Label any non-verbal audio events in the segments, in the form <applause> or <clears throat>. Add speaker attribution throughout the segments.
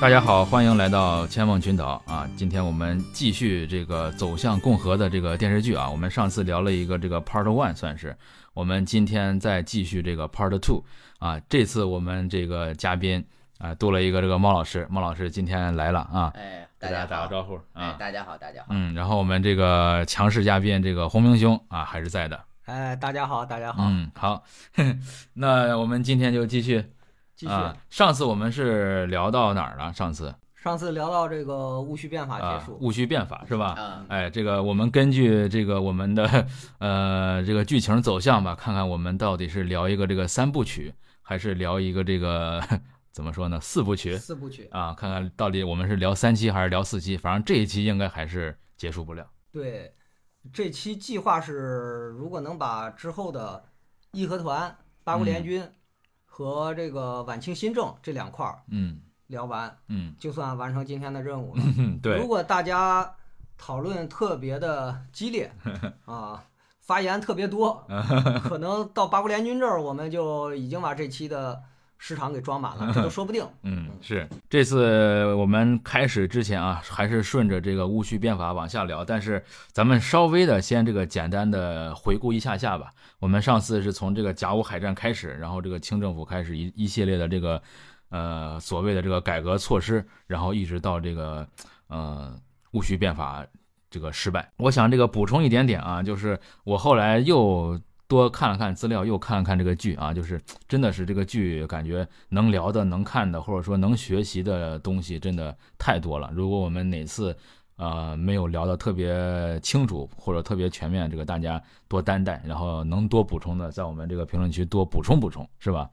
Speaker 1: 大家好，欢迎来到千梦群岛啊！今天我们继续这个走向共和的这个电视剧啊。我们上次聊了一个这个 Part One，算是我们今天再继续这个 Part Two 啊。这次我们这个嘉宾啊多了一个这个猫老师，猫老师今天来了啊，
Speaker 2: 哎，
Speaker 1: 给
Speaker 2: 大
Speaker 1: 大
Speaker 2: 家
Speaker 1: 家打
Speaker 2: 好，
Speaker 1: 个招呼
Speaker 2: 哎
Speaker 1: 啊，。
Speaker 2: 大家好，大家好。
Speaker 1: 嗯，然后我们这个强势嘉宾这个洪明兄啊还是在的。
Speaker 3: 哎，大家好，大家
Speaker 2: 啊
Speaker 3: 好，
Speaker 1: 嗯，好， <laughs> 那我们今天就继续
Speaker 3: 继续。
Speaker 1: 啊。上次我们是聊到哪儿了？上次
Speaker 3: 上次聊到这个戊戌变法
Speaker 1: 啊
Speaker 3: 结，束，
Speaker 1: 戊戌变法是吧？
Speaker 3: 啊
Speaker 2: 嗯，
Speaker 1: 哎，这个我们根据这个我们的呃这个剧情走向吧，看看我们到底是聊一个这个三部曲，还是聊一个这个 <laughs> 怎么说呢四部曲
Speaker 3: 四部曲。
Speaker 1: 啊？看看到底我们是聊三期还是聊四期？反正这一期应该还是结束不了。
Speaker 3: 对，这期计划是，如果能把之后的义和团、八国联
Speaker 1: 嗯
Speaker 3: 军和这个晚清新政这两块儿
Speaker 1: 嗯
Speaker 3: 聊完，
Speaker 1: 嗯，
Speaker 3: 就算完成今天的任务了。
Speaker 1: 哼
Speaker 3: <laughs> 如
Speaker 1: 嗯对，
Speaker 3: 果大家讨论特别的
Speaker 1: <laughs>
Speaker 3: 激烈啊，发言特别多，可能到八国联军这儿，我们就已经把这期的时长给装满了，这都说不定。
Speaker 1: 嗯是。这次我们开始之前啊，还是顺着这个戊戌变法往下聊，但是咱们稍微的先这个简单的回顾一下下吧。我们上次是从这个甲午海战开始，然后这个清政府开始一一系列的这个呃所谓的这个改革措施，然后一直到这个呃戊戌变法这个失败。我想这个补充一点点啊，就是我后来又。多看了看资料，又看了看这个剧啊，就是真的是这个剧，感觉能聊的、能看的，或者说能学习的东西真的太多了。如果我们哪次呃没有聊得特别清楚或者特别全面，这个大家多担待，然后能多补充的，在我们这个评论区多补充补充，是吧？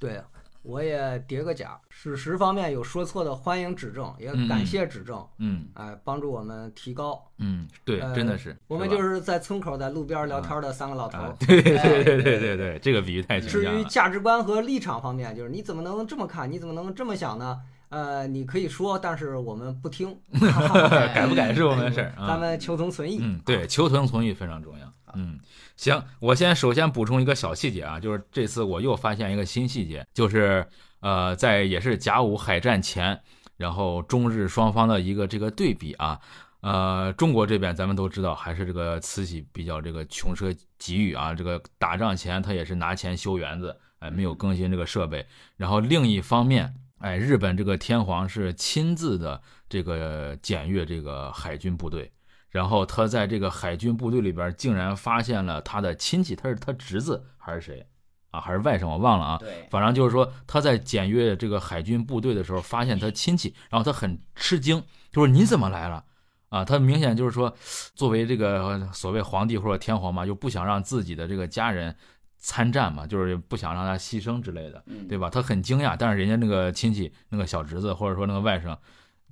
Speaker 3: 对，啊我也叠个甲。史实方面有说错的，欢迎指正，也感谢指正，
Speaker 1: 嗯
Speaker 3: 哎，帮助我们提高。
Speaker 1: 嗯，对，
Speaker 3: 呃
Speaker 1: 真的是，
Speaker 3: 我们
Speaker 1: 吧
Speaker 3: 就是在村口、在路边聊天的三个老头
Speaker 1: 啊
Speaker 3: 儿。，
Speaker 1: 对啊对
Speaker 3: 哎
Speaker 1: 对对对对，这个比喻太形
Speaker 3: 至
Speaker 1: 象
Speaker 3: 于
Speaker 1: 了。
Speaker 3: 价值观和立场方面，就是你怎么能这么看，你怎么能这么想呢？呃，你可以说，但是我们不听，
Speaker 1: <laughs> 改不改是我们的事儿啊。
Speaker 3: <laughs> 咱们求同存异。
Speaker 1: 嗯，对，求同存异非常重要。嗯，行，我先首先补充一个小细节啊，就是这次我又发现一个新细节，就是呃，在也是甲午海战前，然后中日双方的一个这个对比啊。呃，中国这边咱们都知道，还是这个慈禧比较这个穷奢极欲啊。这个打仗前，他也是拿钱修园子，哎，没有更新这个设备。然后另一方面，哎，日本这个天皇是亲自的这个检阅这个海军部队，然后他在这个海军部队里边竟然发现了他的亲戚，他是他侄子还是谁啊？还是外甥？我忘了啊。
Speaker 2: 对，
Speaker 1: 反正就是说他在检阅这个海军部队的时候，发现他亲戚，然后他很吃惊，就说你怎么来了？啊，他明显就是说，作为这个所谓皇帝或者天皇嘛，就不想让自己的这个家人参战嘛，就是不想让他牺牲之类的。
Speaker 2: 嗯，
Speaker 1: 对吧？他很惊讶，但是人家那个亲戚、那个小侄子，或者说那个外甥，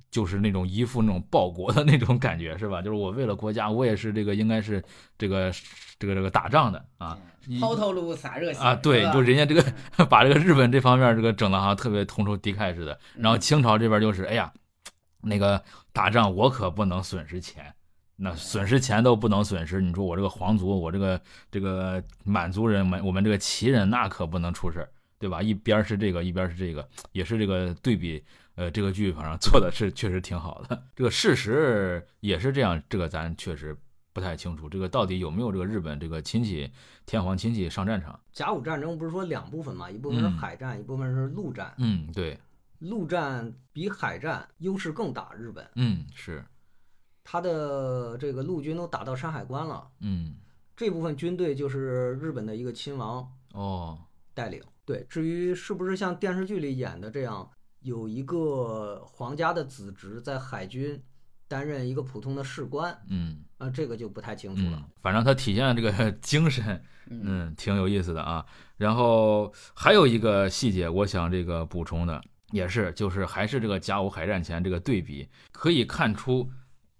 Speaker 1: 就是那种一副那种报国的那种感觉，是吧？就是我为了国家，我也是这个应该是这个这个这个打仗的啊
Speaker 2: 嗯抛头颅洒热血
Speaker 1: 啊！对，就人家这个 <laughs> 把这个日本这方面这个整的好像特别同仇敌忾似的。然后清朝这边就是，哎呀，那个打仗我可不能损失钱。那损失钱都不能损失，你说我这个皇族，我这个这个满族人，们我们这个旗人，那可不能出事儿对吧？一边儿是这个，一边儿是这个，也是这个对比。呃，这个剧反正做的是确实挺好的，这个事实也是这样，这个咱确实不太清楚，这个到底有没有这个日本这个亲戚天皇亲戚上战场？
Speaker 3: 甲午战争不是说两部分嘛，一部分是
Speaker 1: 嗯
Speaker 3: 海战，一部分是陆战。
Speaker 1: 嗯，对，
Speaker 3: 陆战比海战优势更大，日本
Speaker 1: 嗯是，
Speaker 3: 它的这个陆军都打到山海关了，
Speaker 1: 嗯
Speaker 3: 这部分军队就是日本的一个亲王
Speaker 1: 哦，
Speaker 3: 带领。对，至于是不是像电视剧里演的这样，有一个皇家的子侄在海军担任一个普通的士官，
Speaker 1: 嗯
Speaker 3: 啊、这个就不太清楚
Speaker 1: 嗯
Speaker 3: 了。，
Speaker 1: 反正它体现了这个 <laughs> 精神，
Speaker 2: 嗯，
Speaker 1: 嗯，挺有意思的啊。然后还有一个细节，我想这个补充的也是，就是还是这个甲午海战前这个对比，可以看出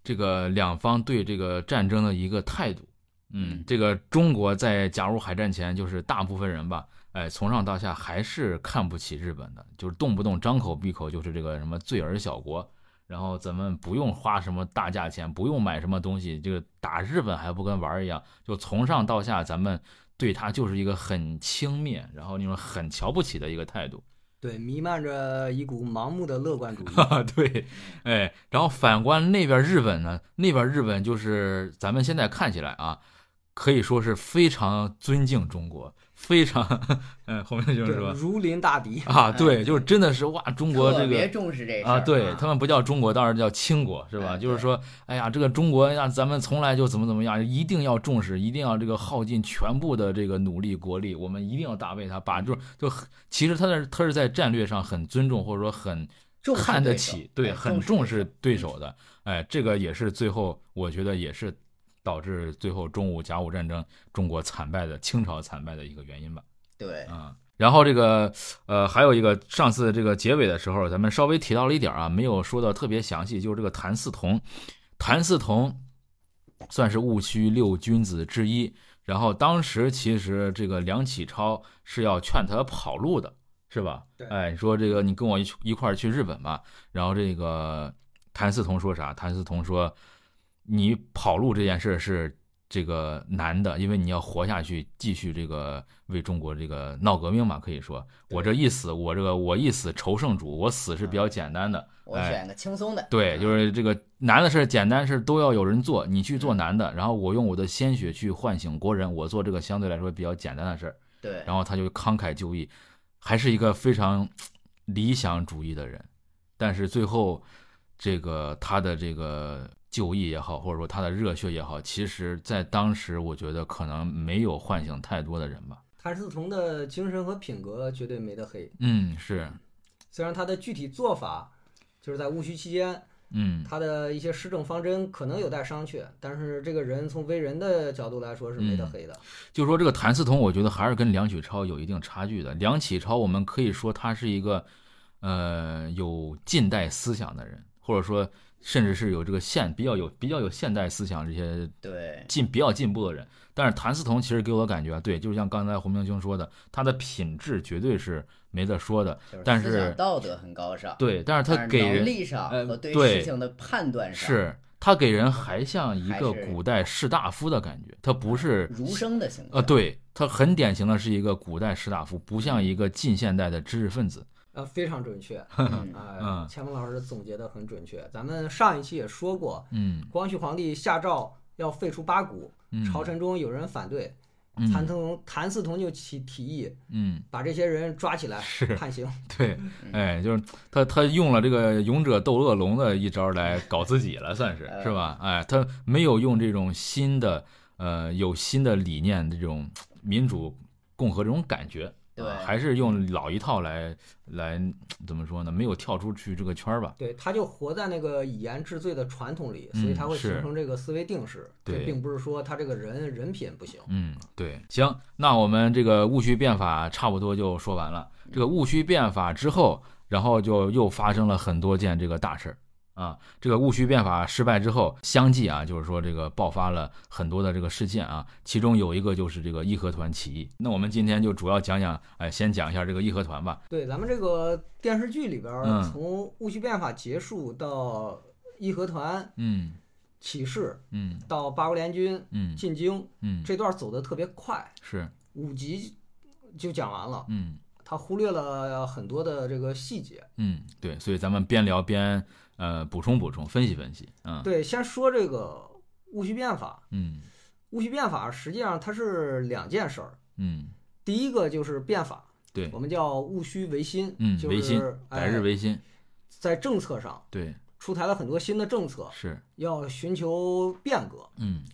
Speaker 1: 这个两方对这个战争的一个态度。嗯
Speaker 2: 嗯，
Speaker 1: 这个中国在甲午海战前，就是大部分人吧，哎，从上到下还是看不起日本的，就是动不动张口闭口就是这个什么罪儿小国，然后咱们不用花什么大价钱，不用买什么东西，这个打日本还不跟玩儿一样，就从上到下咱们对他就是一个很轻蔑，然后那种很瞧不起的一个态度。
Speaker 3: 对，弥漫着一股盲目的乐
Speaker 1: <laughs>
Speaker 3: 观主义。
Speaker 1: 啊，对，哎，然后反观那边日本呢，那边日本就是咱们现在看起来啊，可以说是非常尊敬中国，非常，嗯，后面就是
Speaker 3: 对，
Speaker 1: 说
Speaker 3: 如临大敌。
Speaker 1: 啊，对，就是真的是哇，中国这
Speaker 2: 特别
Speaker 1: 个。
Speaker 2: 重视这事儿
Speaker 1: 啊，对他们不叫中国，当然叫清国，是吧？
Speaker 2: 哎
Speaker 1: 就是
Speaker 2: 对
Speaker 1: 说，哎呀，这个中国呀，咱们从来就怎么怎么样，一定要重视，一定要这个耗尽全部的这个努力国力，我们一定要大为他把住。就很其实他在他是在战略上很尊重，或者说很
Speaker 2: 重视
Speaker 1: 看得
Speaker 2: 对手
Speaker 1: 起，
Speaker 2: 哎
Speaker 1: 对，很重
Speaker 2: 重
Speaker 1: 视对手的，哎，这个也是最后我觉得也是导致最后中午甲午战争中国惨败的清朝惨败的一个原因吧，
Speaker 2: 对，
Speaker 1: 啊。然后这个，呃，还有一个，上次这个结尾的时候，咱们稍微提到了一点啊，没有说的特别详细，就是这个谭嗣同，谭嗣同算是戊戌六君子之一。然后当时其实这个梁启超是要劝他跑路的，是吧？
Speaker 3: 对
Speaker 1: 哎，你说这个你跟我一起一块儿去日本吧。然后这个谭嗣同说啥？谭嗣同说，你跑路这件事是这个难的，因为你要活下去，继续这个为中国这个闹革命嘛，可以说我这一死，我这个我一死仇圣主，我死是比较简单的。
Speaker 2: 我
Speaker 1: 哎
Speaker 2: 选个轻松的，
Speaker 1: 对，
Speaker 2: 嗯
Speaker 1: 就是这个难的事儿、简单事儿都要有人做，你去做难的，然后我用我的鲜血去唤醒国人，我做这个相对来说比较简单的事儿，
Speaker 2: 对，
Speaker 1: 然后他就慷慨就义，还是一个非常理想主义的人，但是最后这个他的这个就义也好，或者说他的热血也好，其实在当时我觉得可能没有唤醒太多的人吧。
Speaker 3: 谭嗣同的精神和品格绝对没得黑，
Speaker 1: 嗯，是，
Speaker 3: 虽然他的具体做法就是在戊戌期间，
Speaker 1: 嗯
Speaker 3: 他的一些施政方针可能有待商榷，但是这个人从为人的角度来说是没
Speaker 1: 嗯
Speaker 3: 得黑的。
Speaker 1: 就说这个谭嗣同，我觉得还是跟梁启超有一定差距的。梁启超，我们可以说他是一个，呃，有近代思想的人，或者说甚至是有这个现比较有比较有现代思想这些
Speaker 2: 对，
Speaker 1: 进比较进步的人。但是谭嗣同其实给我的感觉啊，对，就像刚才洪明兄说的，他的品质绝对是没得说的。
Speaker 2: 就是
Speaker 1: 但
Speaker 2: 思
Speaker 1: 是
Speaker 2: 想道德很高尚，
Speaker 1: 对，但是他
Speaker 2: 但是
Speaker 1: 给
Speaker 2: 能
Speaker 1: 人
Speaker 2: 力上
Speaker 1: 呃
Speaker 2: 和对
Speaker 1: 对
Speaker 2: 事情的判断上
Speaker 1: 是他给人还像一
Speaker 2: 还
Speaker 1: 个
Speaker 2: 是啊
Speaker 1: 古代士大夫的感觉，他不是
Speaker 2: 儒生的形象
Speaker 1: 啊，，对，他很典型的是一个古代士大夫，不像一个近现代的知识分子。
Speaker 3: 呃，非常
Speaker 1: <laughs>
Speaker 3: 准确，
Speaker 2: 嗯
Speaker 3: 呃
Speaker 1: 嗯，
Speaker 3: 钱梦老师总结的很准确。咱们上一期也说过，
Speaker 1: 嗯，
Speaker 3: 光绪皇帝下诏要废除八股，
Speaker 1: 嗯
Speaker 3: 朝臣中有人反对，
Speaker 1: 嗯
Speaker 3: 谭嗣同谭嗣同就提提议
Speaker 1: 嗯，
Speaker 3: 把这些人抓起来
Speaker 1: 是
Speaker 3: 判刑。
Speaker 1: <laughs> 对，哎，就是他他用了这个勇者斗恶龙的一招来搞自己了，算是
Speaker 2: 哎
Speaker 1: 是吧？哎，他没有用这种新的呃有新的理念这种民主共和这种感觉。
Speaker 2: 对
Speaker 1: 啊还是用老一套来来怎么说呢？没有跳出去这个圈儿吧？
Speaker 3: 对，他就活在那个以言治罪的传统里，所以
Speaker 1: 嗯
Speaker 3: 他会
Speaker 1: 是
Speaker 3: 形成这个思维定式。这
Speaker 1: 对
Speaker 3: 并不是说他这个人人品不行。
Speaker 1: 嗯，对，行，那我们这个戊戌变法差不多就说完了。这个戊戌变法之后，然后就又发生了很多件这个大事儿啊。这个戊戌变法失败之后，相继啊，就是说这个爆发了很多的这个事件啊，其中有一个就是这个义和团起义。那我们今天就主要讲讲，哎，先讲一下这个义和团吧。
Speaker 3: 对，咱们这个电视剧里边儿，
Speaker 1: 嗯
Speaker 3: 从戊戌变法结束到义和团
Speaker 1: 嗯
Speaker 3: 起事，
Speaker 1: 嗯
Speaker 3: 到八国联军
Speaker 1: 嗯
Speaker 3: 进京，
Speaker 1: 嗯，
Speaker 3: 这段走的特别快，
Speaker 1: 是，
Speaker 3: 五集就讲完了，
Speaker 1: 嗯
Speaker 3: 他忽略了很多的这个细节。
Speaker 1: 嗯，对，所以咱们边聊边呃补充补充，分析分析，嗯
Speaker 3: 对，先说这个戊戌变法，
Speaker 1: 嗯
Speaker 3: 戊戌变法实际上它是两件事儿，
Speaker 1: 嗯，
Speaker 3: 第一个就是变法，
Speaker 1: 对
Speaker 3: 我，们叫戊戌维新，
Speaker 1: 嗯
Speaker 3: 就
Speaker 1: 维新
Speaker 3: 是
Speaker 1: 百日
Speaker 3: 哎
Speaker 1: 维新，
Speaker 3: 在政策上
Speaker 1: 对，
Speaker 3: 出台了很多新的政策，
Speaker 1: 是，
Speaker 3: 要寻求变革。
Speaker 1: 嗯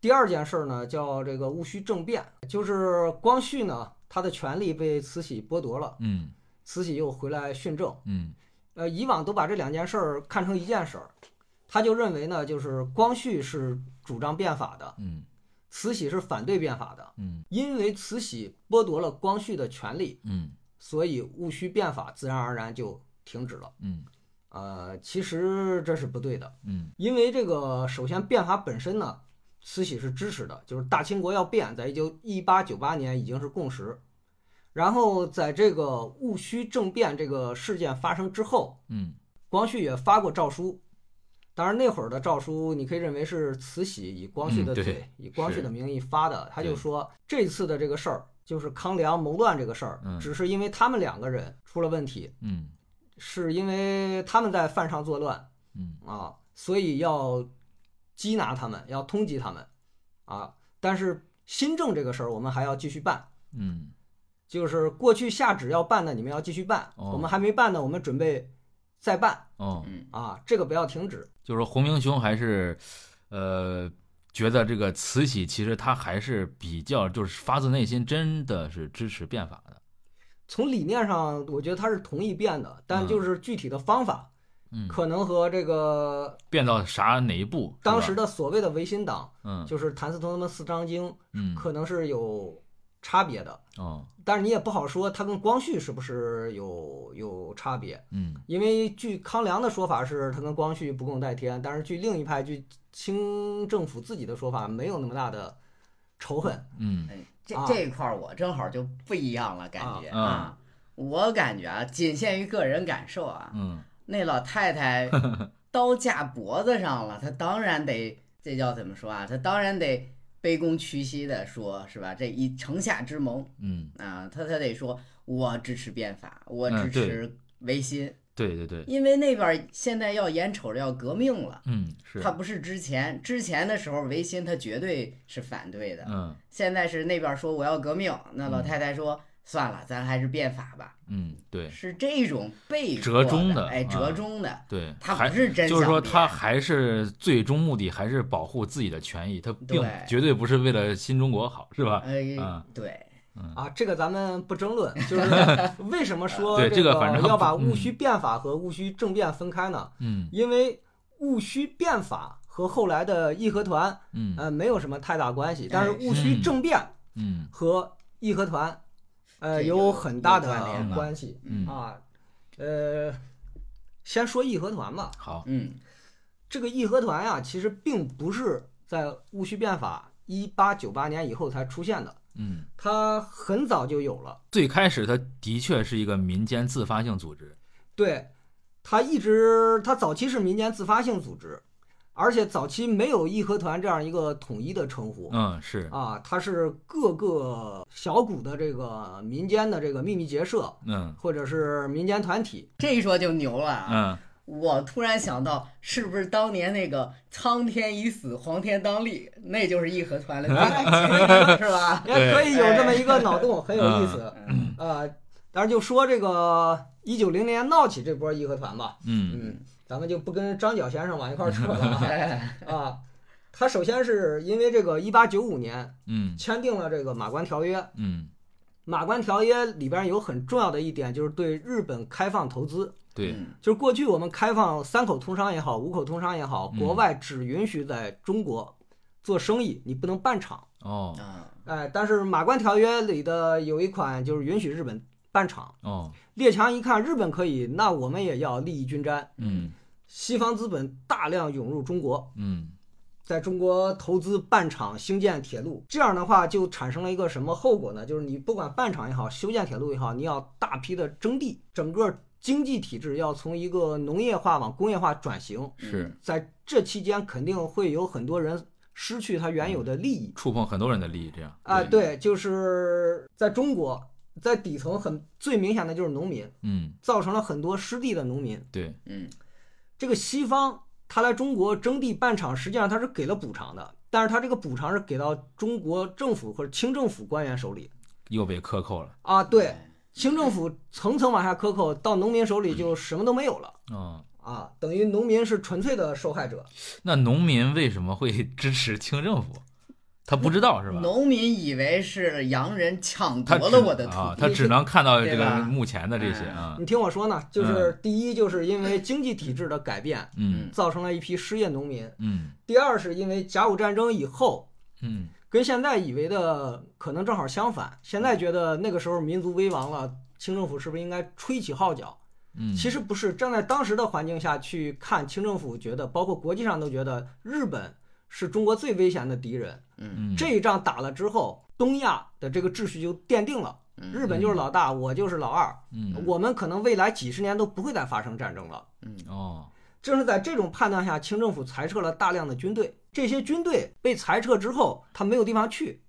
Speaker 3: 第二件事儿呢，叫这个戊戌政变，就是光绪呢，他的权力被慈禧剥夺了，
Speaker 1: 嗯
Speaker 3: 慈禧又回来训政。
Speaker 1: 嗯
Speaker 3: 呃，以往都把这两件事儿看成一件事儿，他就认为呢，就是光绪是主张变法的，
Speaker 1: 嗯
Speaker 3: 慈禧是反对变法的。
Speaker 1: 嗯
Speaker 3: 因为慈禧剥夺了光绪的权利，
Speaker 1: 嗯
Speaker 3: 所以戊戌变法自然而然就停止了。
Speaker 1: 嗯
Speaker 3: 呃，其实这是不对的，
Speaker 1: 嗯
Speaker 3: 因为这个首先变法本身呢，慈禧是支持的，就是大清国要变，在一九一八九八年已经是共识。然后在这个戊戌政变这个事件发生之后，
Speaker 1: 嗯
Speaker 3: 光绪也发过诏书，当然那会儿的诏书你可以认为是慈禧以光绪的
Speaker 1: 嗯对
Speaker 3: 嘴、以光绪
Speaker 1: 是
Speaker 3: 的名义发的，他就是说这次的这个事儿就是康梁谋乱这个事儿
Speaker 1: 嗯，
Speaker 3: 只是因为他们两个人出了问题，
Speaker 1: 嗯
Speaker 3: 是因为他们在犯上作乱
Speaker 1: 嗯
Speaker 3: 啊，所以要缉拿他们，要通缉他们啊。但是新政这个事儿，我们还要继续办，
Speaker 1: 嗯
Speaker 3: 就是过去下旨要办的，你们要继续办，
Speaker 1: 哦
Speaker 3: 我们还没办呢，我们准备再办
Speaker 1: 哦，
Speaker 2: 嗯，
Speaker 3: 啊，这个不要停止。
Speaker 1: 就是说洪明兄还是，呃，觉得这个慈禧其实他还是比较就是发自内心真的是支持变法的，
Speaker 3: 从理念上，我觉得他是同意变的，但
Speaker 1: 嗯
Speaker 3: 就是具体的方法，
Speaker 1: 嗯，
Speaker 3: 可能和这个
Speaker 1: 变到啥哪一步？是吧
Speaker 3: 当时的所谓的维新党，
Speaker 1: 嗯
Speaker 3: 就是谭嗣同他们四章经，
Speaker 1: 嗯
Speaker 3: 可能是有差别的。
Speaker 1: 哦
Speaker 3: 但是你也不好说他跟光绪是不是有有差别，
Speaker 1: 嗯
Speaker 3: 因为据康梁的说法是他跟光绪不共戴天，但是据另一派据清政府自己的说法，没有那么大的仇恨。
Speaker 1: 嗯
Speaker 2: 嗯这
Speaker 3: 啊
Speaker 2: 这一块儿我正好就不一样了，感觉
Speaker 1: 啊
Speaker 2: 啊，我感觉啊，仅限于个人感受啊，
Speaker 1: 嗯
Speaker 2: 那老
Speaker 1: <laughs>
Speaker 2: 太太刀架脖子上了，她当然得，这叫怎么说啊？她当然得卑躬屈膝的说，是吧？这以城下之盟
Speaker 1: 嗯，
Speaker 2: 啊，她她得说，我支持变法，我
Speaker 1: 嗯
Speaker 2: 支
Speaker 1: 对
Speaker 2: 持维新，
Speaker 1: 对对对，
Speaker 2: 因为那边儿现在要眼瞅着要革命了。
Speaker 1: 嗯是
Speaker 2: 他，不是之前之前的时候，维新他绝对是反对的。
Speaker 1: 嗯
Speaker 2: 现在是那边说我要革命，那老
Speaker 1: 嗯
Speaker 2: 太太说、算了，咱还是变法吧，
Speaker 1: 嗯对
Speaker 2: 是这种被
Speaker 1: 折
Speaker 2: 迫
Speaker 1: 中的
Speaker 2: 哎，
Speaker 1: 啊
Speaker 2: 折中的。
Speaker 1: 对，
Speaker 2: 他
Speaker 1: 还
Speaker 2: 不是真想
Speaker 1: 就是说，
Speaker 2: 变
Speaker 1: 他还是最终目的还是保护自己的权益，他并
Speaker 2: 对
Speaker 1: 绝对不是为了新中国好，是吧？
Speaker 2: 哎
Speaker 1: 啊，
Speaker 2: 对，
Speaker 3: 啊，这个咱们不争
Speaker 1: <laughs>
Speaker 3: 论，就是为什么说
Speaker 1: 对
Speaker 3: 这
Speaker 1: 这个反正
Speaker 3: 要把
Speaker 1: 嗯
Speaker 3: 戊戌变法和戊戌政变分开呢？
Speaker 1: 嗯
Speaker 3: 因为戊戌变法和后来的义和团
Speaker 1: 嗯
Speaker 3: 呃没有什么太大关系，但是
Speaker 2: 哎
Speaker 3: 戊戌
Speaker 1: 嗯
Speaker 3: 政变
Speaker 1: 嗯
Speaker 3: 和义和团呃
Speaker 2: 这
Speaker 3: 有
Speaker 2: 有
Speaker 3: 很大
Speaker 2: 有
Speaker 3: 的
Speaker 2: 关联
Speaker 1: 吧
Speaker 3: 关系
Speaker 1: 嗯，
Speaker 3: 啊，呃，先说义和团吧，
Speaker 1: 好，
Speaker 2: 嗯
Speaker 3: 这个义和团呀、其实并不是在戊戌变法一八九八年以后才出现的，
Speaker 1: 嗯，
Speaker 3: 它很早就有了。
Speaker 1: 最开始他的确是一个民间自发性组织，
Speaker 3: 对，它一直它早期是民间自发性组织，而且早期没有义和团这样一个统一的称呼
Speaker 1: 嗯是，
Speaker 3: 啊，它是各个小股的这个民间的这个秘密结社
Speaker 1: 嗯
Speaker 3: 或者是民间团体。
Speaker 2: 这一说就牛了啊！
Speaker 1: 嗯
Speaker 2: 我突然想到，是不是当年那个“苍天已死，黄天当立”，那就是义和团了，是吧？
Speaker 3: 也哎可以有这么一个脑洞，很有意思。
Speaker 2: 嗯
Speaker 3: 呃，当然就说这个一九零零年闹起这波义和团吧，
Speaker 1: 嗯
Speaker 3: 嗯，咱们就不跟张角先生往一块儿扯
Speaker 1: <laughs>
Speaker 3: 了
Speaker 2: 哎
Speaker 3: 啊啊。他首先是因为这个一八九五年
Speaker 1: 嗯
Speaker 3: 签订了这个马关条约，
Speaker 1: 嗯，
Speaker 3: 马关条约里边有很重要的一点，就是对日本开放投资。
Speaker 1: <laughs> 对，
Speaker 2: 嗯
Speaker 3: 就是过去我们开放三口通商也好，五口通商也好，
Speaker 1: 嗯
Speaker 3: 国外只允许在中国做生意，你不能办厂。
Speaker 1: 哦
Speaker 2: 啊，
Speaker 3: 哎，但是马关条约里的有一款就是允许日本办厂。
Speaker 1: 哦
Speaker 3: 列强一看日本可以，那我们也要利益均沾。
Speaker 1: 嗯
Speaker 3: 西方资本大量涌入中国，
Speaker 1: 嗯
Speaker 3: 在中国投资办厂、兴建铁路，这样的话就产生了一个什么后果呢？就是你不管办厂也好，修建铁路也好，你要大批的征地，整个经济体制要从一个农业化往工业化转型，
Speaker 1: 是
Speaker 3: 在这期间肯定会有很多人失去他原有的利益
Speaker 1: 触碰很多人的利益，这样，
Speaker 3: 啊、
Speaker 2: 对
Speaker 3: 对，就是在中国，在底层很最明显的就是农民，
Speaker 1: 嗯
Speaker 3: 造成了很多失地的农民。
Speaker 1: 对，
Speaker 2: 嗯
Speaker 3: 这个西方他来中国征地办厂，实际上他是给了补偿的，但是他这个补偿是给到中国政府或者清政府官员手里
Speaker 1: 又被克扣了，
Speaker 3: 啊，对，清政府层层往下克扣，到农民手里就什么都没有了
Speaker 1: 哦。
Speaker 3: 啊，等于农民是纯粹的受害者。
Speaker 1: 那农民为什么会 <laughs> 支持清政府？他不知道是吧？
Speaker 2: 农民以为是洋人抢
Speaker 1: 他
Speaker 2: 夺
Speaker 1: 只
Speaker 2: 了我的土
Speaker 1: 啊，他
Speaker 2: 地，
Speaker 1: 只能看到这
Speaker 2: 对
Speaker 1: 个
Speaker 2: 吧
Speaker 1: 目前的这些啊，
Speaker 3: 你听我说呢，就是第一，就是因为经济体制的改变，
Speaker 1: 嗯
Speaker 3: 造成了一批失业农民；
Speaker 1: 嗯
Speaker 3: 第二，是因为甲午战争以后。
Speaker 1: 嗯
Speaker 3: 跟现在以为的可能正好相反。现在觉得那个时候民族危亡了，清政府是不是应该吹起号角？
Speaker 1: 嗯，
Speaker 3: 其实不是，站在当时的环境下去看，清政府觉得，包括国际上都觉得日本是中国最危险的敌人。
Speaker 2: 嗯
Speaker 1: 嗯
Speaker 3: 这一仗打了之后，东亚的这个秩序就奠定了，
Speaker 2: 嗯
Speaker 3: 日本就是老大，我就是老二，
Speaker 1: 嗯
Speaker 3: 我们可能未来几十年都不会再发生战争了。
Speaker 2: 嗯
Speaker 1: 哦
Speaker 3: 正是在这种判断下，清政府裁撤了大量的军队。这些军队被裁撤之后，他没有地方去，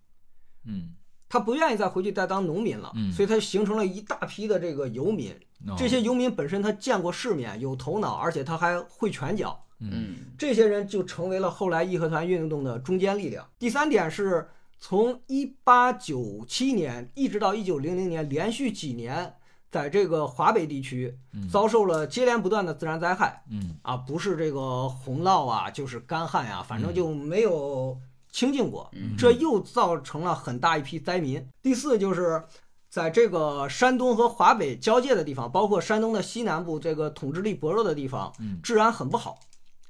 Speaker 1: 嗯
Speaker 3: 他不愿意再回去再当农民了，
Speaker 1: 嗯
Speaker 3: 所以他形成了一大批的这个游民。
Speaker 1: 哦
Speaker 3: 这些游民本身他见过世面，有头脑，而且他还会拳脚。
Speaker 1: 嗯
Speaker 2: 嗯
Speaker 3: 这些人就成为了后来义和团运动的中坚力量。第三点是从一八九七年一直到一九零零年，连续几年在这个华北地区
Speaker 1: 嗯
Speaker 3: 遭受了接连不断的自然灾害
Speaker 1: 嗯
Speaker 3: 啊，不是这个洪涝啊，就是干旱啊，反
Speaker 1: 嗯
Speaker 3: 正就没有清静过。
Speaker 2: 嗯
Speaker 3: 这又造成了很大一批灾民。第四就是。在这个山东和华北交界的地方，包括山东的西南部这个统治力薄弱的地方，
Speaker 1: 嗯
Speaker 3: 治安很不好，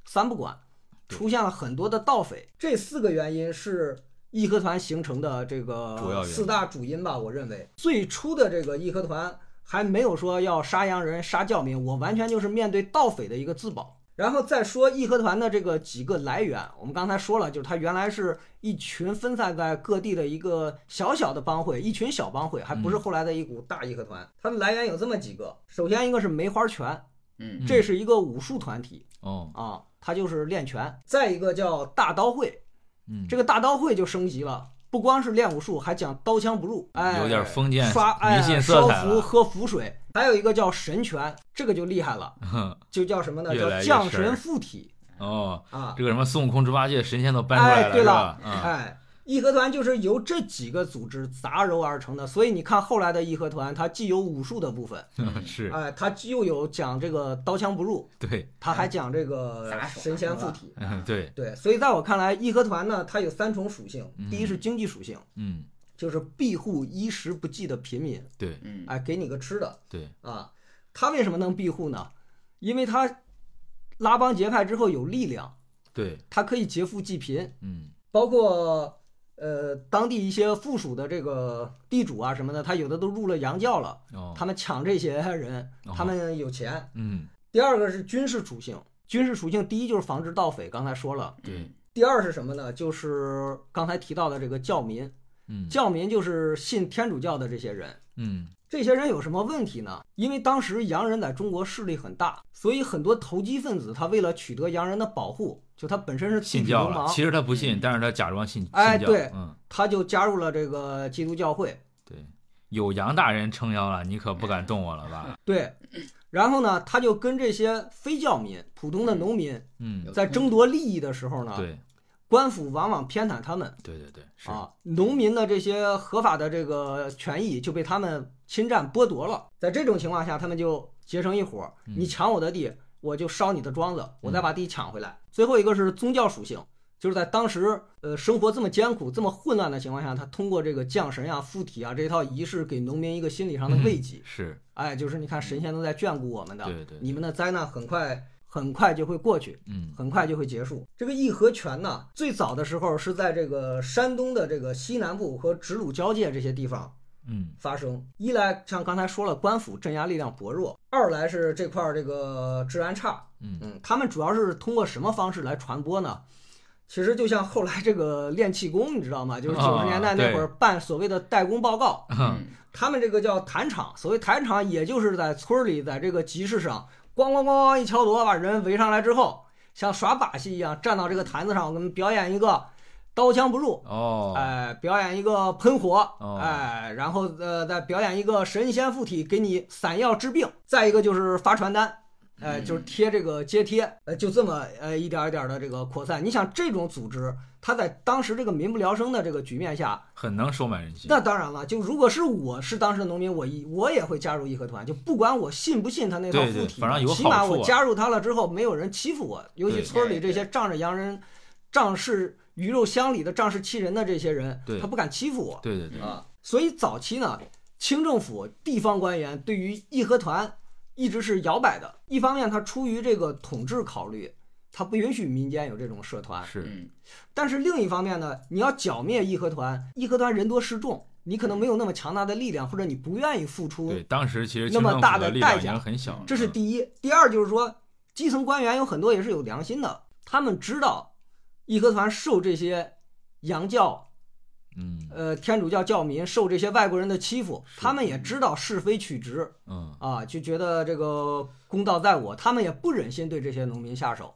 Speaker 3: 三不管，
Speaker 1: 对
Speaker 3: 出现了很多的盗匪。这四个原因是义和团形成的这
Speaker 1: 主要
Speaker 3: 个
Speaker 1: 原因
Speaker 3: 四大主因吧？我认为最初的这个义和团还没有说要杀洋人、杀教民，我完全就是面对盗匪的一个自保。然后再说义和团的这个几个来源，我们刚才说了，就是它原来是一群分散在各地的一个小小的帮会，一群小帮会，还不是后来的一股大义和团。它的来源有这么几个，首先一个是梅花拳，
Speaker 2: 嗯
Speaker 1: 嗯
Speaker 3: 这是一个武术团体，
Speaker 1: 哦
Speaker 3: 啊，他就是练拳。再一个叫大刀会，
Speaker 1: 嗯，
Speaker 3: 这个大刀会就升级了，不光是练武术，还讲刀枪不入，哎，
Speaker 1: 有点封建
Speaker 3: 刷哎
Speaker 1: 迷信色彩
Speaker 3: 烧符
Speaker 1: 了，
Speaker 3: 喝符水，还有一个叫神拳，这个就厉害了，就叫什么呢？
Speaker 1: 嗯越来
Speaker 3: 叫
Speaker 1: 越
Speaker 3: 降
Speaker 1: 神
Speaker 3: 神附体
Speaker 1: 哦，
Speaker 3: 啊，
Speaker 1: 这个什么孙悟空、猪八戒、神仙都搬出来
Speaker 3: 哎对
Speaker 1: 是
Speaker 3: 了
Speaker 1: 吧？啊
Speaker 3: 哎。义和团就是由这几个组织杂糅而成的，所以你看后来的义和团，它既有武术的部分，
Speaker 1: 嗯是，
Speaker 3: 哎，它又有讲这个刀枪不入，
Speaker 1: 对，
Speaker 3: 它还讲这个
Speaker 2: 哎杂耍
Speaker 3: 神仙
Speaker 2: 是吧
Speaker 3: 附体，
Speaker 1: 嗯对，
Speaker 3: 对，所以在我看来，义和团呢，它有三重属性
Speaker 1: 嗯。
Speaker 3: 第一是经济属性，
Speaker 1: 嗯
Speaker 3: 就是庇护衣食不济的贫民，
Speaker 1: 对
Speaker 2: 嗯
Speaker 3: 哎，给你个吃的
Speaker 1: 对，
Speaker 3: 啊。他为什么能庇护呢？因为他拉帮结派之后有力量，
Speaker 1: 对，
Speaker 3: 他可以劫富济贫，
Speaker 1: 嗯
Speaker 3: 包括呃当地一些附属的这个地主啊什么的，他有的都入了洋教了，
Speaker 1: 哦，
Speaker 3: 他们抢这些人，他们有钱。
Speaker 1: 嗯
Speaker 3: 第二个是军事属性，军事属性第一就是防止盗匪，刚才说了。
Speaker 2: 嗯
Speaker 1: 对，
Speaker 3: 第二是什么呢？就是刚才提到的这个教民，
Speaker 1: 嗯
Speaker 3: 教民就是信天主教的这些人。
Speaker 1: 嗯
Speaker 3: 这些人有什么问题呢？因为当时洋人在中国势力很大，所以很多投机分子他为了取得洋人的保护，就他本身是地
Speaker 1: 信
Speaker 3: 痞
Speaker 1: 教
Speaker 3: 流
Speaker 1: 了，
Speaker 3: 氓
Speaker 1: 其，实他不信，但是他假装信信
Speaker 3: 嗯哎
Speaker 1: 教，
Speaker 3: 对
Speaker 1: 嗯
Speaker 3: 他就加入了这个基督教会。
Speaker 1: 对，有杨大人撑腰了，你可不敢动我了吧？
Speaker 3: 对，然后呢，他就跟这些非教民、普通的农民
Speaker 1: 嗯，
Speaker 3: 在争夺利益的时候呢，
Speaker 1: 对
Speaker 3: 官府往往偏袒他们。
Speaker 1: 对对对，是，
Speaker 3: 啊，农民的这些合法的这个权益就被他们侵占剥夺了。在这种情况下，他们就结成一伙儿，
Speaker 1: 嗯
Speaker 3: 你抢我的地，我就烧你的庄子，我再把地抢回来。最后一个是宗教属性，就是在当时呃生活这么艰苦、这么混乱的情况下，他通过这个降神呀、附体啊这一套仪式，给农民一个心理上的慰藉。
Speaker 1: 是，
Speaker 3: 哎，就是你看神仙都在眷顾我们的，
Speaker 1: 嗯对对，
Speaker 3: 你们的灾难很快很快就会过去。
Speaker 1: 嗯
Speaker 3: 很快就会结束。这个义和拳呢，最早的时候是在这个山东的这个西南部和直鲁交界这些地方
Speaker 1: 嗯
Speaker 3: 发生。一来像刚才说了，官府镇压力量薄弱；二来是这块儿这个治安差。
Speaker 1: 嗯
Speaker 3: 嗯，他们主要是通过什么方式来传播呢？其实就像后来这个练气功，你知道吗？就是九
Speaker 1: 啊
Speaker 3: 十年代那会儿办所谓的代工报告，
Speaker 2: 嗯
Speaker 3: 他们这个叫坛场。所谓坛场，也就是在村儿里，在这个集市上，咣咣咣咣一敲锣，把人围上来之后，像耍把戏一样站到这个坛子上，我给你们表演一个刀枪不入，
Speaker 1: 哦，
Speaker 3: 哎、表演一个喷火，
Speaker 1: 哦
Speaker 3: 哎、然后呃再表演一个神仙附体，给你散药治病。再一个就是发传单。哎，
Speaker 2: 嗯
Speaker 3: 就是贴这个街贴，呃，就这么呃一点儿一点儿的这个扩散。你想这种组织，它在当时这个民不聊生的这个局面下，
Speaker 1: 很能收买人心，
Speaker 3: 那当然了，就如果是我是当时的农民，我一我也会加入义和团，就不管我信不信他那套
Speaker 1: 对对
Speaker 3: 附体，
Speaker 1: 反正有好
Speaker 3: 起
Speaker 1: 处啊
Speaker 3: 码我加入他了之后，没有人欺负我。尤其村里这些仗着洋人、仗势鱼肉乡里的仗势欺人的这些人
Speaker 1: 对，
Speaker 3: 他不敢欺负我
Speaker 1: 对对对，
Speaker 3: 啊。所以早期呢，清政府地方官员对于义和团一直是摇摆的。一方面，他出于这个统治考虑，他不允许民间有这种社团。
Speaker 1: 是，
Speaker 2: 嗯
Speaker 3: 但是另一方面呢，你要剿灭义和团，义和团人多势众，你可能没有那么强大的力量，或者你不愿意付出
Speaker 1: 对，，当时其实
Speaker 3: 那
Speaker 1: 清
Speaker 3: 么
Speaker 1: 政
Speaker 3: 大
Speaker 1: 府的
Speaker 3: 的
Speaker 1: 力
Speaker 3: 代
Speaker 1: 量已
Speaker 3: 价
Speaker 1: 经很小了，
Speaker 3: 这是
Speaker 1: 嗯
Speaker 3: 第一。第二就是说，基层官员有很多也是有良心的，他们知道义和团受这些洋教、
Speaker 1: 嗯
Speaker 3: 呃天主教教民受这些外国人的欺负，
Speaker 1: 是
Speaker 3: 他们也知道是非曲直
Speaker 1: 嗯，
Speaker 3: 啊，就觉得这个公道在我，他们也不忍心对这些农民下手。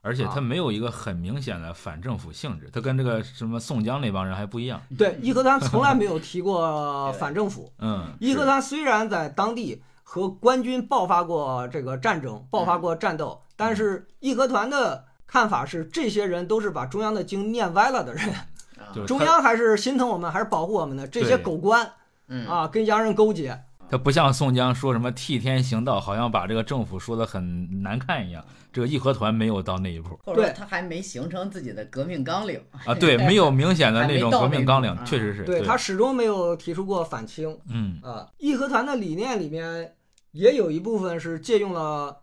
Speaker 1: 而且他
Speaker 3: 啊
Speaker 1: 没有一个很明显的反政府性质，他跟这个什么宋江那帮人还不一样。
Speaker 3: 对，义和团从来没有提
Speaker 1: <laughs>
Speaker 3: 过反政府。
Speaker 1: 嗯，
Speaker 3: 义和
Speaker 1: 是
Speaker 3: 团虽然在当地和官军爆发过这个战争，爆发过战斗，但是义和团的看法是，这些人都是把中央的经念歪了的 <laughs> 人，
Speaker 2: 啊
Speaker 1: 就是
Speaker 3: 中
Speaker 1: 他
Speaker 3: 央还是心疼我们，还是保护我们的。这些
Speaker 1: 对
Speaker 3: 狗官
Speaker 2: 嗯
Speaker 3: 啊，跟洋人勾结，
Speaker 1: 他不像宋江说什么替天行道，好像把这个政府说的很难看一样。这个义和团没有到那一步
Speaker 2: 或者说
Speaker 3: 对
Speaker 2: 他还没形成自己的革命纲领，
Speaker 1: 啊，
Speaker 3: <laughs>
Speaker 1: 对，没有明显的
Speaker 2: 还没
Speaker 1: 那种
Speaker 2: 到
Speaker 1: 革
Speaker 2: 那
Speaker 1: 命
Speaker 2: 一
Speaker 1: 纲
Speaker 2: 步
Speaker 1: 领，
Speaker 2: 啊
Speaker 1: 确实是。
Speaker 3: 对他始终没有提出过反清。
Speaker 1: 嗯
Speaker 3: 啊，义和团的理念里面也有一部分是借用了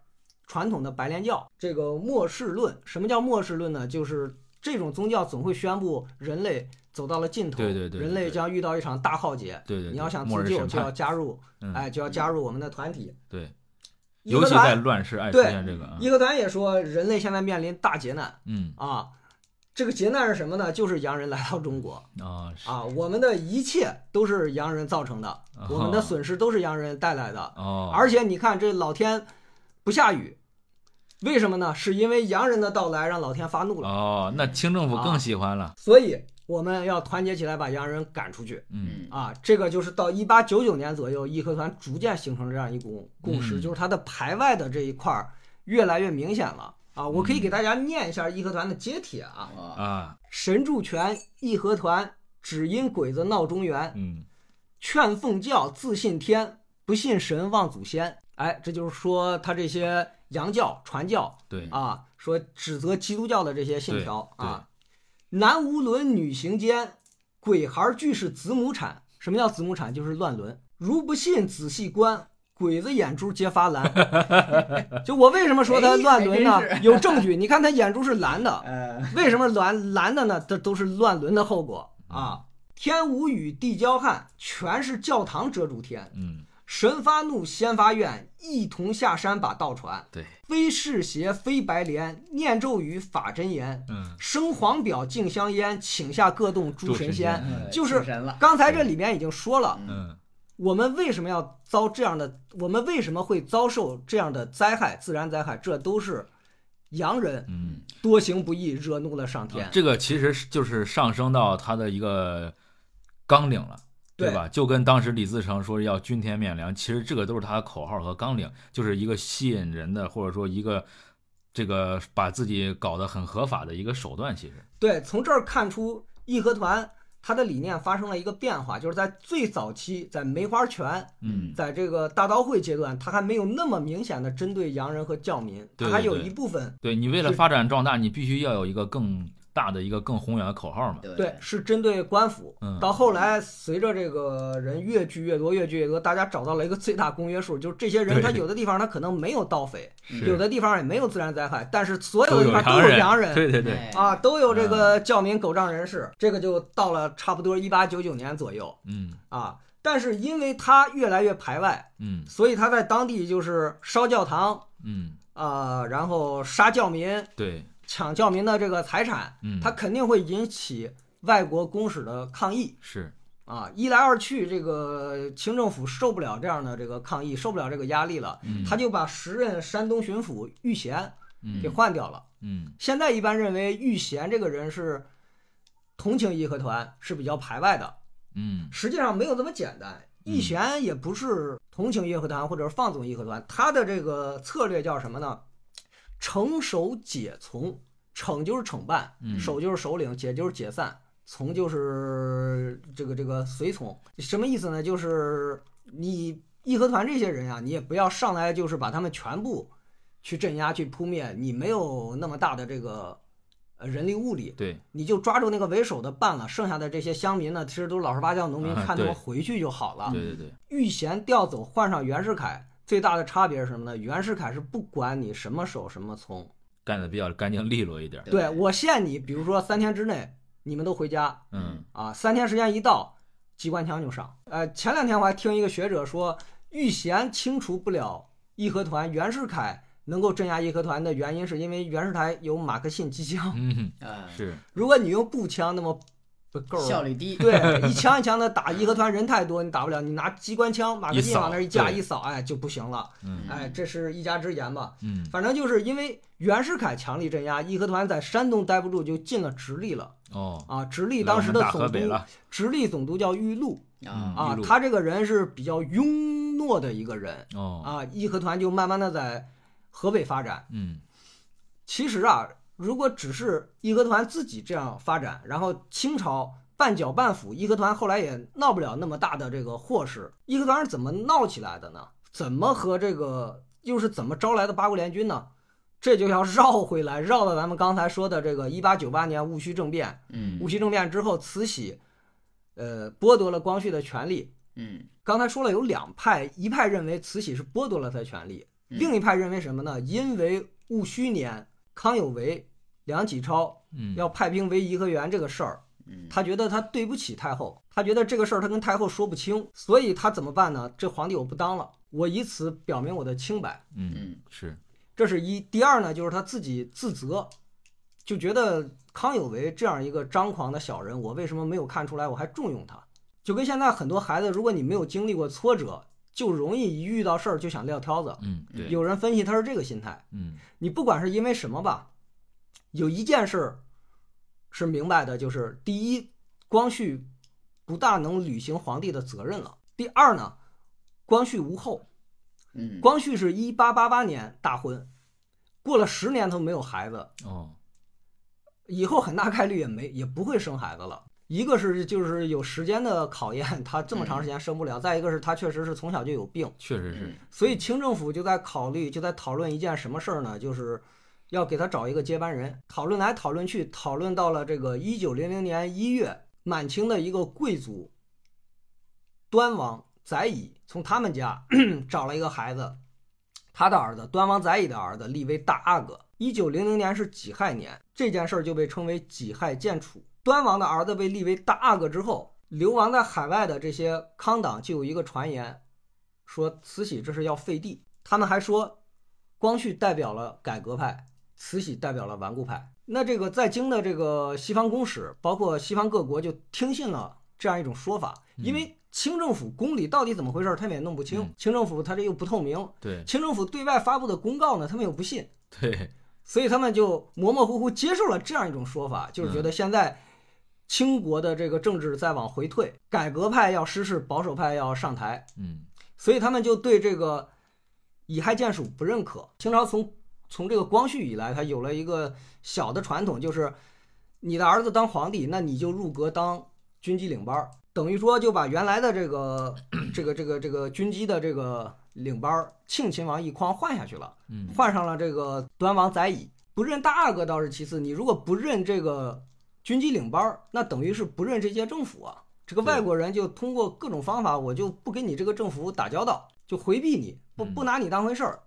Speaker 3: 传统的白莲教这个末世论。什么叫末世论呢？就是这种宗教总会宣布人类走到了尽头，
Speaker 1: 对对对对
Speaker 3: 人类将遇到一场大浩劫。
Speaker 1: 对对，
Speaker 3: 你要
Speaker 1: 对
Speaker 3: 想
Speaker 1: 末
Speaker 3: 自
Speaker 1: 日
Speaker 3: 救，
Speaker 1: 审
Speaker 3: 就要
Speaker 1: 判，
Speaker 3: 加入，
Speaker 1: 嗯，
Speaker 3: 哎，就要加入我们的团体。
Speaker 1: 对，
Speaker 3: 义
Speaker 1: 尤
Speaker 3: 和
Speaker 1: 其在
Speaker 3: 团，
Speaker 1: 乱世爱出
Speaker 3: 对
Speaker 1: 现这个啊，
Speaker 3: 义和团也说，人类现在面临大劫难
Speaker 1: 嗯
Speaker 3: 啊。这个劫难是什么呢？就是洋人来到中国
Speaker 1: 啊是
Speaker 3: 啊，我们的一切都是洋人造成的，我
Speaker 1: 啊
Speaker 3: 们的损失都是洋人带来的。
Speaker 1: 哦，
Speaker 3: 而且你看，这老天不下雨，为什么呢？是因为洋人的到来让老天发怒了，
Speaker 1: 哦，那清政府更
Speaker 3: 啊
Speaker 1: 喜欢了，
Speaker 3: 所以我们要团结起来把洋人赶出去
Speaker 1: 嗯
Speaker 2: 嗯
Speaker 3: 啊！这个就是到一八九九年左右，义和团逐渐形成这样一股共识，
Speaker 1: 嗯
Speaker 3: 就是它的排外的这一块儿越来越明显了啊！我可以给大家念一下义和团的街帖啊：
Speaker 2: 啊，
Speaker 1: 啊
Speaker 3: 神助拳，义和团，只因鬼子闹中原，
Speaker 1: 嗯
Speaker 3: 劝奉教自信天，不信神忘祖先。哎，这就是说他这些洋教传教
Speaker 1: 对
Speaker 3: 啊，说指责基督教的这些信条
Speaker 1: 对对
Speaker 3: 啊。男无伦，女行奸，鬼孩俱是子母产。什么叫子母产？就是乱伦。如不信，仔细观，鬼子眼珠皆发蓝。 <laughs> 就我为什么说他乱伦呢
Speaker 2: 哎还？ <laughs> 真
Speaker 3: 有证据，你看他眼珠是蓝的，
Speaker 2: 呃，
Speaker 3: 为什么蓝蓝的呢？这都是乱伦的后果啊！天无雨，地焦旱，全是教堂遮住天。
Speaker 1: 嗯
Speaker 3: 神发怒，仙发怨，一同下山把道传。
Speaker 1: 对，
Speaker 3: 非是邪，非白莲，念咒语，法真言，
Speaker 1: 嗯
Speaker 3: 生黄表，敬香烟，请下各洞诸
Speaker 1: 诸神
Speaker 3: 神仙。
Speaker 1: 仙
Speaker 2: 呃
Speaker 3: 就是
Speaker 2: 出神了，
Speaker 3: 刚才这里面已经说了，
Speaker 1: 嗯
Speaker 3: 我们为什么要遭这样的？我们为什么会遭受这样的灾害？自然灾害，这都是洋人
Speaker 1: 嗯，
Speaker 3: 多行不义，惹怒了上天
Speaker 1: 啊。这个其实是就是上升到他的一个纲领了。对吧？就跟当时李自成说要均田免粮，其实这个都是他的口号和纲领，就是一个吸引人的，或者说一个这个把自己搞得很合法的一个手段。其实，
Speaker 3: 对，从这儿看出义和团它的理念发生了一个变化，就是在最早期，在梅花泉，
Speaker 1: 嗯，
Speaker 3: 在这个大刀会阶段，它还没有那么明显的针对洋人和教民，
Speaker 1: 对
Speaker 3: 它还有
Speaker 1: 对
Speaker 3: 一部分
Speaker 1: 对你为了
Speaker 3: 是
Speaker 1: 发展壮大，你必须要有一个更大的一个更宏远的口号嘛。
Speaker 2: 对
Speaker 3: 对是针对官府。
Speaker 1: 嗯，
Speaker 3: 到后来，随着这个人越聚越多，越聚越多，大家找到了一个最大公约数，就是这些人，
Speaker 1: 对
Speaker 3: 他有的地方他可能没有盗匪，
Speaker 1: 是
Speaker 3: 有的地方也没有自然灾害，但是所有
Speaker 1: 都
Speaker 3: 的地
Speaker 1: 有
Speaker 3: 方都有洋人，
Speaker 1: 对对
Speaker 2: 哎
Speaker 1: 嗯对，
Speaker 3: 啊，，都有这个教民狗仗人势，这个就到了差不多一八九九年左右
Speaker 1: 嗯
Speaker 3: 啊。但是因为他越来越排外，
Speaker 1: 嗯
Speaker 3: 所以他在当地就是烧教堂
Speaker 1: 嗯，
Speaker 3: 啊、然后杀教民、
Speaker 1: 对，
Speaker 3: 抢教民的这个财产，
Speaker 1: 嗯，
Speaker 3: 他肯定会引起外国公使的抗议
Speaker 1: 是
Speaker 3: 啊。一来二去，这个清政府受不了这样的这个抗议，受不了这个压力了，
Speaker 1: 嗯
Speaker 3: 他就把时任山东巡抚玉贤
Speaker 1: 嗯
Speaker 3: 给换掉了。
Speaker 1: 嗯
Speaker 3: 现在一般认为玉贤这个人是同情义和团，是比较排外的。
Speaker 1: 嗯
Speaker 3: 实际上没有这么简单，玉贤也不是同情义和团或者放纵义和团，他的这个策略叫什么呢？成守解从，惩就是惩办，
Speaker 1: 嗯
Speaker 3: 守就是首领，解就是解散，从就是这个这个随从。什么意思呢？就是你义和团这些人啊，你也不要上来就是把他们全部去镇压、去扑灭，你没有那么大的这个呃人力物力，
Speaker 1: 对，
Speaker 3: 你就抓住那个为首的办了，剩下的这些乡民呢，其实都是老实巴交农民，
Speaker 1: 啊
Speaker 3: 看他们
Speaker 1: 对
Speaker 3: 回去就好了。
Speaker 1: 对对对，
Speaker 3: 玉贤调走换上袁世凯，最大的差别是什么呢？袁世凯是不管你什么手什么从，
Speaker 1: 干的比较干净利落一点儿。
Speaker 2: 对
Speaker 3: 对我限你，比如说三天之内你们都回家
Speaker 1: 嗯
Speaker 3: 啊，三天时间一到，机关枪就上。呃，前两天我还听一个学者说，玉贤清除不了义和团，袁世凯能够镇压义和团的原因是因为袁世凯有马克沁机枪。
Speaker 1: 嗯，
Speaker 2: 啊，
Speaker 1: 是
Speaker 3: 如果你用步枪，那么不够儿啊
Speaker 2: 效率低，
Speaker 1: <laughs>
Speaker 3: 对，一枪一枪的打，义和团人太多，你打不了，你拿机关枪马克
Speaker 1: 一
Speaker 3: 沁
Speaker 1: 扫
Speaker 3: 往那儿一架
Speaker 1: 对
Speaker 3: 一扫，哎，就不行了。
Speaker 1: 嗯
Speaker 3: 哎，这是一家之言吧。
Speaker 1: 嗯，
Speaker 3: 反正就是因为袁世凯强力镇压，义和团在山东待不住，就进了直隶了
Speaker 1: 哦，
Speaker 3: 啊。直隶
Speaker 1: 来
Speaker 3: 当
Speaker 1: 我
Speaker 3: 时
Speaker 1: 们
Speaker 3: 的
Speaker 1: 打河
Speaker 3: 总
Speaker 1: 北
Speaker 3: 督，
Speaker 1: 了，
Speaker 3: 直隶总督叫裕禄
Speaker 1: 嗯
Speaker 2: 啊，
Speaker 3: 啊
Speaker 1: 裕，禄
Speaker 3: 他这个人是比较庸懦的一个人
Speaker 1: 哦，
Speaker 3: 啊。义和团就慢慢的在河北发展。
Speaker 1: 嗯
Speaker 3: 其实啊，如果只是义和团自己这样发展，然后清朝半剿半腐，义和团后来也闹不了那么大的这个祸事。义和团是怎么闹起来的呢？怎么和这个又是怎么招来的八国联军呢？这就要绕回来，绕到咱们刚才说的这个一八九八年戊戌政变。
Speaker 2: 嗯
Speaker 3: 戊戌政变之后，慈禧，呃，剥夺了光绪的权利。
Speaker 2: 嗯
Speaker 3: 刚才说了有两派，一派认为慈禧是剥夺了他的权利，
Speaker 2: 嗯
Speaker 3: 另一派认为什么呢？因为戊戌年康有为、梁启超
Speaker 1: 嗯，
Speaker 3: 要派兵围颐和园这个事儿，
Speaker 2: 嗯，
Speaker 3: 他觉得他对不起太后，他觉得这个事儿他跟太后说不清，所以他怎么办呢？这皇帝我不当了，我以此表明我的清白，
Speaker 1: 嗯
Speaker 2: 嗯
Speaker 1: 是，
Speaker 3: 这是一。第二呢，就是他自己自责，就觉得康有为这样一个张狂的小人，我为什么没有看出来，我还重用他？就跟现在很多孩子，如果你没有经历过挫折，就容易一遇到事儿就想撂挑子。
Speaker 1: 嗯对，
Speaker 3: 有人分析他是这个心态。
Speaker 1: 嗯
Speaker 3: 你不管是因为什么吧，有一件事儿是明白的，就是第一，光绪不大能履行皇帝的责任了；第二呢，光绪无后，
Speaker 2: 嗯
Speaker 3: 光绪是一八八八年大婚，过了十年他没有孩子，
Speaker 1: 哦，
Speaker 3: 以后很大概率也没也不会生孩子了。一个是就是有时间的考验，他这么长时间生不了；再一个是他确实是从小就有病，
Speaker 1: 确实是，
Speaker 2: 嗯
Speaker 3: 所以清政府就在考虑，就在讨论一件什么事儿呢？就是要给他找一个接班人。讨论来讨论去，讨论到了这个一九零零年一月，满清的一个贵族端王载乙，从他们家 <clears throat> 找了一个孩子，他的儿子端王载乙的儿子立为大阿哥。一九零零年是己亥年，这件事儿就被称为己亥建储。端王的儿子被立为大阿哥之后，流亡在海外的这些康党就有一个传言，说慈禧这是要废帝。他们还说，光绪代表了改革派，慈禧代表了顽固派。那这个在京的这个西方公使，包括西方各国，就听信了这样一种说法，因为清政府宫里到底怎么回事，他们也弄不清
Speaker 1: 嗯。
Speaker 3: 清政府他这又不透明，
Speaker 1: 对
Speaker 3: 清政府对外发布的公告呢，他们又不信，
Speaker 1: 对，
Speaker 3: 所以他们就模模糊糊接受了这样一种说法，就是觉得现在清国的这个政治在往回退，改革派要失势，保守派要上台。
Speaker 1: 嗯
Speaker 3: 所以他们就对这个以亥建署不认可。清朝从从这个光绪以来，他有了一个小的传统，就是你的儿子当皇帝，那你就入阁当军机领班儿，等于说就把原来的
Speaker 1: <clears throat>
Speaker 3: 这个这个这个这个军机的这个领班儿庆亲王奕匡换下去了，
Speaker 1: 嗯
Speaker 3: 换上了这个端王载乙。不认大阿哥倒是其次，你如果不认这个军机领班儿，那等于是不认这届政府啊。这个
Speaker 1: 对
Speaker 3: 外国人就通过各种方法，我就不跟你这个政府打交道，就回避你，不
Speaker 1: 嗯
Speaker 3: 不拿你当回事儿。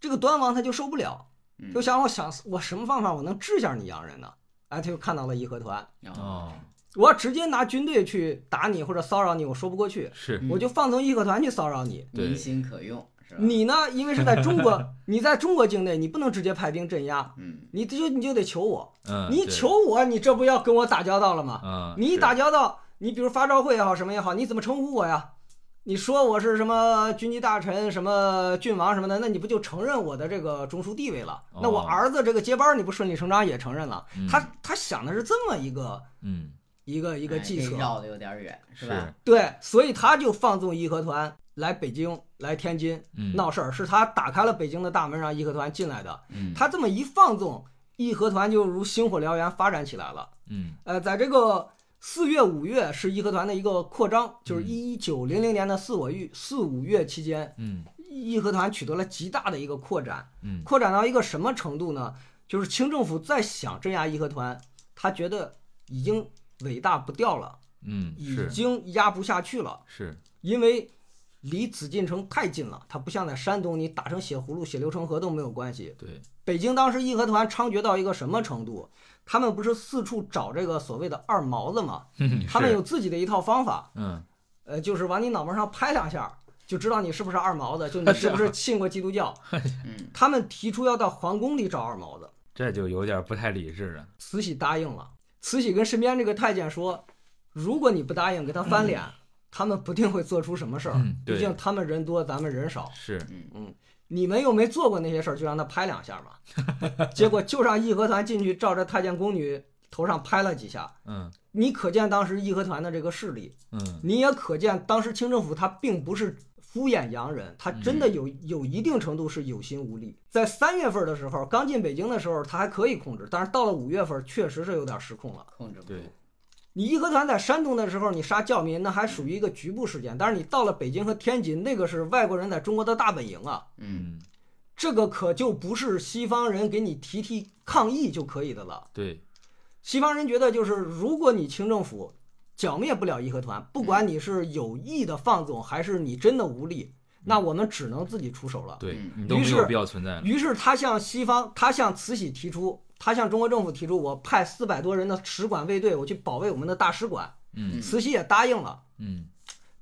Speaker 3: 这个端王他就受不了，
Speaker 2: 嗯
Speaker 3: 就想我想我什么方法我能治下你洋人呢？哎，他就看到了义和团，
Speaker 2: 哦
Speaker 1: 哦
Speaker 3: 我要直接拿军队去打你或者骚扰你，我说不过去，
Speaker 1: 是，
Speaker 2: 嗯
Speaker 3: 我就放纵义和团去骚扰你。
Speaker 1: 对
Speaker 2: 民心可用
Speaker 1: 啊
Speaker 2: 是吧？
Speaker 3: 你呢，因为是在中
Speaker 1: <laughs>
Speaker 3: 国，你在中国境内，你不能直接派兵镇压，
Speaker 2: 嗯
Speaker 3: 你就你就得求我，
Speaker 1: 嗯
Speaker 3: 你
Speaker 1: 对
Speaker 3: 求我，你这不要跟我打交道了吗？
Speaker 1: 啊，
Speaker 3: 你一
Speaker 1: 是
Speaker 3: 打交道，你比如发照会也好，什么也好，你怎么称呼我呀？你说我是什么军机大臣、什么郡王什么的，那你不就承认我的这个中枢地位了？那我
Speaker 1: 哦
Speaker 3: 儿子这个接班儿，你不顺理成章也承认了？
Speaker 1: 嗯
Speaker 3: 他他想的是这么一个
Speaker 1: 嗯
Speaker 3: 一个一个啊
Speaker 2: 哎
Speaker 3: 计
Speaker 2: 这
Speaker 3: 策，
Speaker 2: 绕的有点远是吧？
Speaker 3: 对，所以他就放纵义和团来北京、来天津
Speaker 1: 嗯
Speaker 3: 闹事儿，是他打开了北京的大门，让义和团进来的。
Speaker 2: 嗯
Speaker 3: 他这么一放纵，义和团就如星火燎原发展起来了。
Speaker 1: 嗯
Speaker 3: 呃，在这个四月、五月是义和团的一个扩张，就是一九零零年的四五月、四五月期间，
Speaker 1: 嗯
Speaker 3: 义和团取得了极大的一个扩展，
Speaker 1: 嗯
Speaker 3: 扩展到一个什么程度呢？就是清政府再想镇压义和团，他觉得已经伟大不掉了，
Speaker 1: 嗯
Speaker 3: 已
Speaker 1: 是
Speaker 3: 经压不下去了，
Speaker 1: 是
Speaker 3: 因为。离紫禁城太近了，它不像在山东，你打成血葫芦、血流成河都没有关系。
Speaker 1: 对
Speaker 3: 北京当时义和团猖獗到一个什么程度？他们不是四处找这个所谓的二毛子吗？他们
Speaker 1: 是
Speaker 3: 有自己的一套方法，
Speaker 1: 嗯
Speaker 3: 呃，就是往你脑门上拍两下，就知道你是不是二
Speaker 1: <laughs>
Speaker 3: 毛子，就你是不是信过基督教。
Speaker 2: 嗯
Speaker 3: 他们提出要到皇宫里找二毛子，
Speaker 1: 这就有点不太理智了
Speaker 3: 慈禧答应了。慈禧跟身边这个太监说，如果你不答应跟他翻脸，他们不定会做出什么事儿。
Speaker 1: 嗯，
Speaker 3: 毕
Speaker 1: 对，
Speaker 3: 竟他们人多，咱们人少。
Speaker 1: 是，
Speaker 3: 你们又没做过那些事儿，就让他拍两下嘛。结果就让义和团进去，照着太监宫女头上拍了几下。
Speaker 1: 嗯
Speaker 3: 你可见当时义和团的这个势力，
Speaker 1: 嗯
Speaker 3: 你也可见当时清政府他并不是敷衍洋人，他真的有有一定程度是有心无力。在三月份的时候，刚进北京的时候，他还可以控制，但是到了五月份，确实是有点失控了。
Speaker 2: 控制不住
Speaker 1: 对，
Speaker 3: 你义和团在山东的时候，你杀教民那还属于一个局部事件，但是你到了北京和天津，那个是外国人在中国的大本营啊。
Speaker 2: 嗯，
Speaker 1: 嗯
Speaker 3: 这个可就不是西方人给你提提抗议就可以的了。
Speaker 1: 对，
Speaker 3: 西方人觉得就是，如果你清政府剿灭不了义和团，不管你是有意的放纵，还是你真的无力，那我们只能自己出手了。
Speaker 1: 对
Speaker 2: 嗯
Speaker 1: 你都
Speaker 3: 于
Speaker 1: 没
Speaker 3: 是
Speaker 1: 有必要存在了，
Speaker 3: 于是他向西方，他向慈禧提出，他向中国政府提出，我派四百多人的使馆卫队，我去保卫我们的大使馆。
Speaker 1: 嗯
Speaker 3: 慈禧也答应了。
Speaker 1: 嗯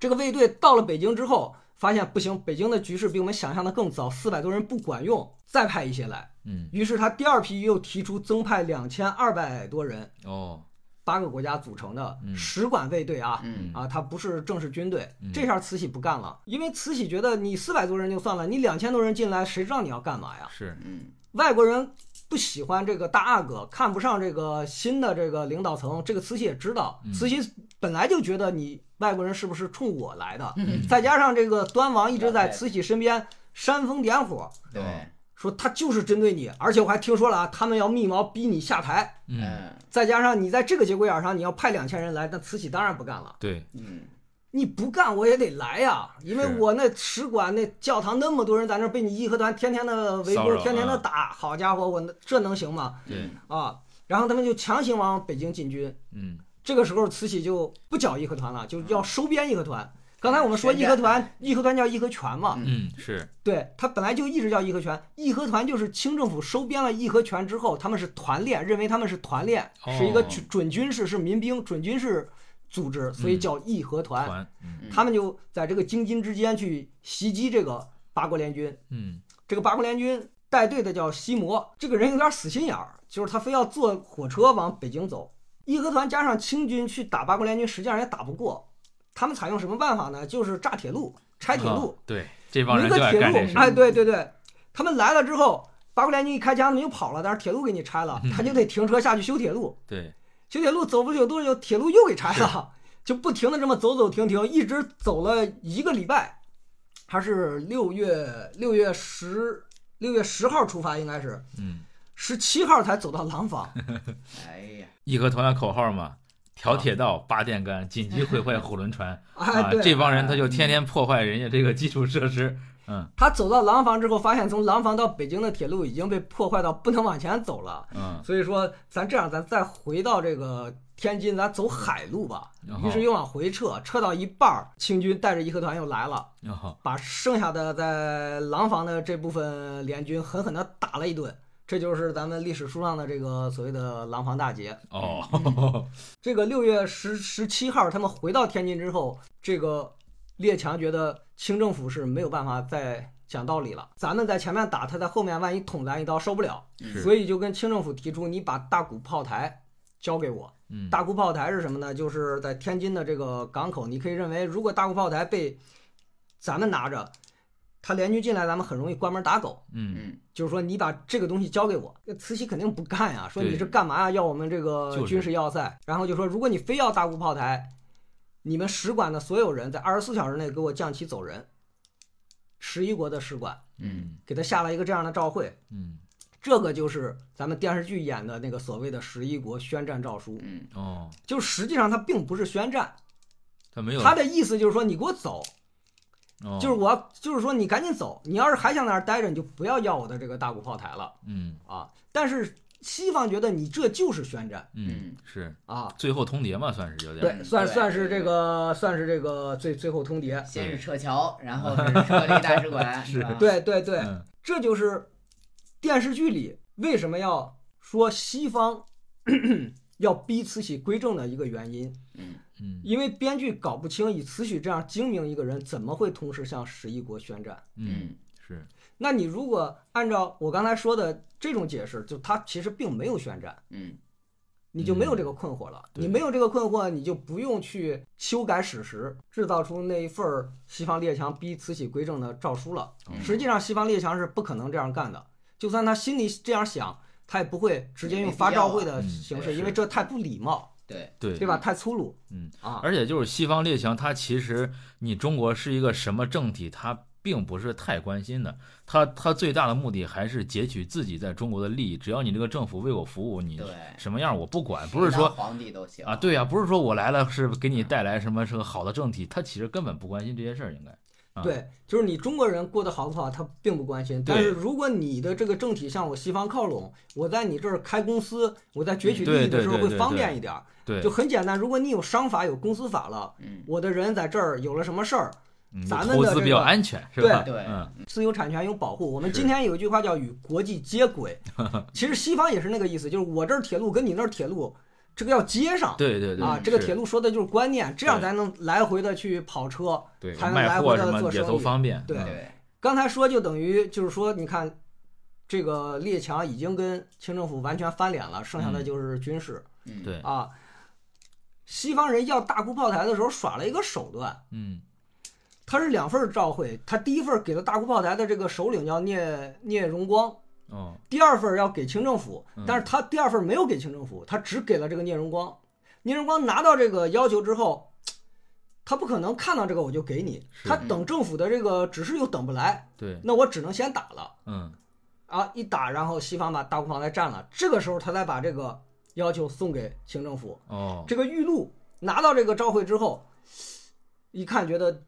Speaker 3: 这个卫队到了北京之后，发现不行，北京的局势比我们想象的更糟，四百多人不管用，再派一些来。
Speaker 1: 嗯，
Speaker 3: 于是他第二批又提出增派两千二百多人，
Speaker 1: 哦，
Speaker 3: 八个国家组成的
Speaker 1: 嗯
Speaker 3: 使馆卫队啊。
Speaker 2: 嗯
Speaker 3: 啊，他不是正式军队
Speaker 1: 嗯，
Speaker 3: 这下慈禧不干了，因为慈禧觉得你四百多人就算了，你两千多人进来，谁知道你要干嘛呀？
Speaker 1: 是，
Speaker 2: 嗯
Speaker 3: 外国人不喜欢这个大阿哥，看不上这个新的这个领导层，这个慈禧也知道
Speaker 1: 嗯，
Speaker 3: 慈禧本来就觉得你外国人是不是冲我来的，
Speaker 1: 嗯
Speaker 3: 再加上这个端王一直在
Speaker 2: 对
Speaker 3: 慈禧身边煽风点火，
Speaker 1: 嗯
Speaker 2: 对，
Speaker 3: 说他就是针对你，而且我还听说了啊，他们要密谋逼你下台，
Speaker 1: 嗯，
Speaker 2: 嗯
Speaker 3: 再加上你在这个节骨眼上你要派两千人来，那慈禧当然不干了，
Speaker 1: 对，
Speaker 2: 嗯
Speaker 3: 你不干我也得来呀，因为
Speaker 1: 是
Speaker 3: 我那使馆那教堂那么多人在那儿被你义和团天天的围
Speaker 1: 骚
Speaker 3: 攻
Speaker 1: 扰，
Speaker 3: 天天
Speaker 1: 啊
Speaker 3: 的打，好家伙，我那这能行吗？
Speaker 1: 对，
Speaker 3: 啊，然后他们就强行往北京进军，
Speaker 1: 嗯
Speaker 3: 这个时候慈禧就不剿义和团了，就要收编义和团。刚才我们说
Speaker 2: 宣
Speaker 3: 义
Speaker 2: 战
Speaker 3: 和团，义和团叫义和拳嘛，
Speaker 1: 嗯是，
Speaker 3: 对，他本来就一直叫义和拳，义和团就是清政府收编了义和拳之后，他们是团练，认为他们是团练，
Speaker 1: 哦
Speaker 3: 是一个准准军事，是民兵准军事组织，所以
Speaker 1: 嗯
Speaker 3: 叫义和团。
Speaker 1: 团，嗯
Speaker 2: 嗯
Speaker 3: 他们就在这个京津之间去袭击这个八国联军。
Speaker 1: 嗯
Speaker 3: 这个八国联军带队的叫西摩，这个人有点死心眼儿，就是他非要坐火车往北京走。义和团加上清军去打八国联军，实际上也打不过。他们采用什么办法呢？就是炸铁路、拆铁路。
Speaker 1: 啊对，这帮
Speaker 3: 一
Speaker 1: 人
Speaker 3: 个
Speaker 1: 就爱
Speaker 3: 铁
Speaker 1: 干
Speaker 3: 路
Speaker 1: 这事，
Speaker 3: 哎，对对对，他们来了之后，八国联军一开枪，他们就跑了，但是铁路给你拆了，
Speaker 1: 嗯
Speaker 3: 他就得停车下去修铁路，
Speaker 1: 对，
Speaker 3: 修铁路走不久多久，铁路又给拆了， <laughs> 就不停的这么走走停停，一直走了一个礼拜，还是六月六月十六月十号出发，应该是
Speaker 1: 嗯，
Speaker 3: 十七号才走到廊坊，
Speaker 2: 哎呀，
Speaker 1: 义和团的口号嘛。调铁道、拔电杆、紧急毁坏火轮船
Speaker 3: <laughs>
Speaker 1: <laughs>
Speaker 3: 哎，嗯
Speaker 1: 啊！
Speaker 3: 对，
Speaker 1: 这帮人他就天天破坏人家这个基础设
Speaker 3: <laughs>
Speaker 1: 施，嗯
Speaker 3: 他走到廊坊之后，发现从廊坊到北京的铁路已经被破坏到不能往前走了。
Speaker 1: 嗯，
Speaker 3: 所以说，咱这样，咱再回到这个天津，咱走海路吧。
Speaker 1: 然后
Speaker 3: 于是又往回撤，撤到一半儿，清军带着义和团又来了，
Speaker 1: 然后
Speaker 3: 把剩下的在廊坊的这部分联军狠狠地打了一顿。这就是咱们历史书上的这个所谓的廊坊大捷。
Speaker 1: 哦，
Speaker 3: 这个六月十十七号，他们回到天津之后，这个列强觉得清政府是没有办法再讲道理了，咱们在前面打，他在后面万一捅咱一刀受不了，
Speaker 1: 是，
Speaker 3: 所以就跟清政府提出，你把大沽炮台交给我。
Speaker 1: 嗯，
Speaker 3: 大沽炮台是什么呢？就是在天津的这个港口，你可以认为，如果大沽炮台被咱们拿着，他联军进来，咱们很容易关门打狗。
Speaker 1: 嗯，
Speaker 2: 嗯
Speaker 3: 就是说，你把这个东西交给我，那慈禧肯定不干呀，说
Speaker 1: 对
Speaker 3: 你是干嘛呀？要我们这个
Speaker 1: 就是
Speaker 3: 军事要塞？然后就说，如果你非要大沽炮台，你们使馆的所有人在二十四小时内给我降旗走人。十一国的使馆
Speaker 1: 嗯
Speaker 3: 给他下了一个这样的照会，
Speaker 1: 嗯，
Speaker 3: 这个就是咱们电视剧演的那个所谓的十一国宣战诏书，
Speaker 2: 嗯
Speaker 1: 哦，
Speaker 3: 就实际上它并不是宣战，
Speaker 1: 他没有，
Speaker 3: 它的意思就是说你给我走，
Speaker 1: 哦
Speaker 3: 就是我要就是说你赶紧走，你要是还想在那儿待着，你就不要要我的这个大鼓炮台了
Speaker 1: 嗯
Speaker 3: 啊。但是西方觉得你这就是宣战
Speaker 1: 嗯是
Speaker 3: 啊，
Speaker 1: 最后通牒嘛，算是有点，
Speaker 3: 对，算
Speaker 2: 对
Speaker 3: 算是这个算是这个最最后通牒，
Speaker 2: 嗯先是撤侨，然
Speaker 1: <laughs>
Speaker 2: 后是撤离大使馆，
Speaker 1: 嗯是
Speaker 2: 吧，
Speaker 3: 对对对，
Speaker 1: 嗯
Speaker 3: 这就是电视剧里为什么要说西方 <clears throat> 要逼慈禧归正的一个原因。
Speaker 2: 嗯
Speaker 1: 嗯
Speaker 3: 因为编剧搞不清，以慈禧这样精明一个人，怎么会同时向十一国宣战？
Speaker 1: 嗯
Speaker 2: 嗯
Speaker 1: 是，
Speaker 3: 那你如果按照我刚才说的这种解释，就他其实并没有宣战，
Speaker 2: 嗯
Speaker 3: 你就没有这个困惑了。
Speaker 1: 对
Speaker 3: 你没有这个困惑，你就不用去修改史实，制造出那一份儿西方列强逼慈禧归正的诏书了。
Speaker 1: 嗯
Speaker 3: 实际上，西方列强是不可能这样干的，就算他心里这样想，他也不会直接用发诏会的
Speaker 1: 嗯
Speaker 3: 形
Speaker 2: 对
Speaker 3: 式，因
Speaker 2: 是
Speaker 3: 为这太不礼貌，
Speaker 2: 对，
Speaker 1: 对
Speaker 3: 对吧？太粗鲁。
Speaker 1: 嗯
Speaker 3: 啊，
Speaker 1: 而且就是西方列强，他其实你中国是一个什么政体，他并不是太关心的。他他最大的目的还是截取自己在中国的利益。只要你这个政府为我服务，你
Speaker 2: 对
Speaker 1: 什么样我不管，不是说
Speaker 2: 谁当皇帝都行
Speaker 1: 啊，对呀、不是说我来了是给你带来什么是个好的政体，他其实根本不关心这些事儿，应该。啊
Speaker 3: 对，就是你中国人过得好不好，他并不关心。
Speaker 1: 对
Speaker 3: 但是如果你的这个政体向我西方靠拢，我在你这儿开公司，我在攫取利益的时候
Speaker 1: 嗯对对对
Speaker 3: 会
Speaker 1: 对
Speaker 3: 方便一点儿。
Speaker 1: 对
Speaker 3: 就，很简单，如果你有商法有公司法了，
Speaker 2: 嗯，
Speaker 3: 我的人在这儿有了什么事儿，
Speaker 1: 嗯
Speaker 3: 咱们的
Speaker 1: 投资
Speaker 3: 这
Speaker 1: 比较
Speaker 3: 个
Speaker 1: 安全，是
Speaker 3: 对
Speaker 1: 吧？
Speaker 2: 对
Speaker 1: 嗯，
Speaker 3: 私有产权有保护。我们
Speaker 1: 是
Speaker 3: 今天有一句话叫与国际
Speaker 1: <laughs>
Speaker 3: 接轨，其实西方也是那个意思，就是我这儿铁路跟你那儿铁路，这个要接上。
Speaker 1: 对对对
Speaker 3: 啊，这个
Speaker 1: 是
Speaker 3: 铁路说的就是观念，这样
Speaker 1: 对
Speaker 3: 才能来回的去跑车。
Speaker 1: 对
Speaker 3: 才能
Speaker 1: 卖
Speaker 3: 来
Speaker 1: 货
Speaker 3: 回
Speaker 1: 什
Speaker 3: 的
Speaker 1: 么
Speaker 3: 做
Speaker 1: 也
Speaker 3: 生
Speaker 1: 都
Speaker 3: 意
Speaker 1: 方便，
Speaker 3: 对
Speaker 1: 嗯
Speaker 2: 对，
Speaker 3: 刚才说就等于就是说，你看，这个列强已经跟清政府完全翻脸了，剩下的
Speaker 1: 嗯
Speaker 3: 就是军事、
Speaker 2: 嗯，
Speaker 1: 对，
Speaker 3: 啊。西方人要大沽炮台的时候耍了一个手段，
Speaker 1: 嗯
Speaker 3: 他是两份儿召会，他第一份儿给了大沽炮台的这个首领叫聂聂荣光，
Speaker 1: 哦，
Speaker 3: 第二份儿要给清政府
Speaker 1: 嗯，
Speaker 3: 但是他第二份儿没有给清政府，他只给了这个聂荣光。聂荣光拿到这个要求之后，他不可能看到这个我就给你，
Speaker 1: 是嗯
Speaker 3: 他等政府的这个指示又等不来，
Speaker 1: 对，
Speaker 3: 那我只能先打了。
Speaker 1: 嗯
Speaker 3: 啊，一打，然后西方把大沽炮台占了，这个时候他才把这个要求送给清政府。
Speaker 1: 哦，
Speaker 3: 这个玉露拿到这个召会之后，一看觉得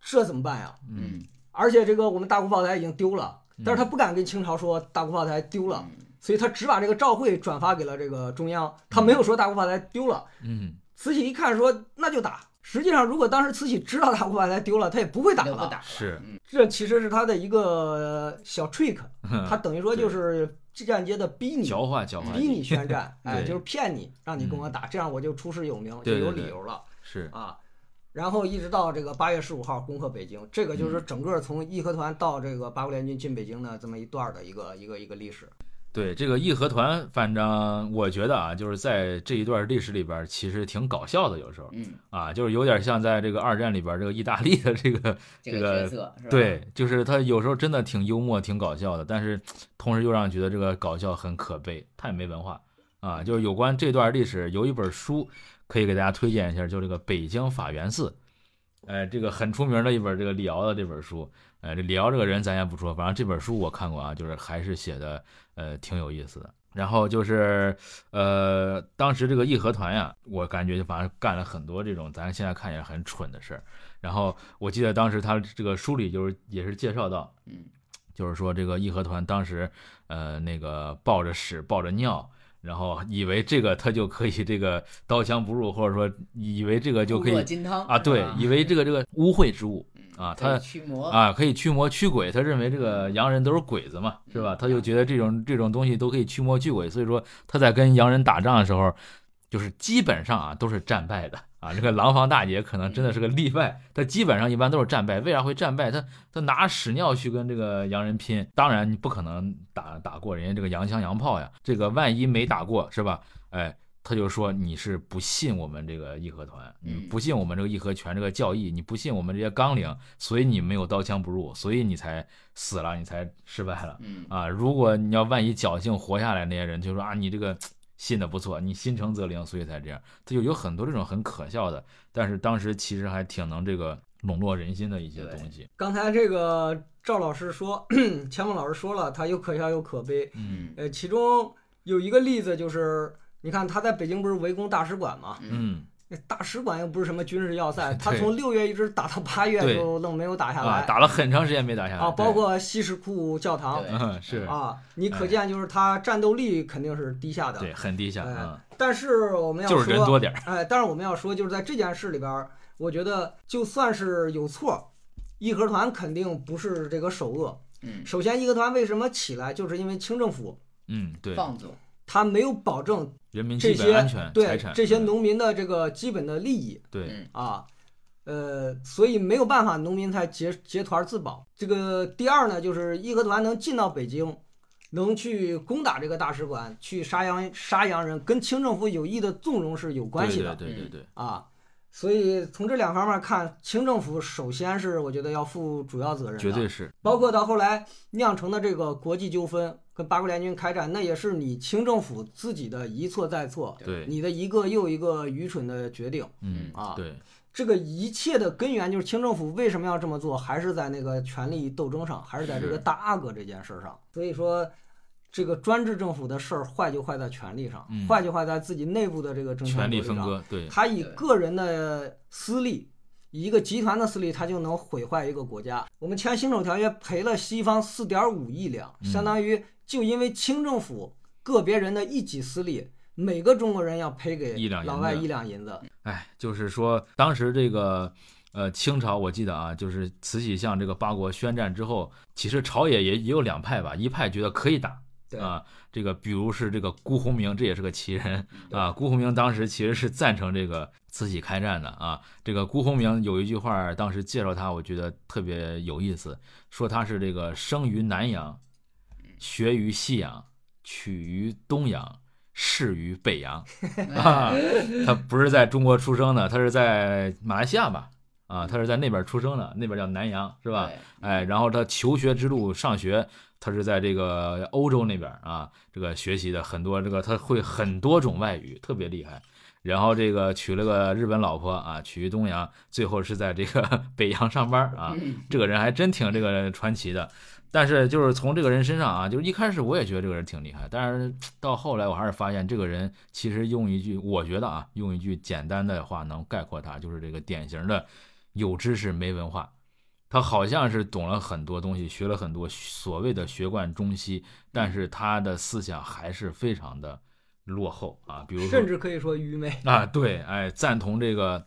Speaker 3: 这怎么办呀？
Speaker 1: 嗯
Speaker 2: 嗯，
Speaker 3: 而且这个我们大沽炮台已经丢了，但是他不敢跟清朝说大沽炮台丢了，
Speaker 2: 嗯
Speaker 3: 所以他只把这个召会转发给了这个中央，他没有说大沽炮台丢了。
Speaker 1: 嗯，
Speaker 3: 慈禧一看说那就打。实际上，如果当时慈禧知道大沽炮台丢了，他也不会打
Speaker 2: 就不
Speaker 3: 了。
Speaker 2: 打了，
Speaker 1: 是
Speaker 2: 嗯，
Speaker 3: 这其实是他的一个小 trick，
Speaker 1: <laughs>
Speaker 3: 他等于说
Speaker 1: 嗯对
Speaker 3: 就是间接的逼你，
Speaker 1: 狡猾狡猾
Speaker 3: 逼你宣战，哎，
Speaker 1: 对嗯
Speaker 3: 就是骗你，让你跟我打，这样我就出师有名，就
Speaker 1: 对对
Speaker 3: 有
Speaker 1: 对
Speaker 3: 理由了
Speaker 1: 是，
Speaker 3: 啊。然后一直到这个八月十五号攻克北京，这个
Speaker 1: 嗯
Speaker 3: 就是整个从义和团到这个八国联军进北京的这么一段儿的一个一个一个历史。
Speaker 1: 对这个义和团，反正我觉得啊，就是在这一段历史里边儿，其实挺搞笑的，有时候
Speaker 2: 嗯，
Speaker 1: 啊，就是有点像在这个二战里边儿这个意大利的这个
Speaker 2: 这
Speaker 1: 这
Speaker 2: 角
Speaker 1: 个
Speaker 2: 色是吧？，
Speaker 1: 对，就是他有时候真的挺幽默、挺搞笑的，但是同时又让人觉得这个搞笑很可悲，太没文化啊！就是有关这段历史，有一本书可以给大家推荐一下，就这个《北京法源寺》，哎，这个很出名的一本这个李敖的这本书，哎，这李敖这个人咱也不说，反正这本书我看过啊，就是还是写的呃挺有意思的。然后就是，呃，当时这个义和团呀，我感觉就反正干了很多这种咱现在看也很蠢的事儿。然后我记得当时他这个书里就是也是介绍到，
Speaker 2: 嗯，
Speaker 1: 就是说这个义和团当时呃那个抱着屎抱着尿。然后以为这个他就可以这个刀枪不入，或者说以为这个就可以
Speaker 2: 金汤
Speaker 1: 啊，对，以为这个这个污秽之物啊，他
Speaker 2: 驱魔，
Speaker 1: 啊，可以驱魔驱鬼，他认为这个洋人都是鬼子嘛，是吧？他
Speaker 2: 嗯
Speaker 1: 就觉得这种这种东西都可以驱魔驱鬼，所以说他在跟洋人打仗的时候，就是基本上啊都是战败的啊。这个廊坊大姐可能真的是个例外，
Speaker 2: 嗯
Speaker 1: 他基本上一般都是战败。为啥会战败？他他拿屎尿去跟这个洋人拼，当然你不可能打打过人家这个洋枪洋炮呀。这个万一没打过是吧？哎。他就说你是不信我们这个义和团，你
Speaker 2: 嗯
Speaker 1: 不信我们这个义和拳这个教义，你不信我们这些纲领，所以你没有刀枪不入，所以你才死了，你才失败了
Speaker 2: 嗯，
Speaker 1: 啊！如果你要万一侥幸活下来，那些人就说啊，你这个信的不错，你心诚则灵，所以才这样。他就有很多这种很可笑的，但是当时其实还挺能这个笼络人心的一些东西。
Speaker 3: 刚才这个赵老师说， <clears throat> 钱梦老师说了，他又可笑又可悲。
Speaker 2: 嗯
Speaker 3: 呃，其中有一个例子就是，你看他在北京不是围攻大使馆吗？
Speaker 2: 嗯
Speaker 1: 嗯
Speaker 3: 那大使馆又不是什么军事要塞，
Speaker 1: 对
Speaker 3: 他从六月一直打到八
Speaker 1: 对
Speaker 3: 月都愣没有打下
Speaker 1: 啊，
Speaker 3: 来
Speaker 1: 打了很长时间没打下来
Speaker 3: 啊！包
Speaker 1: 对
Speaker 3: 括西什库教堂
Speaker 2: 对
Speaker 1: 嗯是
Speaker 3: 啊，你可
Speaker 1: 哎
Speaker 3: 见就是他战斗力肯定是低下的。
Speaker 1: 对很低下
Speaker 3: 哎
Speaker 1: 啊，
Speaker 3: 但是我们要
Speaker 1: 就是人
Speaker 3: 说，
Speaker 1: 多点儿。
Speaker 3: 哎，但是我们要说，就是在这件事里边儿，我觉得就算是有错，义和团肯定不是这个首恶。
Speaker 2: 嗯，
Speaker 3: 首先，义和团为什么起来，就是因为清政府
Speaker 1: 嗯，对，
Speaker 2: 放纵，
Speaker 3: 他没有保证
Speaker 1: 人民
Speaker 3: 这
Speaker 1: 基
Speaker 3: 些
Speaker 1: 本安全财
Speaker 3: 对
Speaker 1: 产
Speaker 3: 这些
Speaker 1: 嗯
Speaker 3: 农民的这个基本的利益。
Speaker 1: 对
Speaker 2: 嗯
Speaker 3: 啊，呃，所以没有办法，农民才结结团自保。这个第二呢，就是义和团能进到北京，能去攻打这个大使馆，去杀洋杀洋人，跟清政府有意的纵容是有关系的
Speaker 1: 对对对对对，
Speaker 3: 啊。所以从这两方面看，清政府首先是我觉得要负主要责嗯任的，
Speaker 1: 绝对是。
Speaker 3: 包括到后来酿成的这个国际纠纷，跟八国联军开战，那也是你清政府自己的一错再错，
Speaker 1: 对，
Speaker 3: 你的一个又一个愚蠢的决定。
Speaker 1: 嗯
Speaker 3: 啊
Speaker 1: 对，
Speaker 3: 这个一切的根源就是清政府为什么要这么做，还是在那个权力斗争上，还是在这个
Speaker 1: 是
Speaker 3: 大阿哥这件事儿上。所以说，这个专制政府的事儿坏就坏在权力上，
Speaker 1: 嗯
Speaker 3: 坏就坏在自己内部的这个政权
Speaker 1: 权力
Speaker 3: 斗争
Speaker 1: 分
Speaker 3: 上。
Speaker 1: 割，对，
Speaker 3: 他以
Speaker 2: 对
Speaker 3: 个人的私利，以一个集团的私利，他就能毁坏一个国家。我们签《辛丑条约》赔了西方四点五亿两，
Speaker 1: 嗯
Speaker 3: 相当于就因为清政府个别人的一己私利，每个中国人要赔给
Speaker 1: 一两银子
Speaker 3: 老外一两银子。
Speaker 1: 哎，就是说当时这个呃清朝，我记得啊，就是慈禧向这个八国宣战之后，其实朝野也也有两派吧，一派觉得可以打。
Speaker 3: 对
Speaker 1: 啊，这个比如是这个辜鸿铭，这也是个奇人
Speaker 3: 嗯对
Speaker 1: 啊。辜鸿铭当时其实是赞成这个慈禧开战的啊。这个辜鸿铭有一句话儿，当时介绍他，我觉得特别有意思，说他是这个生于南洋，
Speaker 3: 嗯
Speaker 1: 学于西洋，取于东洋，仕于北
Speaker 3: <laughs>
Speaker 1: 洋。啊，他不是在中国出生的，他是在马来西亚吧？啊，他是在那边出生的，那边叫南洋，是
Speaker 2: 是
Speaker 1: 吧？？哎，然后他求学之路上学，他是在这个欧洲那边啊，这个学习的很多，这个他会很多种外语，特别厉害。然后这个娶了个日本老婆啊，娶于东洋，最后是在这个 <laughs> 北洋上班啊。
Speaker 2: 嗯
Speaker 1: 这个人还真挺这个传奇的，但是就是从这个人身上啊，就是一开始我也觉得这个人挺厉害，但是到后来我还是发现这个人其实用一句，我觉得啊，用一句简单的话能概括他，就是这个典型的有知识没文化。他好像是懂了很多东西，学了很多所谓的学贯中西，但是他的思想还是非常的落后啊。比如说，
Speaker 3: 甚至可以说愚昧。
Speaker 1: 啊，对，哎，赞同这个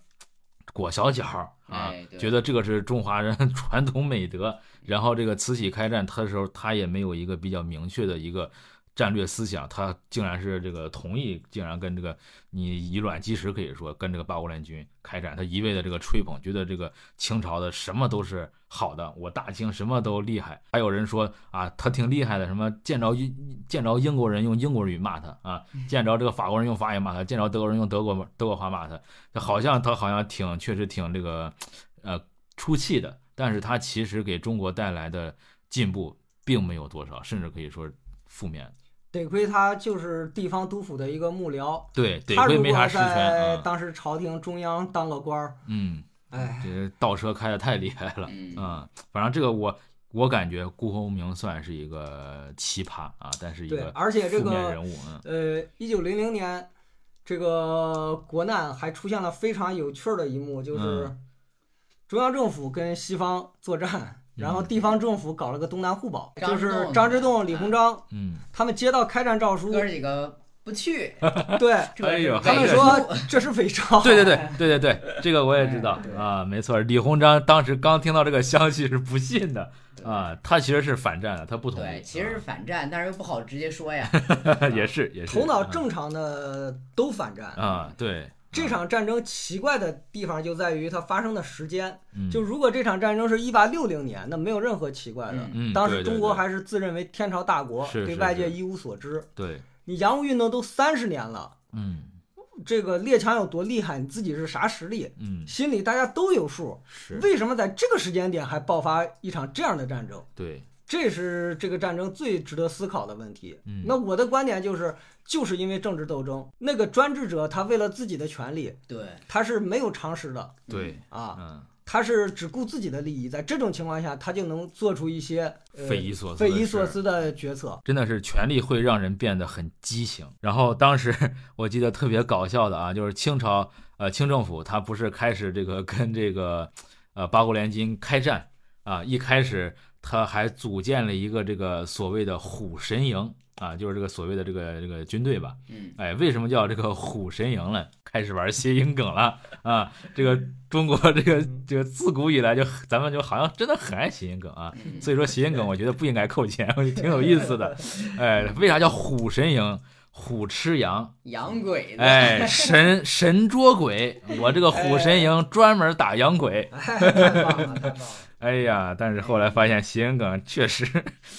Speaker 1: 裹小脚儿啊
Speaker 2: 哎，对
Speaker 1: 觉得这个是中华人 <laughs> 传统美德。然后这个慈禧开战，他的时候他也没有一个比较明确的一个战略思想，他竟然是这个同意，竟然跟这个你以卵击石，可以说跟这个八国联军开战，他一味的这个吹捧，觉得这个清朝的什么都是好的，我大清什么都厉害。还有人说啊，他挺厉害的，什么见着英见着英国人用英国语骂他啊，
Speaker 2: 嗯
Speaker 1: 见着这个法国人用法语骂他，见着德国人用德国德国话骂他，就好像他好像挺确实挺这个呃出气的，但是他其实给中国带来的进步并没有多少，甚至可以说负面。
Speaker 3: 得亏他就是地方督府的一个幕僚，
Speaker 1: 对，得
Speaker 3: 他
Speaker 1: 亏
Speaker 3: 如
Speaker 1: 没啥
Speaker 3: 果
Speaker 1: 实权
Speaker 3: 在
Speaker 1: 啊。
Speaker 3: 当时朝廷中央当个官儿，
Speaker 1: 嗯，
Speaker 3: 哎，
Speaker 1: 这倒车开的太厉害了。
Speaker 2: 嗯
Speaker 1: 嗯，反正这个我我感觉辜鸿铭算是一个奇葩啊，但是一
Speaker 3: 对
Speaker 1: 个
Speaker 3: 而且这
Speaker 1: 负面
Speaker 3: 个
Speaker 1: 人物，嗯，
Speaker 3: 呃，一九零零年，这个国难还出现了非常有趣儿的一幕，
Speaker 1: 嗯
Speaker 3: 就是中央政府跟西方作战，
Speaker 1: 嗯
Speaker 3: 然后地方政府搞了个东南互保，
Speaker 2: 张
Speaker 3: 就
Speaker 2: 之
Speaker 3: 是
Speaker 2: 洞啊
Speaker 3: 张之洞、李鸿章 <laughs>
Speaker 1: 嗯，
Speaker 3: 他们接到开战诏书，
Speaker 2: 哥几个不
Speaker 1: <laughs>
Speaker 2: 去，
Speaker 3: 对
Speaker 2: 这
Speaker 1: 哎呦
Speaker 2: 这
Speaker 3: 他们
Speaker 1: 还是
Speaker 3: 说这是伪造，
Speaker 1: <laughs> 对对对对对对，这个我也知道
Speaker 2: 哎对
Speaker 1: 啊，没错。李鸿章当时刚听到这个消息是不信的啊，他其实是反战的，他不同意。
Speaker 2: 对，其实是反战，但是又不好直接说
Speaker 1: <laughs>
Speaker 2: 呀。
Speaker 1: 啊也是也是
Speaker 3: 头脑正常的都反战。
Speaker 1: 啊，对，
Speaker 3: 这场战争奇怪的地方就在于它发生的时间，
Speaker 1: 嗯
Speaker 3: 就如果这场战争是一八六零年，那没有任何奇怪的。
Speaker 2: 嗯
Speaker 1: 嗯，
Speaker 3: 当
Speaker 1: 对
Speaker 3: 时
Speaker 1: 对
Speaker 3: 中国
Speaker 1: 对
Speaker 3: 还是自认为天朝大国，
Speaker 1: 是
Speaker 3: 对
Speaker 1: 是
Speaker 3: 外
Speaker 1: 是
Speaker 3: 界一无所知。
Speaker 1: 对，
Speaker 3: 你洋务运动都三十年了，
Speaker 1: 嗯
Speaker 3: 这个列强有多厉害，你自己是啥实力，
Speaker 1: 嗯
Speaker 3: 心里大家都有数。
Speaker 1: 是，
Speaker 3: 为什么在这个时间点还爆发一场这样的战争？
Speaker 1: 对，
Speaker 3: 这是这个战争最值得思考的问题。
Speaker 1: 嗯
Speaker 3: 那我的观点就是，就是因为政治斗争，那个专制者他为了自己的权利，
Speaker 2: 对，
Speaker 3: 他是没有常识的
Speaker 1: 对，
Speaker 3: 啊，
Speaker 1: 嗯，
Speaker 3: 他是只顾自己的利益，在这种情况下，他就能做出一些、呃、
Speaker 1: 匪夷所思，
Speaker 3: 匪夷所。思的决策。
Speaker 1: 真的是权力会让人变得很畸形。然后当时 <laughs> 我记得特别搞笑的啊，就是清朝呃清政府他不是开始这个跟这个呃八国联军开战啊，一开始他还组建了一个这个所谓的虎神营啊，就是这个所谓的这个这个军队吧，
Speaker 2: 嗯，
Speaker 1: 哎，为什么叫这个虎神营呢？开始玩谐音梗了啊！这个中国这个
Speaker 3: 嗯
Speaker 1: 这个自古以来就咱们就好像真的很爱谐音梗啊，
Speaker 2: 嗯
Speaker 1: 所以说谐音梗我觉得不应该扣钱，我觉得挺有意思
Speaker 3: <laughs>
Speaker 1: 的。哎，为啥叫虎神营？虎吃
Speaker 3: <laughs>
Speaker 1: 羊，
Speaker 2: 洋鬼子，
Speaker 1: 哎，神神捉鬼，我这个虎神营专门打洋鬼。
Speaker 3: 哎，太棒了，太棒了！
Speaker 1: 哎呀，但是后来发现谐音梗确实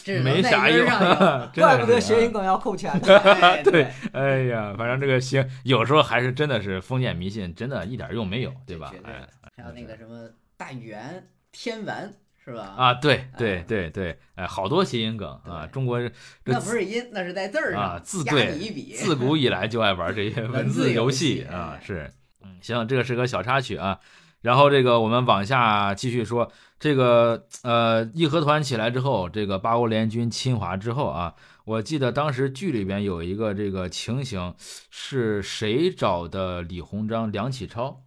Speaker 2: 只能
Speaker 1: 没
Speaker 2: 在
Speaker 1: 啥
Speaker 2: 根儿
Speaker 1: 用，
Speaker 2: 上用
Speaker 1: <laughs> 真的
Speaker 3: 怪不得
Speaker 1: 是啊
Speaker 3: 谐音梗要扣钱
Speaker 1: <laughs>
Speaker 3: 呢。
Speaker 2: 哎
Speaker 1: 对，哎呀，反正这个行，有时候还是真的是封建迷信，真的一点用没有，对吧
Speaker 2: 绝？对
Speaker 1: 哎
Speaker 2: 的，还有那个什么大圆天丸是吧？，
Speaker 1: 啊，对对
Speaker 2: 哎
Speaker 1: 对对，哎，好多谐音梗啊，
Speaker 2: 对
Speaker 1: 中国这
Speaker 2: 那不是音，那是在字儿
Speaker 1: 啊
Speaker 2: 上
Speaker 1: 字
Speaker 2: 压
Speaker 1: 对
Speaker 2: 你一笔。
Speaker 1: 自古以来就爱玩这些 <laughs> 文
Speaker 2: 文
Speaker 1: 字
Speaker 2: 字
Speaker 1: 游
Speaker 2: 游
Speaker 1: 戏
Speaker 2: 戏
Speaker 1: 啊
Speaker 2: 哎，
Speaker 1: 是，嗯，行，这个是个小插曲啊。然后这个我们往下继续说，这个呃义和团起来之后，这个八国联军侵华之后啊，我记得当时剧里边有一个这个情形，是谁找的李鸿章、梁启超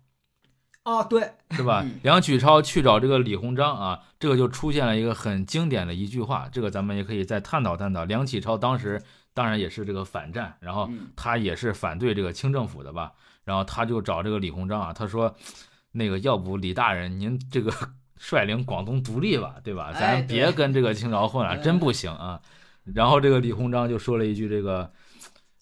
Speaker 3: 哦，对，
Speaker 1: 是吧
Speaker 2: 嗯？
Speaker 1: 梁启超去找这个李鸿章啊，这个就出现了一个很经典的一句话，这个咱们也可以再探讨探讨。梁启超当时当然也是这个反战，然后
Speaker 2: 嗯，
Speaker 1: 他也是反对这个清政府的吧？然后他就找这个李鸿章啊，他说，那个要不李大人您这个 <laughs> 率领广东独立吧，对吧？
Speaker 2: 哎
Speaker 1: 咱别
Speaker 2: 对
Speaker 1: 跟这个清朝混了，
Speaker 2: 嗯
Speaker 1: 真不行啊。然后这个李鸿章就说了一句这个，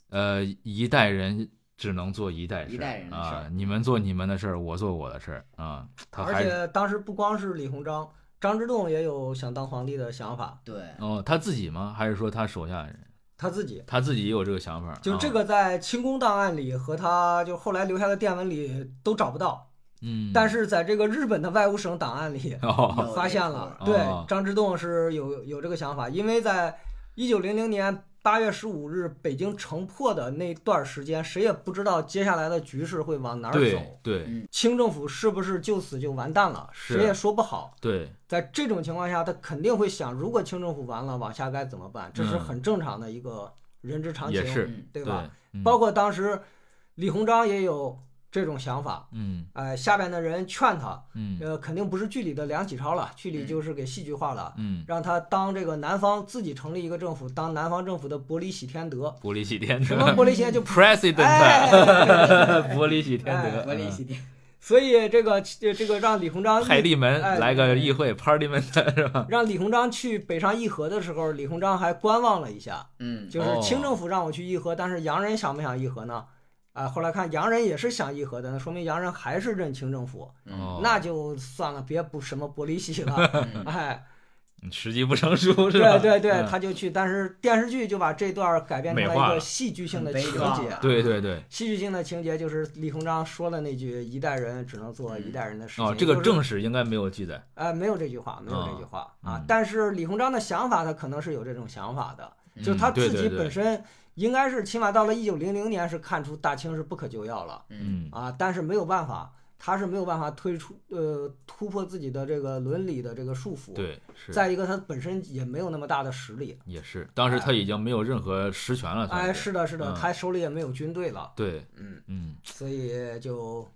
Speaker 1: 呃，一代人只能做一代
Speaker 2: 一
Speaker 1: 事
Speaker 2: 代人的事
Speaker 1: 啊
Speaker 2: 儿，
Speaker 1: 你们做你们的事儿，我做我的事儿啊。他
Speaker 3: 而
Speaker 1: 还是
Speaker 3: 且当时不光是李鸿章，张之洞也有想当皇帝的想法，
Speaker 2: 对，
Speaker 1: 哦，他自己吗？还是说他手下人？
Speaker 3: 他自己。
Speaker 1: 他自己也有这个想法？
Speaker 3: 就这
Speaker 1: 啊，
Speaker 3: 个在清宫档案里和他就后来留下的电文里都找不到，
Speaker 1: 嗯，
Speaker 3: 但
Speaker 1: 是
Speaker 3: 是在这个日本的外务省档案里
Speaker 1: 哦，
Speaker 2: 有
Speaker 3: <laughs> 发
Speaker 2: 这
Speaker 3: 现
Speaker 2: 个
Speaker 3: 了。
Speaker 1: 哦
Speaker 3: 对，张之洞是有有这个想法，因为在一九零零年八月十五日北京城破的那段时间，谁也不知道接下来的局势会往哪儿走
Speaker 1: 对。对
Speaker 2: 嗯，
Speaker 3: 清政府是不是就此就完蛋了，
Speaker 1: 是
Speaker 3: 谁也说不好。
Speaker 1: 对，
Speaker 3: 在这种情况下，他肯定会想，如果清政府完了，往下该怎么办？这是
Speaker 1: 嗯
Speaker 3: 很正常的一个人之常情
Speaker 1: 也，是
Speaker 2: 嗯
Speaker 3: 对吧？？
Speaker 1: 嗯
Speaker 3: 包括当时李鸿章也有这种想法，
Speaker 1: 嗯
Speaker 3: 哎、下边的人劝他，
Speaker 1: 嗯
Speaker 3: 呃，肯定不是剧里的梁启超了，剧里就是给戏剧化了，
Speaker 1: 嗯，
Speaker 3: 让他当这个南方自己成立一个政府，当南方政府的伯里喜天德，
Speaker 1: <laughs> 伯利喜天
Speaker 3: 什
Speaker 1: 德
Speaker 3: 么伯里喜天就 <laughs>
Speaker 1: ，President，
Speaker 3: 哎，
Speaker 1: <laughs> 伯利喜天德，
Speaker 2: 国立西点，
Speaker 3: 所以这个这个让李鸿章
Speaker 1: 嗯派利门
Speaker 3: 哎
Speaker 1: 来个议会
Speaker 3: <laughs>
Speaker 1: Parliament 是吧？
Speaker 3: 让李鸿章去北上议和的时候，李鸿章还观望了一下，
Speaker 2: 嗯，
Speaker 1: 哦
Speaker 3: 就是清政府让我去议和，但是洋人想不想议和呢？啊、后来看洋人也是想议和的，那说明洋人还是认清政府，
Speaker 2: 嗯
Speaker 1: 哦，
Speaker 3: 那就算了，别补什么伯里喜了。
Speaker 1: <laughs>
Speaker 2: 嗯
Speaker 3: 哎，
Speaker 1: 时机不成熟是吧？
Speaker 3: 对对对，
Speaker 1: 嗯
Speaker 3: 他就去，但是电视剧就把这段改编成
Speaker 1: 美
Speaker 3: 了
Speaker 1: 化
Speaker 3: 一
Speaker 1: 了
Speaker 3: 个戏剧性
Speaker 2: 很
Speaker 3: 的
Speaker 2: 悲
Speaker 3: 情
Speaker 2: 壮啊
Speaker 3: 节。
Speaker 1: 对对对，
Speaker 3: 戏剧性的情节就是李鸿章说了那句“一代人只能做一代人的事情”，
Speaker 1: 哦，这
Speaker 3: 就
Speaker 1: 个
Speaker 3: 是
Speaker 1: 正史应该没有记载，
Speaker 3: 呃，没有这句话，没有这句话
Speaker 1: 啊
Speaker 3: 啊
Speaker 1: 嗯。
Speaker 3: 但是李鸿章的想法，他可能是有这种想法的，
Speaker 2: 嗯
Speaker 3: 就是他
Speaker 1: 嗯对
Speaker 3: 自
Speaker 1: 对
Speaker 3: 己
Speaker 1: 对
Speaker 3: 本身应该是起码到了一九零零年是看出大清是不可救药了
Speaker 1: 嗯
Speaker 2: 嗯
Speaker 3: 啊，但是没有办法，他是没有办法推出呃突破自己的这个伦理的这个束缚。，
Speaker 1: 对是。
Speaker 3: 再一个他本身也没有那么大的实力。
Speaker 1: 也是，当时他已经没有任何实权了，算
Speaker 3: 哎，是的，是的，
Speaker 1: 嗯
Speaker 3: 他手里也没有军队了，
Speaker 1: 对，
Speaker 3: 嗯，
Speaker 1: 嗯，
Speaker 3: 所以就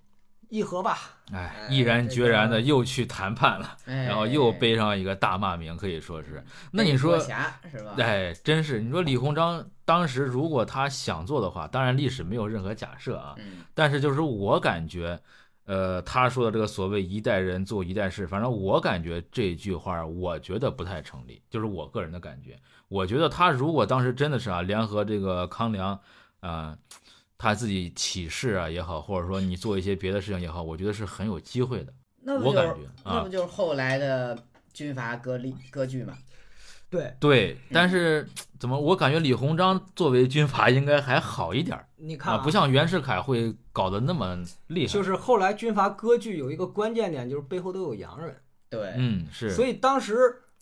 Speaker 3: 议和吧。
Speaker 1: 哎
Speaker 3: 哎，
Speaker 1: 毅然
Speaker 3: 这
Speaker 1: 决
Speaker 3: 个
Speaker 1: 然的又去谈判了，
Speaker 2: 哎
Speaker 1: 嗯然后又背上一个大骂名，可以说
Speaker 3: 嗯
Speaker 1: 是。那你说
Speaker 2: 郭，霞是吧？
Speaker 1: 哎，真是，你说李鸿章当时如果他想做的话，当然历史没有任何假设啊，
Speaker 2: 嗯，
Speaker 1: 但是就是我感觉，呃，他说的这个所谓一代人做一代事，反正我感觉这句话儿，我觉得不太成立，就是我个人的感觉。我觉得他如果当时真的是啊，联合这个康梁，啊、他自己起事啊也好，或者说你做一些别的事情也好，我觉得是很有机会的。
Speaker 2: 那不
Speaker 1: 我
Speaker 2: 就
Speaker 1: 感
Speaker 2: 是
Speaker 1: 觉
Speaker 2: 那
Speaker 1: 啊
Speaker 2: 不，就是后来的军阀割力割据嘛？
Speaker 3: 对，
Speaker 1: 对，但是怎么我感觉李鸿章作为军阀应该还好一点儿
Speaker 3: 你看啊
Speaker 1: 啊，不像袁世凯会搞得那么厉害
Speaker 3: 就。是后来军阀割据有一个关键点，就是背后都有洋人，
Speaker 2: 对
Speaker 1: 嗯，是
Speaker 3: 所以当时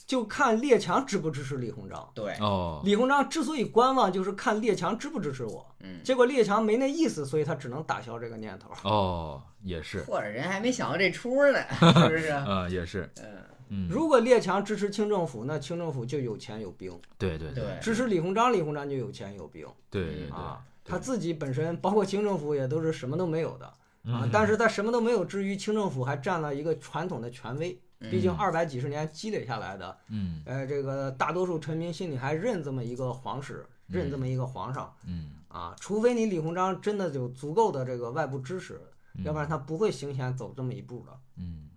Speaker 3: 就看列强支不支持李鸿章。
Speaker 2: 对，
Speaker 1: 哦，
Speaker 3: 李鸿章之所以观望，就是看列强支不支持我。
Speaker 2: 嗯，
Speaker 3: 结果列强没那意思，所以他只能打消这个念头。
Speaker 1: 哦，也是。
Speaker 2: 或者人还没想到这出呢，是不
Speaker 1: <laughs>
Speaker 2: 是？
Speaker 1: 啊、也是，
Speaker 2: 嗯，
Speaker 1: 嗯，
Speaker 3: <laughs> 如果列强支持清政府，那清政府就有钱有兵；
Speaker 1: 对对对
Speaker 2: 对
Speaker 3: <laughs> 支持李鸿章，李鸿章就有钱有兵
Speaker 1: 对哎对对，
Speaker 3: 啊。
Speaker 1: 对
Speaker 3: 他自己本身，包括清政府，也都是什么都没有的啊
Speaker 1: 嗯。
Speaker 3: 但是在什么都没有之余，清政府还占了一个传统的权威，毕竟
Speaker 1: 嗯
Speaker 3: 二百几十年积累下来的，
Speaker 1: 嗯
Speaker 3: 呃，这个大多数臣民心里还认这么一个皇室，认这么一个皇上
Speaker 1: 嗯
Speaker 3: 啊，除非你李鸿章真的有足够的这个外部支持，
Speaker 1: 嗯
Speaker 3: 要不然他不会行前走这么一步的。
Speaker 1: <laughs> 嗯，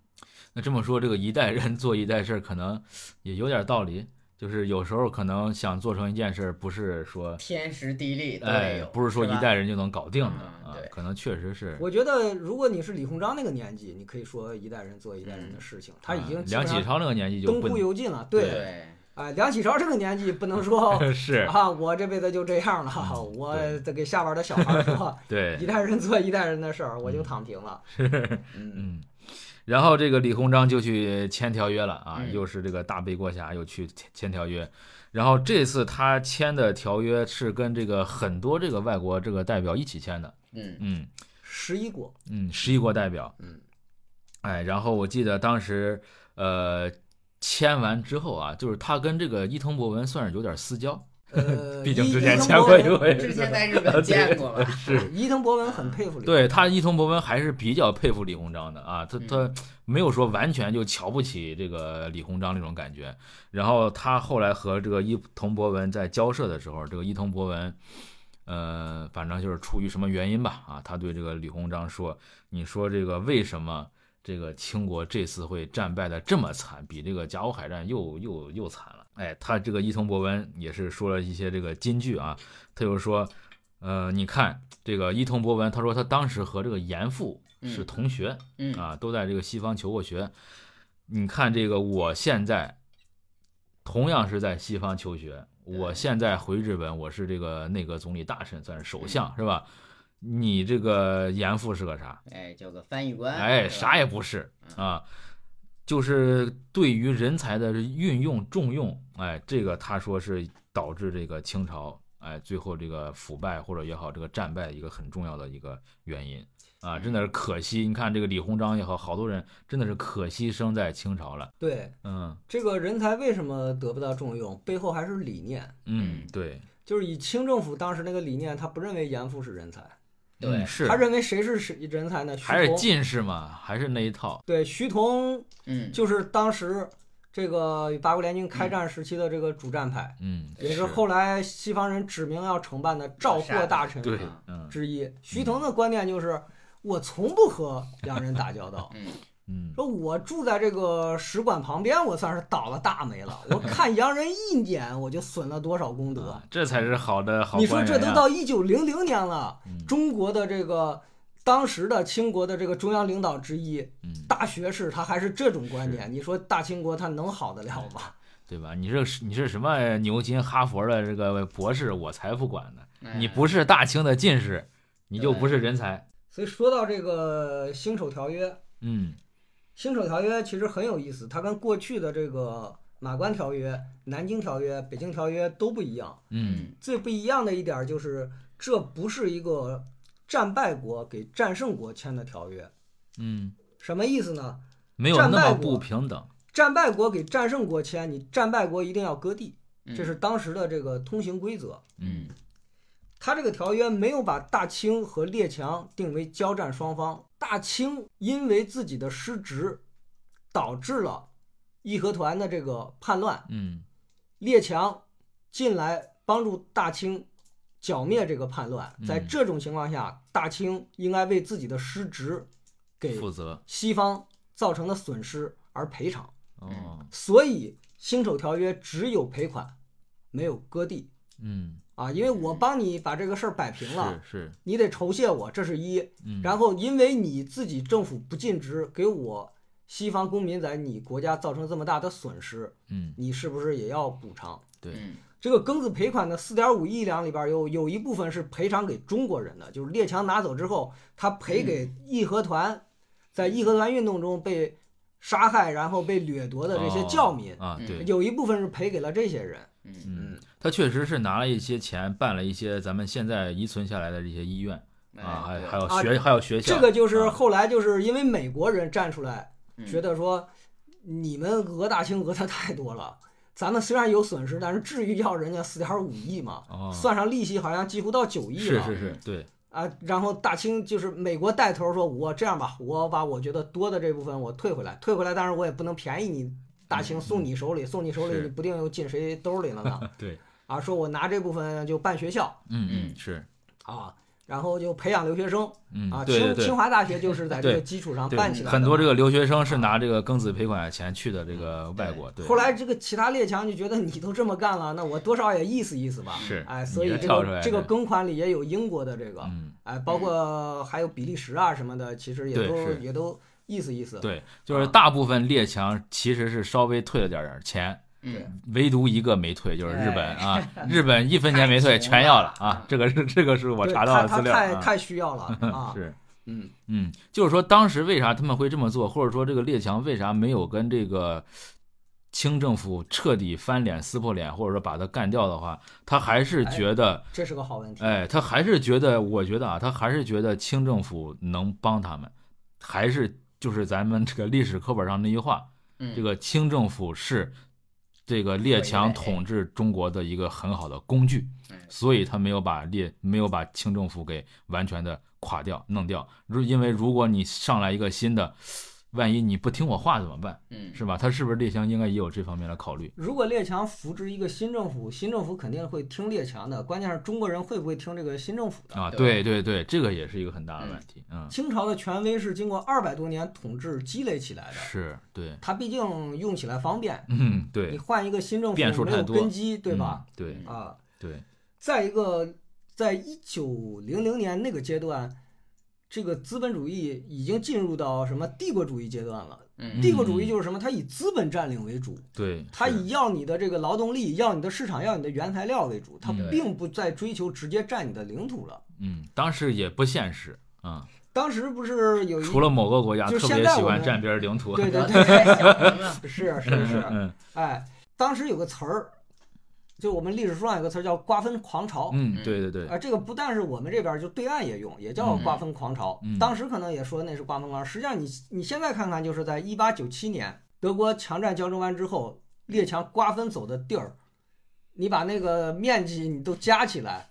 Speaker 1: 那这么说，这个一代人做一代事儿，可能也有点道理。就是有时候可能想做成一件事儿，不是说
Speaker 2: 天时地利都得
Speaker 1: 哎
Speaker 2: 有，，
Speaker 1: 不是说一
Speaker 2: 吧
Speaker 1: 代人就能搞定的
Speaker 2: 嗯
Speaker 1: 啊
Speaker 2: 对，
Speaker 1: 可能确实是
Speaker 3: 我觉得如果你是李鸿章那个年纪，你可以说一代人做一代人的事情，他已
Speaker 1: 啊
Speaker 3: 经基
Speaker 1: 梁
Speaker 3: 本上
Speaker 1: 启超那个年纪就
Speaker 3: 东
Speaker 1: 不
Speaker 3: 枯油尽了。
Speaker 1: 对
Speaker 2: 对，
Speaker 3: 哎，梁启超这个年纪不
Speaker 1: <laughs>
Speaker 3: 能说
Speaker 1: <laughs> 是，
Speaker 3: 啊，我这辈子就这样了， <laughs> 我得给下边的小孩儿说，
Speaker 1: 嗯 <laughs> 对
Speaker 3: 一，代人做一代人的事儿，我就躺平了。嗯，
Speaker 1: 嗯，然后这个李鸿章就去签条约了啊，
Speaker 2: 嗯
Speaker 1: 又是这个大背锅侠又去签签条约，然后这次他签的条约是跟这个很多这个外国这个代表一起签的，
Speaker 2: 嗯
Speaker 1: <laughs> 嗯
Speaker 3: 十
Speaker 1: <laughs>
Speaker 3: 一国，
Speaker 1: 嗯，十一国代表，
Speaker 3: 嗯，
Speaker 1: 哎，然后我记得当时呃签完之后啊，就是他跟这个伊藤博文算是有点私交，
Speaker 3: 呃，
Speaker 1: 毕竟
Speaker 3: 伊
Speaker 1: 之前
Speaker 3: 伊藤
Speaker 1: 签
Speaker 3: 博
Speaker 1: 过一
Speaker 3: 文
Speaker 1: 回，
Speaker 2: 之前在日本见过
Speaker 1: <laughs>
Speaker 2: 了，
Speaker 1: 是。
Speaker 3: 伊藤博文很佩服李，，
Speaker 1: 对他，伊藤博文还是比较佩服李鸿章的啊，他他
Speaker 2: 嗯
Speaker 1: 没有说完全就瞧不起这个李鸿章那种感觉。然后他后来和这个伊藤博文在交涉的时候，这个伊藤博文，呃，反正就是出于什么原因吧，啊，他对这个李鸿章说：“你说这个为什么这个清国这次会战败的这么惨，比这个甲午海战又又又惨了？”哎，他这个伊藤博文也是说了一些这个金句啊，他就说：“呃，你看这个伊藤博文，他说他当时和这个严复是
Speaker 2: 嗯
Speaker 1: 同学。
Speaker 2: 嗯
Speaker 1: 啊，都在这个西方求过学。你看这个，我现在同样是在西方求学，我
Speaker 2: 对
Speaker 1: 现在回日本，我是这个内阁总理大臣，算是首
Speaker 2: 嗯
Speaker 1: 相是吧？你这个严复是个啥？
Speaker 2: 哎，就个翻译官，
Speaker 1: 哎，
Speaker 2: 是吧
Speaker 1: 啥也不是
Speaker 2: 嗯
Speaker 1: 啊，就是对于人才的运用重用，哎，这个他说是导致这个清朝哎最后这个腐败或者也好这个战败一个很重要的一个原因啊，真的是可惜。你看这个李鸿章也好，好多人真的是可惜生在清朝了。
Speaker 3: 对
Speaker 1: 嗯
Speaker 3: 这个人才为什么得不到重用，背后还是理念，
Speaker 1: 嗯
Speaker 2: 嗯，
Speaker 1: 对，
Speaker 3: 就是以清政府当时那个理念，他不认为严复是人才，
Speaker 1: 嗯
Speaker 2: 对，
Speaker 1: 是
Speaker 3: 他认为谁是谁人才呢？徐
Speaker 1: 还是
Speaker 3: 桐，
Speaker 1: 进士嘛，还是那一套。
Speaker 3: 对，徐桐
Speaker 2: 嗯，
Speaker 3: 就是当时这个八国联军开战时期的这个主战派，
Speaker 1: 嗯，
Speaker 3: 也是后来西方人指名要承办的赵括大臣
Speaker 1: 对
Speaker 2: 啊，，
Speaker 1: 嗯
Speaker 3: 之一。徐桐的观念就是，我从不和洋人打交道
Speaker 2: 嗯
Speaker 1: 嗯
Speaker 3: 说我住在这个使馆旁边，我算是倒了大霉了。
Speaker 1: <laughs>
Speaker 3: 我看洋人一眼，我就损了多少功德
Speaker 1: 啊。，这才是好的好
Speaker 3: 你
Speaker 1: 官啊
Speaker 3: 说
Speaker 1: 员
Speaker 3: 这都
Speaker 1: 呀
Speaker 3: 到一九零零年了，
Speaker 1: 嗯
Speaker 3: 中国的这个当时的清国的这个中央领导之一
Speaker 1: 嗯
Speaker 3: 大学士，他还是这种观点，你说大清国他能好得了吗？
Speaker 1: 对吧？你是你是什么牛津、哈佛的这个博士，我才不管呢！你不
Speaker 2: 是
Speaker 1: 是大清的进士，你就不是人才。
Speaker 3: 所以说到这个《辛丑条约》，《
Speaker 1: 嗯
Speaker 3: 辛丑条约》其实很有意思，它跟过去的这个马关条约、南京条约、北京条约都不一样。
Speaker 1: 嗯，
Speaker 3: 最不一样的一点儿就是，这不是一个战败国给战胜国签的条约，
Speaker 1: 嗯，
Speaker 3: 什么意思呢？
Speaker 1: 没有
Speaker 3: 战
Speaker 1: 那么
Speaker 3: 败国
Speaker 1: 不平等。
Speaker 3: 战败国给战胜国签，你战败国一定要割地，这是当时的这个通行规则。
Speaker 1: 嗯
Speaker 2: 嗯
Speaker 3: 他这个条约没有把大清和列强定为交战双方。大清因为自己的失职，导致了义和团的这个叛乱，
Speaker 1: 嗯
Speaker 3: 列强进来帮助大清剿灭这个叛乱。在
Speaker 1: 嗯
Speaker 3: 这种情况下，大清应该为自己的失职给
Speaker 1: 嗯负责。
Speaker 3: 西方造成的损失而赔偿。
Speaker 2: 嗯
Speaker 1: 哦，
Speaker 3: 所以，《辛丑条约》只有赔款，没有割地
Speaker 1: 嗯，
Speaker 3: 啊，因为我帮你把这个事儿摆平了
Speaker 1: 是。是，
Speaker 3: 你得酬谢我，这是一。
Speaker 1: 嗯，
Speaker 3: 然后因为你自己政府不尽职，给我西方公民在你国家造成这么大的损失，
Speaker 1: 嗯
Speaker 3: 你是不是也要补偿？
Speaker 1: 对
Speaker 2: 嗯
Speaker 3: 这个庚子赔款的四点五亿两里边有有一部分是赔偿给中国人的，就是列强拿走之后，他赔给义和团，在义和团运动中被杀害然后被掠夺的这些
Speaker 1: 哦
Speaker 3: 教民，
Speaker 1: 啊，
Speaker 2: 嗯
Speaker 1: 对，
Speaker 3: 有一部分是赔给了这些人。
Speaker 2: 嗯
Speaker 1: 嗯，他确实是拿了一些钱办了一些咱们现在遗存下来的这些医院啊，还有
Speaker 2: 哎对
Speaker 1: 还有
Speaker 3: 啊
Speaker 1: 学还有学校。
Speaker 3: 这个就是
Speaker 1: 啊
Speaker 3: 后来就是因为美国人站出来。
Speaker 2: 嗯
Speaker 3: 觉得说你们讹大清讹的太多了，咱们虽然有损失，但是至于要人家四点五亿吗？
Speaker 1: 哦，
Speaker 3: 算上利息，好像几乎到九亿
Speaker 1: 是
Speaker 3: 了
Speaker 1: 是
Speaker 2: 嗯
Speaker 1: 是，对，
Speaker 3: 啊！然后大清就是美国带头说，我这样吧，我把我觉得多的这部分我退回来，退回来，但是我也不能便宜你大清，送你手里，送你手里，
Speaker 1: 嗯是
Speaker 3: 你不定又进谁
Speaker 1: <laughs>
Speaker 3: 兜里了呢？
Speaker 1: 对，
Speaker 3: 啊，说我拿这部分就办学校
Speaker 1: 嗯嗯
Speaker 2: 嗯
Speaker 1: 是，
Speaker 3: 啊，然后就培养留学生
Speaker 1: 嗯
Speaker 3: 啊。，
Speaker 1: 对对
Speaker 3: 清
Speaker 1: 对
Speaker 3: 清。华大学就
Speaker 1: <laughs>
Speaker 3: 是在这个
Speaker 1: 对
Speaker 3: 基础上
Speaker 1: 对
Speaker 3: 办起来的啊
Speaker 1: 很多这个留学生是拿这个庚子赔款钱去的这个外国，对，
Speaker 3: 后来这个其他列强就觉得你都这么干了，那我多少也意思意思吧。
Speaker 1: 是
Speaker 3: 哎，所
Speaker 1: 你
Speaker 3: 以
Speaker 1: 这
Speaker 3: 这
Speaker 1: 跳出来的
Speaker 3: 个这个庚款里也有英国的这个，
Speaker 1: 嗯，
Speaker 3: 哎，包括还有比利时啊什么的，其实也
Speaker 1: 对
Speaker 3: 都
Speaker 1: 是
Speaker 3: 也都意思意思。
Speaker 1: 对，就是大部分列强其实是稍微退了点儿钱，
Speaker 2: 嗯，
Speaker 1: 唯独一个没退，就是日本
Speaker 3: 哎
Speaker 2: 对
Speaker 1: 啊，
Speaker 3: <laughs>
Speaker 1: 日本一分钱没退，
Speaker 2: 太
Speaker 1: 全要了啊
Speaker 2: 啊！
Speaker 1: 这个是这个是我
Speaker 3: 对
Speaker 1: 查到的
Speaker 3: 他
Speaker 1: 资料
Speaker 3: 他太
Speaker 1: 啊，
Speaker 3: 太
Speaker 1: <laughs>
Speaker 3: 需要了啊。
Speaker 1: 是。
Speaker 3: 嗯，
Speaker 1: 嗯，就是说当时为啥他们会这么做，或者说这个列强为啥没有跟这个清政府彻底翻脸撕破脸，或者说把他干掉的话，他还是
Speaker 3: 哎
Speaker 1: 觉得，
Speaker 3: 这是个好问题。
Speaker 1: 哎，他还是觉得，我觉得啊，他还是觉得清政府能帮他们，还是就是咱们这个历史课本上那句话，
Speaker 2: 嗯
Speaker 1: 这个清政府是这个列强统治中国的一个很好的工具
Speaker 2: 嗯，
Speaker 1: 所以他没有把列没有把清政府给完全的垮掉弄掉。如因为如果你上来一个新的，万一你不听我话怎么办？
Speaker 2: 嗯
Speaker 1: 是吧？他是不是列强应该也有这方面的考虑？
Speaker 3: 如果列强扶植一个新政府，新政府肯定会听列强的，关键是中国人会不会听这个新政府的？
Speaker 1: 啊，对对
Speaker 2: 对
Speaker 1: 对，这个也是一个很大的问题。嗯，
Speaker 3: 清朝的权威是经过二百多年统治积累起来的，
Speaker 1: 是对，
Speaker 3: 它毕竟用起来方便。
Speaker 1: 嗯
Speaker 3: 你
Speaker 1: 对，
Speaker 3: 换一个新政
Speaker 1: 变数
Speaker 3: 府，没有
Speaker 1: 太多
Speaker 3: 根基，对吧？
Speaker 1: 嗯？对
Speaker 2: 嗯
Speaker 3: 啊，
Speaker 1: 对，
Speaker 3: 再一个，在一九零零年那个阶段，这个资本主义已经进入到什么帝国主义阶段了。
Speaker 2: 嗯
Speaker 3: 帝国主义就是什么？它以资本占领为主，
Speaker 1: 对，
Speaker 3: 它
Speaker 1: 是
Speaker 3: 以要你的这个劳动力、要你的市场、要你的原材料为主，它
Speaker 1: 嗯
Speaker 3: 并不再追求直接占你的领土了。
Speaker 1: 嗯，当时也不现实啊、
Speaker 3: 当时不是有一
Speaker 1: 除了某个国家
Speaker 3: 就
Speaker 1: 特
Speaker 3: 现
Speaker 1: 别
Speaker 3: 在
Speaker 1: 喜
Speaker 3: 我
Speaker 1: 欢
Speaker 3: 们
Speaker 1: 占别人领土， <laughs>
Speaker 3: 对对
Speaker 2: 聊
Speaker 3: 对
Speaker 2: 得太小了，
Speaker 3: 是是是，
Speaker 1: 嗯
Speaker 3: 哎，当时有个词儿，就我们历史书上有个词儿叫瓜分狂潮。
Speaker 1: 嗯，对对对，
Speaker 3: 啊，这个不但是我们这边儿就对岸也用，也叫瓜分狂潮。
Speaker 1: 嗯嗯
Speaker 3: 当时可能也说那是瓜分狂潮，实际上你你现在看看，就是在一八九七年德国强占胶州湾之后，列强瓜分走的地儿，你把那个面积你都加起来，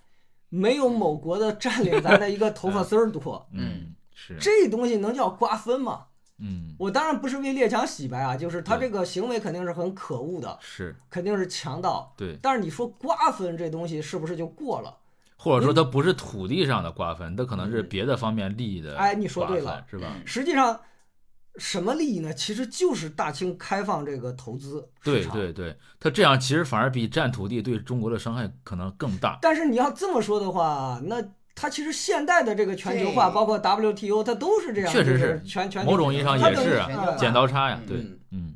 Speaker 3: 没有某国的占领咱的一个头发
Speaker 1: <laughs>
Speaker 3: 丝儿多，
Speaker 1: 嗯，是，
Speaker 3: <laughs> 这东西能叫瓜分吗？
Speaker 1: 嗯，
Speaker 3: 我当然不是为列强洗白啊，就是他这个行为肯定是很可恶的，
Speaker 1: 是
Speaker 3: 肯定是强盗。
Speaker 1: 对，
Speaker 3: 但是你说瓜分这东西是不是就过了？
Speaker 1: 或
Speaker 3: 嗯
Speaker 1: 者说它不是土地上的瓜分，它可能是别的方面利益的，
Speaker 3: 哎你说对了，
Speaker 1: 是吧？
Speaker 3: 实际上，什么利益呢？其实就是大清开放这个投资市
Speaker 1: 对
Speaker 3: 场。
Speaker 1: 对对，它这样其实反而比占土地对中国的伤害可能更大。
Speaker 3: 但是你要这么说的话，那它其实现代的这个全球化，
Speaker 2: 对
Speaker 3: 包括 WTO，它都是这样，
Speaker 1: 确实
Speaker 3: 就是全全
Speaker 1: 某种意义上
Speaker 3: 它
Speaker 1: 也
Speaker 3: 等于
Speaker 1: 是啊
Speaker 3: 呃
Speaker 1: 剪刀差呀，
Speaker 2: 嗯
Speaker 1: 对
Speaker 3: 嗯，
Speaker 1: 嗯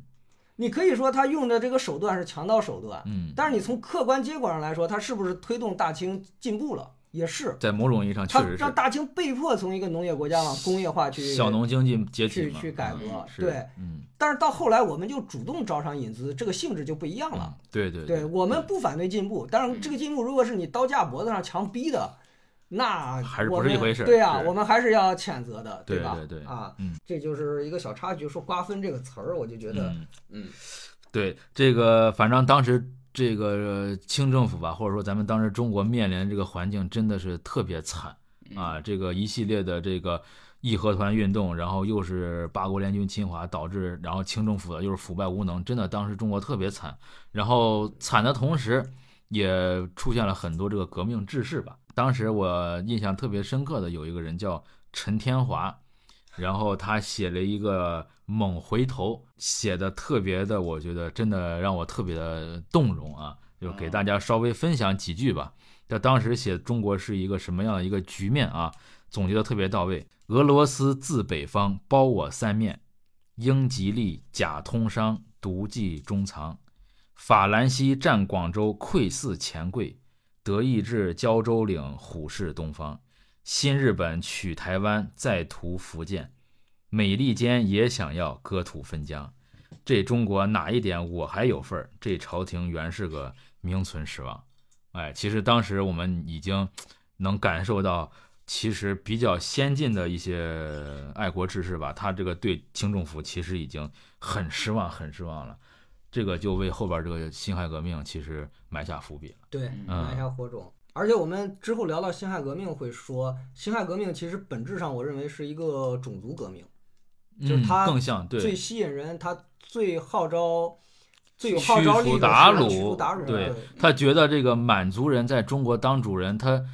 Speaker 3: 你可以说它用的这个手段是强盗手段，
Speaker 1: 嗯，
Speaker 3: 但是你从客观结果上来说，它是不是推动大清进步了？也是，
Speaker 1: 在某种意义上确
Speaker 3: 它
Speaker 1: 实
Speaker 3: 让
Speaker 1: 是
Speaker 3: 大清被迫从一个农业国家往工业化去
Speaker 1: 小农经济解体
Speaker 3: 去
Speaker 1: 嘛，
Speaker 3: 去改
Speaker 1: 嗯
Speaker 3: 革。
Speaker 1: 是
Speaker 3: 对，，
Speaker 1: 嗯，
Speaker 3: 但是到后来我们就主动招商引资，这个性质就不一样了。
Speaker 1: 嗯对对嗯
Speaker 3: 对我们不反对进步，当然这个进步如果是你刀架脖子上强逼的，那
Speaker 1: 还是不
Speaker 3: 我
Speaker 1: 是一
Speaker 3: 们
Speaker 1: 回事
Speaker 3: 对呀、
Speaker 1: 是
Speaker 3: 我们还是要谴责的，
Speaker 1: 对
Speaker 3: 吧？
Speaker 1: 对对
Speaker 3: 啊，
Speaker 1: 嗯
Speaker 3: 这就是一个小插曲，说“瓜分”这个词儿，我就觉得，
Speaker 1: 嗯
Speaker 3: 嗯，
Speaker 1: 对这个，反正当时这个呃清政府吧，或者说咱们当时中国面临这个环境真的是特别惨啊，这个一系列的这个。义和团运动，然后又是八国联军侵华，导致然后清政府的又是腐败无能，真的当时中国特别惨。然后惨的同时，也出现了很多这个革命志士吧。当时我印象特别深刻的有一个人叫陈天华，然后他写了一个《猛回头》，写的特别的，我觉得真的让我特别的动容啊，就给大家稍微分享几句吧。他当时写中国是一个什么样的一个局面啊，总结的特别到位。俄罗斯自北方包我三面，英吉利假通商，独计中藏。法兰西占广州，窥伺钱柜；德意志胶州岭，虎视东方。新日本取台湾，再图福建，美利坚也想要割土分疆，这中国哪一点我还有份儿？这朝廷原是个名存实亡。哎，其实当时我们已经能感受到，其实比较先进的一些爱国志士吧，他这个对清政府其实已经很失望，很失望了。这个就为后边这个辛亥革命其实埋下伏笔了。
Speaker 3: 对，
Speaker 1: 嗯
Speaker 3: 埋下火种。而且我们之后聊到辛亥革命会说，辛亥革命其实本质上我认为是一个种族革命，就是他
Speaker 1: 嗯、更像对
Speaker 3: 最吸引人，它最号召，最有
Speaker 1: 驱
Speaker 3: 号召力
Speaker 1: 除
Speaker 3: 的
Speaker 1: 鞑虏
Speaker 3: 是啊驱除鞑虏，
Speaker 1: 对他觉得这个满族人在中国当主人，他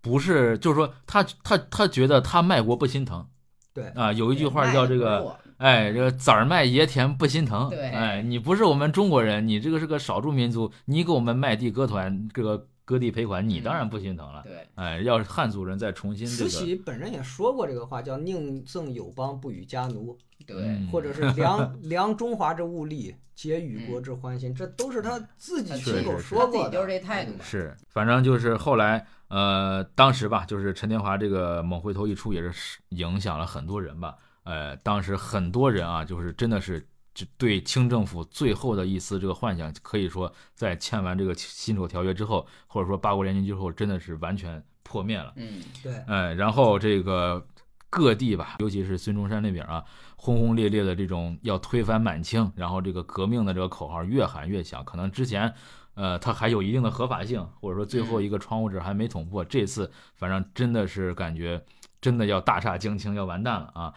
Speaker 1: 不是，就是说他他他觉得他卖国不心疼。
Speaker 3: 对
Speaker 1: 啊，有一句话叫这
Speaker 2: 卖的不
Speaker 1: 个，
Speaker 2: 是我
Speaker 1: 哎，这个崽儿卖爷田不心疼。
Speaker 2: 对
Speaker 1: 哎，你不是我们中国人，你这个是个少数民族，你给我们卖地割团，这个割地赔款，你当然不心疼了。
Speaker 2: 对，
Speaker 1: 哎，要是汉族人再重新这
Speaker 3: 慈
Speaker 1: 个，
Speaker 3: 禧本人也说过这个话，叫“宁赠友邦，不与家奴
Speaker 1: 嗯
Speaker 2: 对，”，
Speaker 3: 或
Speaker 1: <laughs>
Speaker 3: 者是“良良中华之物力，结与国之欢心”，这都是他自己
Speaker 2: 嗯他
Speaker 1: 呃确
Speaker 3: 亲口
Speaker 1: 实
Speaker 3: 说
Speaker 2: 自
Speaker 3: 过
Speaker 2: 己就是
Speaker 3: 的。
Speaker 2: 这态度嘛。
Speaker 1: 是，反正就是后来，呃，当时吧，就是陈天华这个《猛回头》一出，也是影响了很多人吧。呃，当时很多人啊，就是真的是就对清政府最后的一丝这个幻想，可以说在签完这个《辛丑条约》之后，或者说八国联军之后，真的是完全破灭了。
Speaker 2: 嗯，
Speaker 3: 对，
Speaker 1: 呃，然后这个各地吧，尤其是孙中山那边啊，轰轰烈烈的这种要推翻满清，然后这个革命的这个口号越喊越响。可能之前，呃，它还有一定的合法性，或者说最后一个窗户纸还没捅破。这次反正真的是感觉真的要大厦将倾，要完蛋了啊！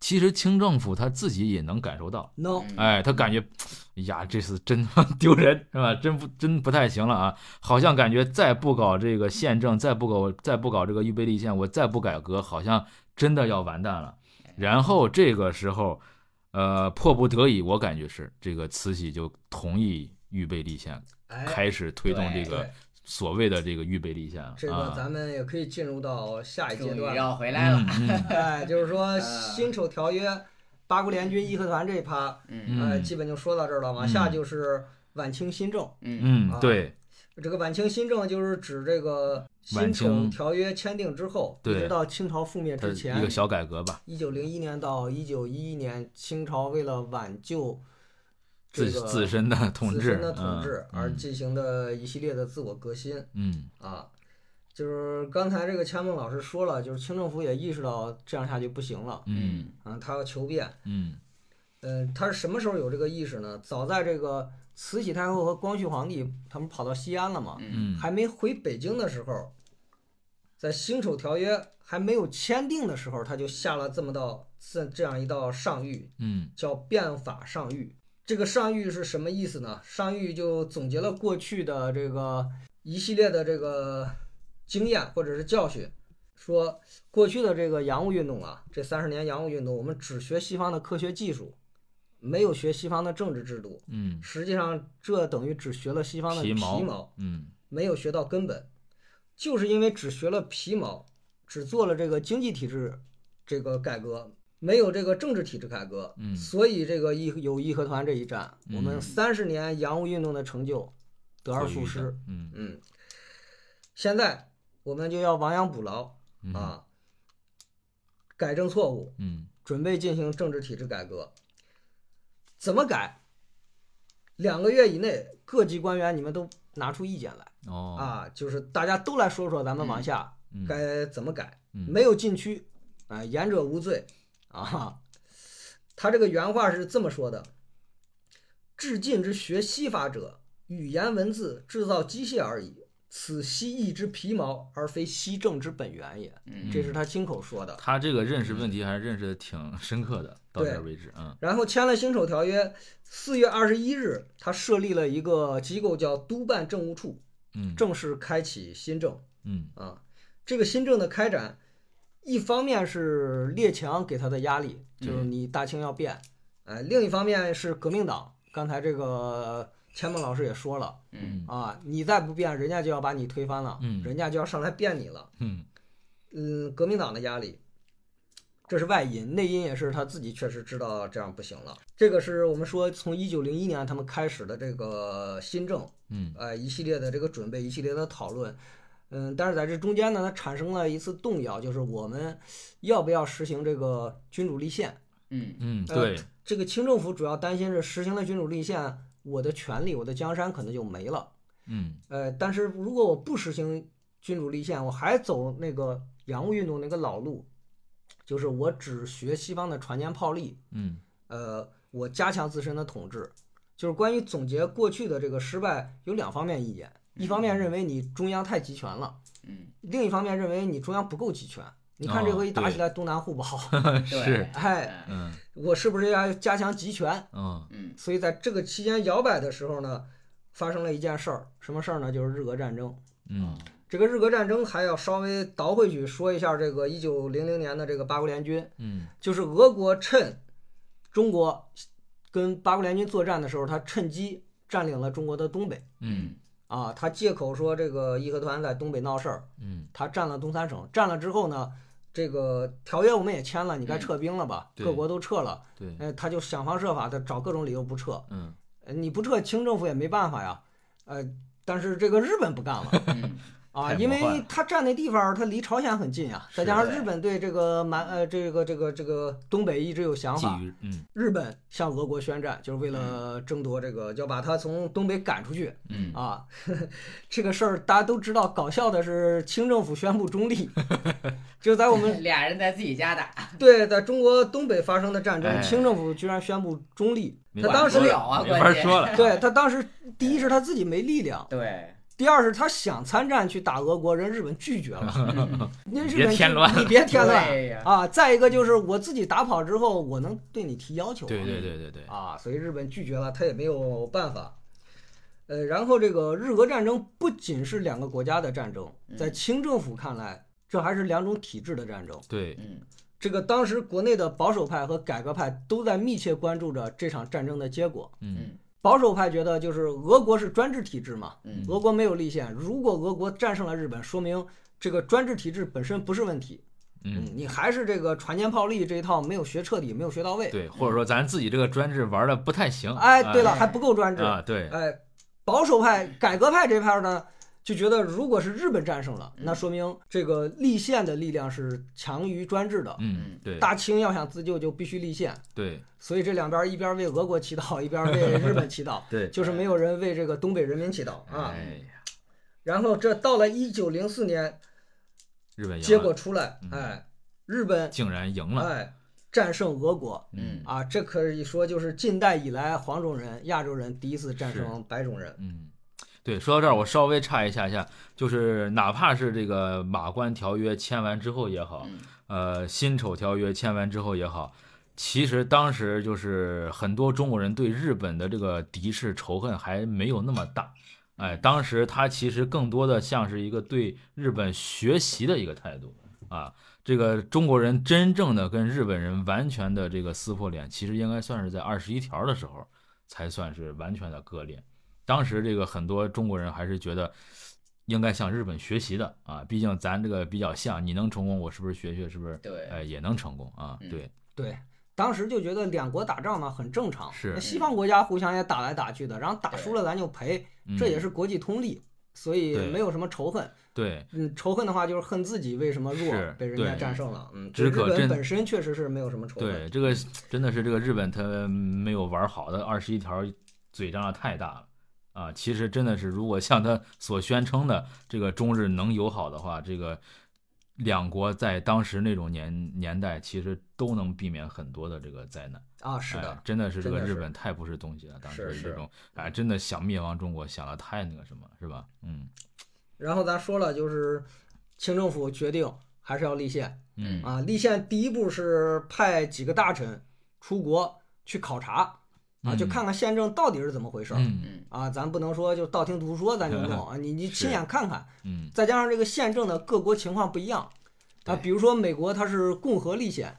Speaker 1: 其实清政府他自己也能感受到，
Speaker 3: no，
Speaker 2: 嗯
Speaker 1: 哎，他感觉，哎呀，这次真他妈丢人是吧？真不真不太行了啊！好像感觉再不搞这个宪政，再不搞再不搞这个预备立宪，我再不改革，好像真的要完蛋了。
Speaker 3: 哎
Speaker 1: 然后这个时候，呃，迫不得已，我感觉是这个慈禧就同意预备立宪，
Speaker 3: 哎，
Speaker 1: 开始推动这个
Speaker 3: 对
Speaker 1: 所谓的这个预备立宪了
Speaker 3: 这个
Speaker 1: 啊。
Speaker 3: 咱们也可以进入到下一阶
Speaker 2: 终于
Speaker 3: 段了。
Speaker 2: 绕回来了。
Speaker 1: 嗯嗯
Speaker 3: 哎，就是
Speaker 2: <laughs>
Speaker 3: 说
Speaker 2: 呃
Speaker 3: 辛丑条约、八国联军义和团这一趴，
Speaker 2: 嗯
Speaker 3: <laughs> 呃，
Speaker 1: 嗯
Speaker 3: 基本就说到这儿了。往下就是晚清新政。
Speaker 2: 嗯
Speaker 1: 嗯
Speaker 3: 啊
Speaker 1: 嗯，对，
Speaker 3: 这个晚清新政就是指这个辛
Speaker 1: 晚
Speaker 3: 丑
Speaker 1: 清
Speaker 3: 条约签订之后，一
Speaker 1: 对
Speaker 3: 直到清朝覆灭
Speaker 1: 它
Speaker 3: 之
Speaker 1: 一个
Speaker 3: 前，
Speaker 1: 小改革吧，
Speaker 3: 一九零一年到一九一一年，清朝为了挽救这
Speaker 1: 自
Speaker 3: 个
Speaker 1: 自身的 <laughs> 统
Speaker 3: 自
Speaker 1: 治，
Speaker 3: 身的统治
Speaker 1: 嗯
Speaker 3: 而
Speaker 1: 嗯
Speaker 3: 进行的一系列的自我革新
Speaker 1: 嗯。
Speaker 3: 啊。就是刚才这个钱梦老师说了，就是清政府也意识到这样下去不行了，
Speaker 1: 嗯
Speaker 3: 啊，他要求变。
Speaker 1: 嗯
Speaker 3: 呃，他是什么时候有这个意识呢？早在这个慈禧太后和光绪皇帝他们跑到西安了嘛，
Speaker 2: 嗯
Speaker 1: 嗯，
Speaker 3: 还没回北京的时候，在辛丑条约还没有签订的时候，他就下了这么道这这样一道上谕，
Speaker 1: 嗯
Speaker 3: 叫变法上谕。这个上谕是什么意思呢？上谕就总结了过去的这个一系列的这个经验或者是教训，说过去的这个洋务运动啊，这三十年洋务运动，我们只学西方的科学技术，没有学西方的政治制度，
Speaker 1: 嗯
Speaker 3: 实际上这等于只学了西方的
Speaker 1: 皮
Speaker 3: 皮
Speaker 1: 毛
Speaker 3: 毛
Speaker 1: 嗯
Speaker 3: 没有学到根本，就是因为只学了皮毛，只做了这个经济体制这个改革，没有这个政治体制改革，
Speaker 1: 嗯
Speaker 3: 所以这个义有义和团这一战，
Speaker 1: 嗯
Speaker 3: 我们三十年洋务运动的成就得而复失，，
Speaker 1: 嗯
Speaker 3: 嗯，现在我们就要亡羊补牢
Speaker 1: 嗯
Speaker 3: 啊，改正错误，
Speaker 1: 嗯
Speaker 3: 准备进行政治体制改革，怎么改？两个月以内，各级官员你们都拿出意见来。
Speaker 1: 哦
Speaker 3: 啊，就是大家都来说说咱们往下
Speaker 1: 嗯
Speaker 3: 该怎么改，
Speaker 1: 嗯
Speaker 3: 没有禁区，啊、言者无罪啊。他这个原话是这么说的：至近之学西法者，语言文字制造机械而已，此西义之皮毛，而非西政之本源也。
Speaker 2: 嗯
Speaker 3: 这是他亲口说的。
Speaker 1: 他这个认识问题还是认识的挺深刻的，到这儿为止，嗯
Speaker 3: 然后签了《辛丑条约》，四月二十一日，他设立了一个机构叫督办政务处，
Speaker 1: 嗯
Speaker 3: 正式开启新政。
Speaker 1: 嗯
Speaker 3: 啊，这个新政的开展，一方面是列强给他的压力，就是你大清要变，哎，另一方面是革命党。刚才这个钱梦老师也说了
Speaker 2: 嗯
Speaker 3: 啊，你再不变，人家就要把你推翻了，
Speaker 1: 嗯
Speaker 3: 人家就要上来变你了。
Speaker 1: 嗯
Speaker 3: 嗯，革命党的压力，这是外因，内因也是他自己确实知道这样不行了。这个是我们说从一九零一年他们开始的这个新政，
Speaker 1: 嗯
Speaker 3: 呃一系列的这个准备，一系列的讨论。嗯，但是在这中间呢，它产生了一次动摇，就是我们要不要实行这个君主立宪？
Speaker 2: 嗯
Speaker 1: 嗯，对，
Speaker 3: 这个清政府主要担心是实行了君主立宪，我的权利、我的江山可能就没了。
Speaker 1: 嗯
Speaker 3: 呃，但是如果我不实行君主立宪，我还走那个洋务运动那个老路，就是我只学西方的船坚炮利，
Speaker 1: 嗯
Speaker 3: 呃，我加强自身的统治，就是关于总结过去的这个失败，有两方面意见，一方
Speaker 1: 嗯
Speaker 3: 面认为你中央太集权了，
Speaker 2: 嗯，
Speaker 3: 另一方面认为你中央不够集权。你看这
Speaker 1: 哦
Speaker 3: 回一打
Speaker 1: 对
Speaker 3: 起来，东南互保， <laughs>
Speaker 1: 是
Speaker 2: 对，
Speaker 3: 哎，
Speaker 2: 嗯
Speaker 1: 嗯
Speaker 3: 我是不是要加强集权？
Speaker 1: 嗯
Speaker 2: 嗯
Speaker 3: 所以在这个期间摇摆的时候呢，发生了一件事儿，什么事儿呢？就是日俄战争。
Speaker 1: 嗯
Speaker 3: 这个日俄战争还要稍微倒回去说一下，这个一九零零年的这个八国联军，
Speaker 1: 嗯
Speaker 3: 就是俄国趁中国跟八国联军作战的时候，他趁机占领了中国的东北
Speaker 1: 嗯
Speaker 3: 啊，他借口说这个义和团在东北闹事儿，
Speaker 1: 嗯
Speaker 3: 他占了东三省，占了之后呢，这个条约我们也签了，你该撤兵了吧？
Speaker 1: 对
Speaker 3: 各国都撤了，
Speaker 1: 对，
Speaker 3: 呃，他就想方设法的找各种理由不撤，
Speaker 1: 嗯
Speaker 3: 呃你不撤，清政府也没办法呀，呃，但是这个日本不干了
Speaker 2: 嗯
Speaker 3: 啊，
Speaker 1: 太
Speaker 3: 因
Speaker 1: 魔幻
Speaker 3: 为他占那地方，他离朝鲜很近呀，再
Speaker 1: 是
Speaker 3: 加上
Speaker 2: 对
Speaker 3: 日本对这个满呃这个这个这个东北一直有想法
Speaker 1: 觊，觎嗯
Speaker 3: 日本向俄国宣战，就是为了争夺这个，要把他从东北赶出去。
Speaker 1: 嗯
Speaker 3: 啊， <laughs> 这个事儿大家都知道。搞笑的是，清政府宣布
Speaker 1: <laughs>
Speaker 3: 中立，就在我们
Speaker 2: 俩人在自己家打，
Speaker 3: 对在中国东北发生的战争，
Speaker 1: 哎
Speaker 3: 清政府居然宣布中立。
Speaker 1: 没
Speaker 3: 他
Speaker 1: 法
Speaker 3: 当时
Speaker 2: 管不了啊
Speaker 1: 没法
Speaker 2: 关键
Speaker 1: 说 <laughs> 了，
Speaker 3: 对他当时，第一是他自己没力量，
Speaker 2: 对，
Speaker 3: 第二是他想参战去打俄国，人日本拒绝了。
Speaker 1: <laughs>
Speaker 2: 嗯
Speaker 1: 你
Speaker 3: 人日
Speaker 1: 别
Speaker 3: 本
Speaker 1: 添
Speaker 3: 拒
Speaker 1: 乱
Speaker 3: 你别添乱
Speaker 2: 对呀，
Speaker 3: 啊！再一个就是我自己打跑之后，我能对你提要求吗。
Speaker 1: 对对对对对，
Speaker 3: 啊，所以日本拒绝了，他也没有办法。呃，然后这个日俄战争不仅是两个国家的战争，在
Speaker 2: 嗯
Speaker 3: 清政府看来，这还是两种体制的战争。
Speaker 1: 对，
Speaker 2: 嗯
Speaker 3: 这个当时国内的保守派和改革派都在密切关注着这场战争的结果。
Speaker 1: 嗯
Speaker 2: 嗯
Speaker 3: 保守派觉得，就是俄国是专制体制嘛，
Speaker 2: 嗯
Speaker 3: 俄国没有立宪，如果俄国战胜了日本，说明这个专制体制本身不是问题。
Speaker 1: 嗯，
Speaker 3: 你还是这个船坚炮利这一套没有学彻底，没有学到位。
Speaker 1: 对，或者说咱自己这个专制玩的不太行，
Speaker 3: 哎，对了，
Speaker 2: 哎
Speaker 3: 还不够专制。
Speaker 1: 啊，对，
Speaker 3: 哎，保守派、改革派这派呢，就觉得如果是日本战胜了，
Speaker 1: 嗯
Speaker 3: 那说明这个立宪的力量是强于专制的。
Speaker 1: 嗯对
Speaker 3: 大清要想自救，就必须立宪。
Speaker 1: 对，
Speaker 3: 所以这两边一边为俄国祈祷，一边为日本祈祷
Speaker 1: <laughs> 对，
Speaker 3: 就是没有人为这个东北人民祈祷啊。
Speaker 1: 哎呀，
Speaker 3: 然后这到了一九零四年，
Speaker 1: 日本赢了
Speaker 3: 结果出来，
Speaker 1: 哎嗯
Speaker 3: 哎，日本
Speaker 1: 竟然赢了，
Speaker 3: 哎战胜俄国
Speaker 2: 嗯
Speaker 3: 啊，这可以说就是近代以来黄种人、亚洲人第一次战胜白种人。
Speaker 1: 嗯，对，说到这儿，我稍微插一下下，就是哪怕是这个马关条约签完之后也好，
Speaker 2: 嗯
Speaker 1: 呃，辛丑条约签完之后也好，其实当时就是很多中国人对日本的这个敌视仇恨还没有那么大。
Speaker 3: 嗯
Speaker 1: 哎，当时他其实更多的像是一个对日本学习的一个态度啊。这个中国人真正的跟日本人完全的这个撕破脸，其实应该算是在二十一条的时候才算是完全的割裂。当时这个很多中国人还是觉得应该向日本学习的啊，毕竟咱这个比较像，你能成功，我是不是学学，是不是？
Speaker 2: 对，
Speaker 1: 哎，也能成功啊，
Speaker 2: 嗯
Speaker 1: 对，
Speaker 3: 对，当时就觉得两国打仗嘛很正常，
Speaker 1: 是
Speaker 3: 那西方国家互相也打来打去的，然后打
Speaker 2: 对
Speaker 3: 输了咱就赔，
Speaker 1: 嗯
Speaker 3: 这也是国际通例，所以
Speaker 1: 对
Speaker 3: 没有什么仇恨。
Speaker 1: 对，
Speaker 3: 嗯，仇恨的话就是恨自己为什么弱
Speaker 1: 是，
Speaker 3: 被人家
Speaker 1: 对
Speaker 3: 战胜了。嗯，
Speaker 1: 只
Speaker 3: 对
Speaker 1: 可
Speaker 3: 日本
Speaker 1: 真
Speaker 3: 本身确实是没有什么仇恨。
Speaker 1: 对，这个真的是这个日本他没有玩好的二十一条嘴张的太大了啊！其实真的是，如果像他所宣称的这个中日能友好的话，这个两国在当时那种年年代，其实都能避免很多的这个灾难。
Speaker 3: 啊，是
Speaker 1: 哎
Speaker 3: 的，
Speaker 1: 真的是这
Speaker 3: 真
Speaker 1: 个
Speaker 3: 的
Speaker 1: 日
Speaker 3: 是
Speaker 1: 本太不是东西了，当时
Speaker 3: 是
Speaker 1: 这
Speaker 3: 是
Speaker 1: 种哎，真的想灭亡中国，想的太那个什么，是吧？嗯
Speaker 3: 然后咱说了，就是清政府决定还是要立宪
Speaker 1: 嗯
Speaker 3: 啊，立宪第一步是派几个大臣出国去考察啊，就
Speaker 1: 嗯
Speaker 3: 看看宪政到底是怎么回事儿。
Speaker 1: 嗯
Speaker 2: 嗯
Speaker 3: 啊，咱不能说就道听途说，咱就
Speaker 1: <laughs>
Speaker 3: 弄啊，你你亲眼看看，
Speaker 1: 嗯
Speaker 3: 再加上这个宪政的各国情况不一样
Speaker 1: 对
Speaker 3: 啊，比如说美国它是共和立宪，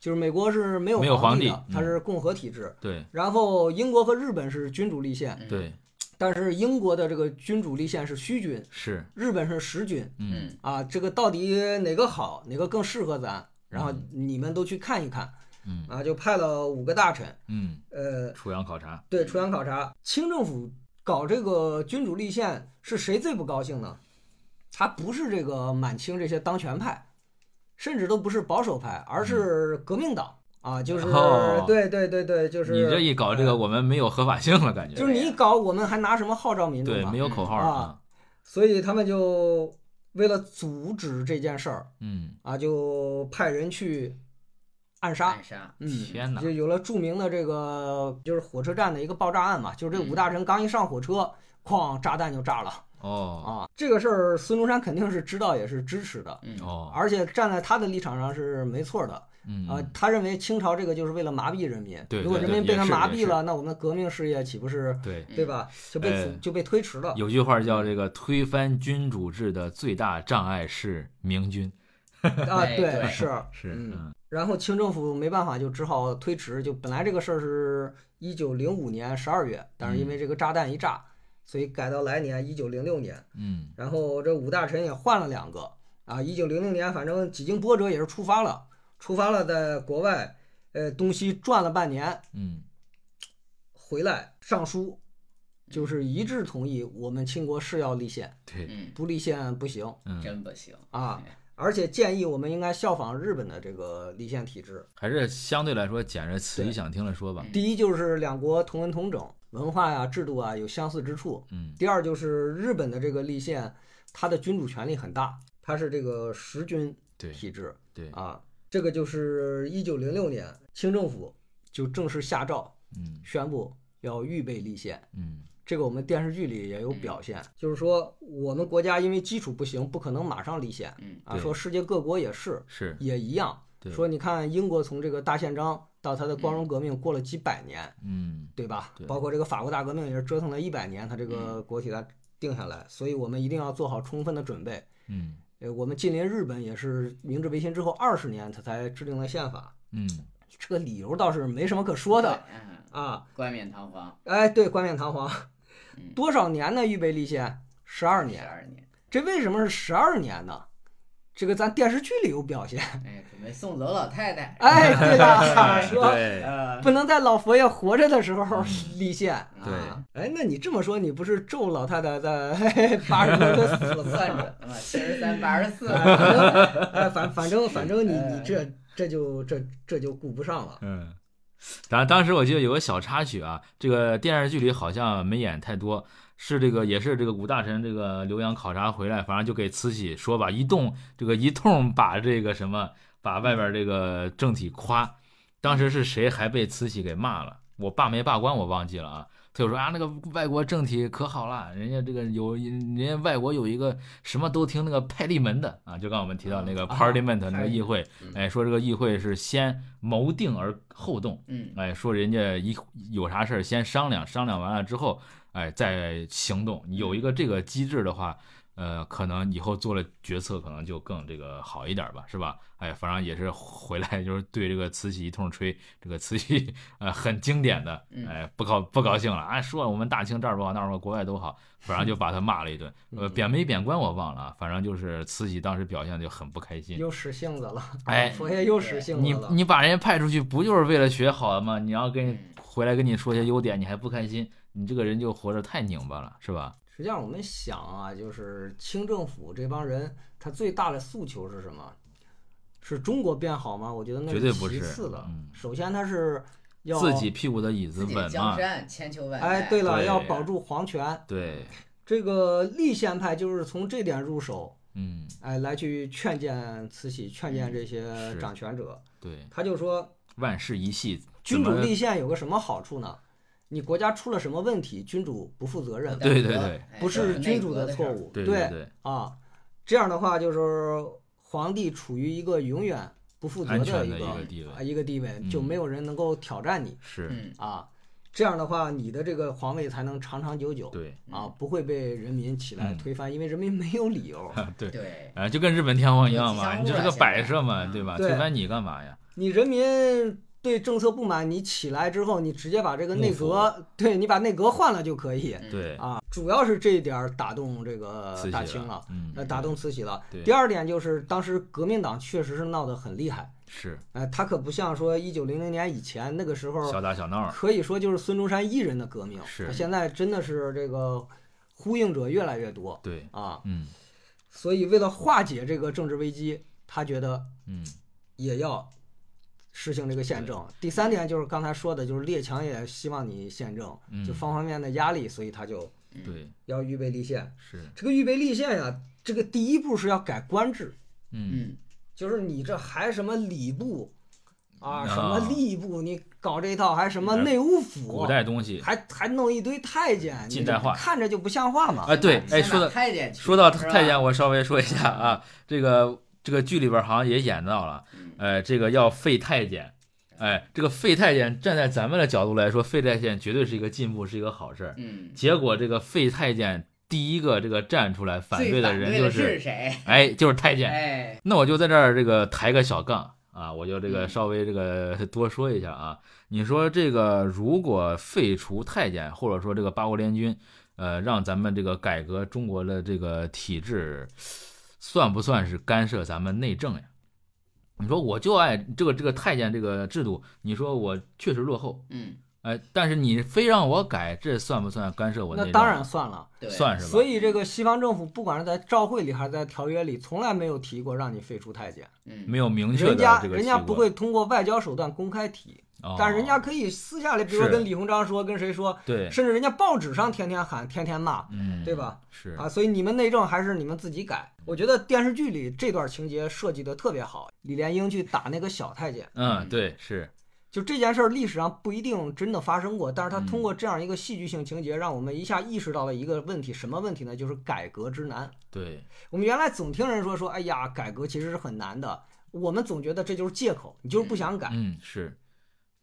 Speaker 3: 就是美国是没有
Speaker 1: 没有
Speaker 3: 皇
Speaker 1: 皇
Speaker 3: 的
Speaker 1: 帝，嗯
Speaker 3: 它是共和体制。
Speaker 1: 对
Speaker 3: 然后英国和日本是君主立宪，
Speaker 2: 嗯，
Speaker 1: 对
Speaker 3: 但是英国的这个君主立宪是虚君，
Speaker 1: 是
Speaker 3: 日本是实君
Speaker 1: 嗯
Speaker 2: 嗯
Speaker 3: 啊，这个到底哪个好，哪个更适合咱？然后你们都去看一看
Speaker 1: 嗯
Speaker 3: 啊，就派了五个大臣，
Speaker 1: 嗯，
Speaker 3: 呃，
Speaker 1: 楚阳考察
Speaker 3: 对，出洋考察，清政府搞这个君主立宪是谁最不高兴呢？还不是这个满清这些当权派，甚至都不是保守派，而是革命党啊，就是、
Speaker 1: 嗯哦
Speaker 3: 对对对对，就是嗯
Speaker 1: 你这一搞这个，我们没有合法性了，感觉
Speaker 3: 就是你一搞，我们还拿什么号召民众
Speaker 1: 对，
Speaker 3: 嘛
Speaker 1: 没？有口号了啊，
Speaker 3: 所以他们就为了阻止这件事儿
Speaker 1: 嗯，
Speaker 3: 啊，就派人去暗杀
Speaker 2: 暗，
Speaker 1: 哎
Speaker 2: 杀，
Speaker 3: 嗯，
Speaker 1: 天哪
Speaker 3: 就，有了著名的这个就是火车站的一个爆炸案嘛，就是这
Speaker 1: 嗯
Speaker 3: 五大臣刚一上火车，哐，炸弹就炸了
Speaker 1: 哦
Speaker 3: 啊！这个事儿孙中山肯定是知道也是支持的，
Speaker 2: 嗯
Speaker 1: 哦，
Speaker 3: 而且站在他的立场上是没错的。
Speaker 1: 嗯，
Speaker 3: 啊、他认为清朝这个就是为了麻痹人民，
Speaker 1: 对
Speaker 3: 如果
Speaker 1: 对
Speaker 3: 人
Speaker 1: 对
Speaker 3: 民被
Speaker 1: 也
Speaker 3: 他
Speaker 1: 是
Speaker 3: 麻
Speaker 1: 也
Speaker 3: 痹
Speaker 1: 是
Speaker 3: 了，那我们革命事业岂不是
Speaker 1: 对，
Speaker 2: 嗯
Speaker 3: 对吧？就被
Speaker 1: 呃
Speaker 3: 阻就被推迟了。
Speaker 1: 有句话叫这个推翻君主制的最大障碍是明君，
Speaker 3: 啊，
Speaker 2: 对
Speaker 3: 对，
Speaker 2: 对
Speaker 3: 是。
Speaker 1: 哎 <laughs> 是
Speaker 3: 嗯
Speaker 1: 嗯
Speaker 3: 然后清政府没办法，就只好推迟。就本来这个事儿是一九零五年十二月，但是因为这个炸弹一炸，所以改到来年一九零六年。
Speaker 1: 嗯
Speaker 3: 然后这五大臣也换了两个啊，一九零零年，反正几经波折也是出发了，出发了，在国外呃东西转了半年，
Speaker 1: 嗯
Speaker 3: 回来上书，就是一致同意我们清国是要立宪，
Speaker 1: 对，
Speaker 2: 嗯，
Speaker 3: 不立宪不行
Speaker 1: 嗯，
Speaker 2: 真不行
Speaker 3: 啊，而且建议我们应该效仿日本的这个立宪体制。
Speaker 1: 还是相对来说捡着词义想听的说吧，
Speaker 3: 第一就是两国同文同整，文化呀、制度啊有相似之处。
Speaker 1: 嗯
Speaker 3: 第二就是日本的这个立宪，它的君主权力很大，它是这个实君
Speaker 1: 对
Speaker 3: 体制
Speaker 1: 对，
Speaker 3: 啊。这个就是一九零六年清政府就正式下诏
Speaker 1: 嗯
Speaker 3: 宣布要预备立宪。
Speaker 1: 嗯
Speaker 3: 这个我们电视剧里也有表现，就是说我们国家因为基础不行，不可能马上立宪
Speaker 2: 嗯
Speaker 3: 啊。
Speaker 1: 对
Speaker 3: 说世界各国也是
Speaker 1: 是
Speaker 3: 也一样，
Speaker 1: 对，
Speaker 3: 说你看英国从这个大宪章到它的光荣革命过了几百年，
Speaker 1: 嗯
Speaker 3: 对吧？
Speaker 1: 对
Speaker 3: 包括这个法国大革命也是折腾了一百年，它这个
Speaker 2: 嗯
Speaker 3: 国体它定下来，所以我们一定要做好充分的准备。
Speaker 1: 嗯
Speaker 3: 呃，我们近邻日本也是明治维新之后二十年，它才制定了宪法，
Speaker 1: 嗯
Speaker 3: 这个理由倒是没什么可说的，
Speaker 2: 对嗯
Speaker 3: 啊。
Speaker 2: 冠冕堂皇，
Speaker 3: 哎，对，冠冕堂皇，
Speaker 2: 嗯
Speaker 3: 多少年呢？预备立宪十二
Speaker 2: 十
Speaker 3: 年，
Speaker 2: 二年，
Speaker 3: 这为什么是十二年呢？这个咱电视剧里有表
Speaker 2: <laughs>
Speaker 3: 现。
Speaker 2: 哎，准备送走老太太，
Speaker 3: 哎，对了，说
Speaker 1: 对，
Speaker 2: 呃，
Speaker 3: 不能在老佛爷活着的时候
Speaker 2: 嗯
Speaker 3: 立宪。
Speaker 1: 对
Speaker 3: 啊，哎，那你这么说，你不是咒老太太在 <laughs> 八十多岁死了
Speaker 2: 算
Speaker 3: 算
Speaker 2: 准
Speaker 3: 着？
Speaker 2: 了嘛，七十三八十四，
Speaker 3: 哎，反反正反正你你这这就这这就顾不上了。
Speaker 1: 嗯，当当时我记得有个小插曲啊，这个电视剧里好像没演太多，是这个也是这个武大臣这个浏阳考察回来，反正就给慈禧说吧，一动这个一通把这个什么把外边这个政体夸，当时是谁还被慈禧给骂了？我罢没罢官我忘记了啊。他就说啊，那个外国政体可好了，人家这个有，人家外国有一个什么都听那个派利门的啊，就刚我们提到那个
Speaker 3: 啊
Speaker 1: parliament 那个
Speaker 3: 派利
Speaker 1: 议会，哎，说这个议会是先谋定而后动，
Speaker 2: 嗯
Speaker 1: 哎，说人家一有啥事儿先商量，商量完了之后，哎，再行动。有一个这个机制的话，呃，可能以后做了决策，可能就更这个好一点吧，是吧？哎，反正也是回来就是对这个慈禧一通吹，这个慈禧呃很经典的，
Speaker 2: 嗯
Speaker 1: 哎，不高不高兴了，啊，说我们大清这儿不好那儿不好，国外都好，反正就把他骂了一顿。呃，
Speaker 3: 嗯
Speaker 1: 贬没贬官我忘了啊，反正就是慈禧当时表现就很不开心。
Speaker 3: 又使性子了，
Speaker 1: 哎
Speaker 3: 佛爷又使性子
Speaker 1: 你
Speaker 3: 了。
Speaker 1: 你把人家派出去，不就是为了学好吗？你要跟
Speaker 2: 嗯
Speaker 1: 回来跟你说些优点，你还不开心，你这个人就活着太拧巴了，是吧？
Speaker 3: 实际上我们想啊，就是清政府这帮人，他最大的诉求是什么？是中国变好吗？我觉得那
Speaker 1: 绝对不
Speaker 3: 其
Speaker 1: 是
Speaker 3: 次的
Speaker 1: 嗯。
Speaker 3: 首先，他是要
Speaker 1: 自己屁股的椅子
Speaker 2: 自己的
Speaker 1: 稳
Speaker 2: 江
Speaker 1: 嘛，
Speaker 2: 山千秋万代，
Speaker 3: 哎，对了，
Speaker 1: 对
Speaker 3: 要保住皇权。
Speaker 1: 对，
Speaker 3: 这个立宪派就是从这点入手，
Speaker 1: 嗯，
Speaker 3: 哎，来去劝谏慈禧，劝谏这
Speaker 1: 嗯
Speaker 3: 些
Speaker 1: 是
Speaker 3: 掌权者。
Speaker 1: 对，
Speaker 3: 他就说，
Speaker 1: 万事一系，怎
Speaker 3: 君主
Speaker 1: 么
Speaker 3: 立宪有个什么好处呢？你国家出了什么问题，君主不负责任，
Speaker 1: 对对对
Speaker 2: 哎
Speaker 3: 不是君主
Speaker 2: 内阁
Speaker 3: 的
Speaker 2: 的
Speaker 3: 错
Speaker 2: 事儿，
Speaker 3: 误。
Speaker 1: 对对对，
Speaker 3: 啊，这样的话就是皇帝处于一个永远不负责
Speaker 1: 安全
Speaker 3: 一
Speaker 1: 的一
Speaker 3: 个
Speaker 1: 个地
Speaker 3: 啊
Speaker 1: 位
Speaker 3: 一个地位，就
Speaker 1: 嗯
Speaker 3: 没有人能够挑战你
Speaker 1: 是，
Speaker 2: 嗯
Speaker 3: 啊。这样的话，你的这个皇位才能长长久久
Speaker 1: 对， <laughs>
Speaker 3: 啊，不会被人民起来
Speaker 1: 嗯
Speaker 3: 推翻，因为人民没有理由。
Speaker 1: 对，
Speaker 2: 对，
Speaker 1: 啊，就跟日本天皇一样嘛，
Speaker 2: 有
Speaker 1: 你
Speaker 2: 吉
Speaker 1: 就是
Speaker 2: 祥
Speaker 1: 个
Speaker 2: 物了
Speaker 1: 摆
Speaker 2: 现在
Speaker 1: 设嘛，
Speaker 2: 嗯
Speaker 1: 对吧？
Speaker 3: 对
Speaker 1: 推翻你干嘛呀？
Speaker 3: 你人民对政策不满，你起来之后，你直接把这个内
Speaker 1: 幕府
Speaker 3: 阁，对你把内阁换了就可以
Speaker 2: 嗯
Speaker 1: 对，
Speaker 3: 啊。主要是这一点儿打动这个
Speaker 1: 慈禧
Speaker 3: 大清了
Speaker 1: 了，，嗯，
Speaker 3: 呃，打动慈禧了。
Speaker 1: 对
Speaker 3: 第二点就是，当时革命党确实是闹得很厉害。
Speaker 1: 是
Speaker 3: 呃，他可不像说一九零零年以前那个时候
Speaker 1: 小，打小闹，
Speaker 3: 可以说就是孙中山一人的革命。
Speaker 1: 是
Speaker 3: 他现在真的是这个呼应者越来越多
Speaker 1: 对，
Speaker 3: 啊，
Speaker 1: 嗯
Speaker 3: 所以为了化解这个政治危机，他觉得
Speaker 1: 嗯，
Speaker 3: 也要实行这个宪政。第三点就是刚才说的，就是列强也希望你宪政，
Speaker 1: 嗯
Speaker 3: 就方方面面的压力，所以他就
Speaker 1: 对，
Speaker 3: 要预备立宪。
Speaker 1: 是，
Speaker 3: 这个预备立宪呀、这个第一步是要改官制，
Speaker 1: 嗯，
Speaker 2: 嗯
Speaker 3: 就是你这还什么礼部啊，
Speaker 1: 啊
Speaker 3: 什么吏部，你搞这一套，还什么内务府
Speaker 1: 古，代东西，
Speaker 3: 还还弄一堆太监，
Speaker 1: 近代化
Speaker 3: 你这看着就不像话嘛。
Speaker 1: 啊，对，哎，
Speaker 2: 先
Speaker 1: 说
Speaker 2: 把
Speaker 1: 的
Speaker 2: 太监去，
Speaker 1: 说到
Speaker 2: 是吧
Speaker 1: 太监，我稍微说一下啊，这个这个剧里边好像也演到了，
Speaker 2: 嗯
Speaker 1: 呃，这个要废太监，哎，这个废太监站在咱们的角度来说，废太监绝对是一个进步，是一个好事儿。
Speaker 2: 嗯，
Speaker 1: 结果这个废太监第一个这个站出来反对
Speaker 2: 最
Speaker 1: 的
Speaker 2: 反
Speaker 1: 人
Speaker 2: 对
Speaker 1: 就
Speaker 2: 的
Speaker 1: 是，
Speaker 2: 是谁？
Speaker 1: 哎，就是太监。
Speaker 2: 哎，
Speaker 1: 那我就在这儿这个抬个小杠啊，我就这个
Speaker 2: 嗯
Speaker 1: 稍微这个多说一下啊。你说这个如果废除太监，或者说这个八国联军，呃，让咱们这个改革中国的这个体制，算不算是干涉咱们内政呀？你说我就爱这个这个太监这个制度，你说我确实落后，
Speaker 2: 嗯，
Speaker 1: 哎，但是你非让我改，这算不算干涉我内
Speaker 3: 那
Speaker 1: 政？
Speaker 3: 当然算了。
Speaker 2: 对，
Speaker 1: 算是吧。
Speaker 3: 所以这个西方政府不管是在照会里还是在条约里，从来没有提过让你废除太监，
Speaker 2: 嗯，
Speaker 1: 没有明确的
Speaker 3: 人家
Speaker 1: 这个
Speaker 3: 人家
Speaker 1: 提过，
Speaker 3: 不会通过外交手段公开提，
Speaker 1: 哦
Speaker 3: 但人家可以私下里，比如说
Speaker 1: 是
Speaker 3: 跟李鸿章说，跟谁说，
Speaker 1: 对，
Speaker 3: 甚至人家报纸上天天喊，天天骂，
Speaker 1: 嗯，
Speaker 3: 对？吧？
Speaker 1: 是
Speaker 3: 啊，所以你们内政还是你们自己改。我觉得电视剧里这段情节设计的特别好，李莲英去打那个小太监，
Speaker 1: 嗯，对，是，
Speaker 3: 就这件事儿历史上不一定真的发生过，但是他
Speaker 1: 嗯
Speaker 3: 通过这样一个戏剧性情节，让我们一下意识到了一个问题，什么问题呢？就是改革之难。
Speaker 1: 对，
Speaker 3: 我们原来总听人说说，哎呀，改革其实是很难的，我们总觉得这就是借口，你就是不想改。
Speaker 1: 嗯，是。
Speaker 3: 啊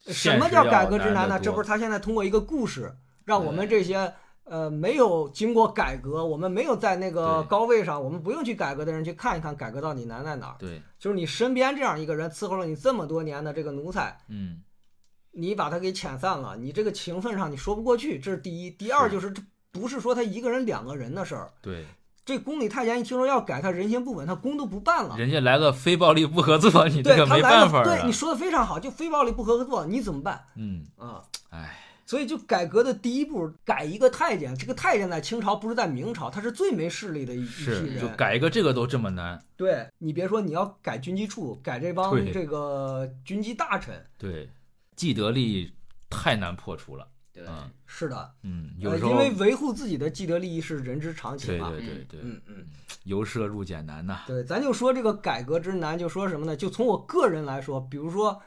Speaker 3: 什么叫改革之难呢？
Speaker 1: 这
Speaker 3: 这不是他现在通过一个故事，让
Speaker 1: 嗯
Speaker 3: 我们这些呃没有经过改革，我们没有在那个
Speaker 1: 对
Speaker 3: 高位上，我们不用去改革的人去看一看改革到底难在哪儿。
Speaker 1: 对，
Speaker 3: 就是你身边这样一个人伺候了你这么多年的这个奴才，
Speaker 1: 嗯，
Speaker 3: 你把他给遣散了，你这个情分上你说不过去，这是第一。第二
Speaker 1: 是
Speaker 3: 就是这不是说他一个人两个人的事儿，
Speaker 1: 对，
Speaker 3: 这宫里太监一听说要改，他人心不稳，他工都不办了。
Speaker 1: 人家来个非暴力不合作，你这
Speaker 3: 啊对
Speaker 1: 个
Speaker 3: 他
Speaker 1: 没
Speaker 3: 来
Speaker 1: 办
Speaker 3: 了，
Speaker 1: 法啊
Speaker 3: 对你
Speaker 1: 了。
Speaker 3: 说的非常好，就非暴力不合作，你怎么办
Speaker 1: 嗯，
Speaker 3: 啊？
Speaker 1: 哎，
Speaker 3: 所以就改革的第一步，改一个太监。这个太监在清朝不是在明朝，他是最没势力的一一批
Speaker 1: 是，就
Speaker 3: 人。
Speaker 1: 改个这个都这么难，
Speaker 3: 对你别说你要改军机处，改这帮
Speaker 1: 对
Speaker 3: 这个军机大臣，
Speaker 1: 对，既得利太难破除了。
Speaker 2: 对，
Speaker 1: 嗯
Speaker 3: 是的，
Speaker 1: 嗯，有
Speaker 3: 呃，
Speaker 1: 时候
Speaker 3: 因为维护自己的既得利益是人之常情
Speaker 1: 对
Speaker 3: 嘛。
Speaker 1: 对对
Speaker 2: 嗯
Speaker 1: 对，
Speaker 3: 嗯嗯，
Speaker 1: 由奢入俭难呐。
Speaker 3: 对，咱就说这个改革之难，就说什么呢？就从我个人来说，比如说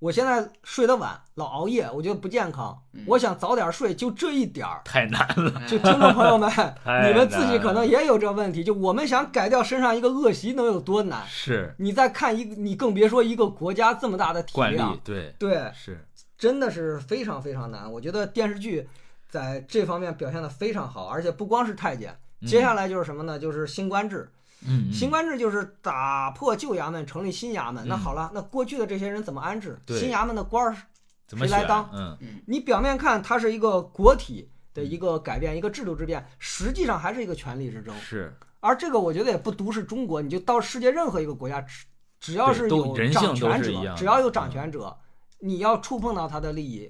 Speaker 3: 我现在睡得晚，老熬夜，我觉得不健康，
Speaker 2: 嗯
Speaker 3: 我想早点睡，就这一点儿。
Speaker 1: 太难了， <laughs>
Speaker 2: 哎
Speaker 3: 就听众朋友们，
Speaker 1: 难
Speaker 3: 你们自己可能也有这问题。就我们想改掉身上一个恶习，能有多难？
Speaker 1: 是
Speaker 3: 你再看一个，你更别说一个国家这么大的体
Speaker 1: 惯例
Speaker 3: 量，，
Speaker 1: 对，
Speaker 3: 对，
Speaker 1: 是，
Speaker 3: 真的是非常非常难。我觉得电视剧在这方面表现的非常好，而且不光是太监，
Speaker 1: 嗯
Speaker 3: 接下来就是什么呢？就是新官制。
Speaker 1: 嗯，嗯
Speaker 3: 新官制就是打破旧衙门，成立新衙门。那
Speaker 1: 嗯
Speaker 3: 好了，那过去的这些人怎么安置？
Speaker 1: 对
Speaker 3: 新衙门的官儿，
Speaker 1: 怎么
Speaker 3: 谁来
Speaker 1: 选
Speaker 3: 当
Speaker 1: 嗯，
Speaker 3: 你表面看它是一个国体的一个改变，一个制度之变，实际上还是一个权力之争。
Speaker 1: 是，
Speaker 3: 而这个我觉得也不独是中国，你就到世界任何一个国家，只只要
Speaker 1: 对
Speaker 3: 是
Speaker 1: 都
Speaker 3: 有
Speaker 1: 人性
Speaker 3: 掌
Speaker 1: 都
Speaker 3: 权
Speaker 1: 是
Speaker 3: 者
Speaker 1: 一样，的
Speaker 3: 只要有掌
Speaker 1: 嗯
Speaker 3: 权者，你要触碰到他的利益，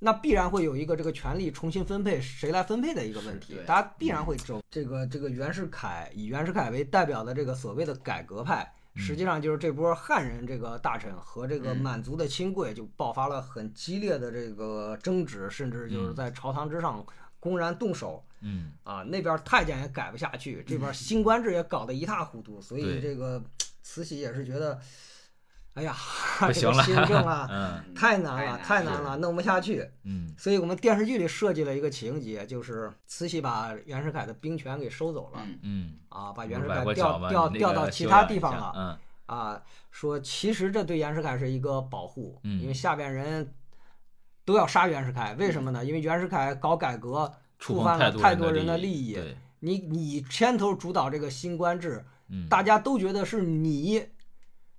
Speaker 3: 那必然会有一个这个权力重新分配，谁来分配的一个问题
Speaker 2: 是，对
Speaker 3: 大家必
Speaker 1: 嗯
Speaker 3: 然会争。这个这个袁世凯以袁世凯为代表的这个所谓的改革派。实
Speaker 1: 嗯
Speaker 3: 际上就是这波汉人这个大臣和这个
Speaker 2: 嗯
Speaker 3: 满族的亲贵就爆发了很激烈的这个争执，甚至就是
Speaker 1: 嗯
Speaker 3: 在朝堂之上公然动手，
Speaker 1: 嗯，
Speaker 3: 啊，那边太监也改不下去，
Speaker 1: <laughs>
Speaker 3: 这边新官制也搞得一塌糊涂，所以
Speaker 1: 对
Speaker 3: 这个慈禧也是觉得，哎呀，
Speaker 1: 不
Speaker 3: <laughs> 这
Speaker 1: 行
Speaker 3: 个
Speaker 1: 了，
Speaker 3: 新政啊，
Speaker 1: <laughs> 嗯
Speaker 3: 太难了，太
Speaker 2: 太
Speaker 3: 难
Speaker 2: 难
Speaker 3: 了，弄不下去。
Speaker 1: 嗯，
Speaker 3: 所以我们电视剧里设计了一个情节，就是慈禧把袁世凯的兵权给收走了
Speaker 2: 嗯
Speaker 1: 嗯，
Speaker 3: 啊，把袁世
Speaker 1: 我崴
Speaker 3: 凯
Speaker 1: 过脚
Speaker 3: 调
Speaker 1: 嘛
Speaker 3: 调
Speaker 1: 你那
Speaker 3: 调
Speaker 1: 个
Speaker 3: 到其
Speaker 1: 修
Speaker 3: 他
Speaker 1: 养
Speaker 3: 地
Speaker 1: 一
Speaker 3: 方
Speaker 1: 下
Speaker 3: 了
Speaker 1: 嗯，
Speaker 3: 啊，说其实这对袁世凯是一个保护，
Speaker 1: 嗯
Speaker 3: 因为下边人都要杀袁世凯，为什么呢？因为袁世凯搞改革触
Speaker 1: 碰
Speaker 3: 犯了太
Speaker 1: 太
Speaker 3: 多人的
Speaker 1: 利
Speaker 3: 利益。
Speaker 1: 对，
Speaker 3: 你你牵头主导这个新官制，
Speaker 1: 嗯，
Speaker 3: 大家都觉得是你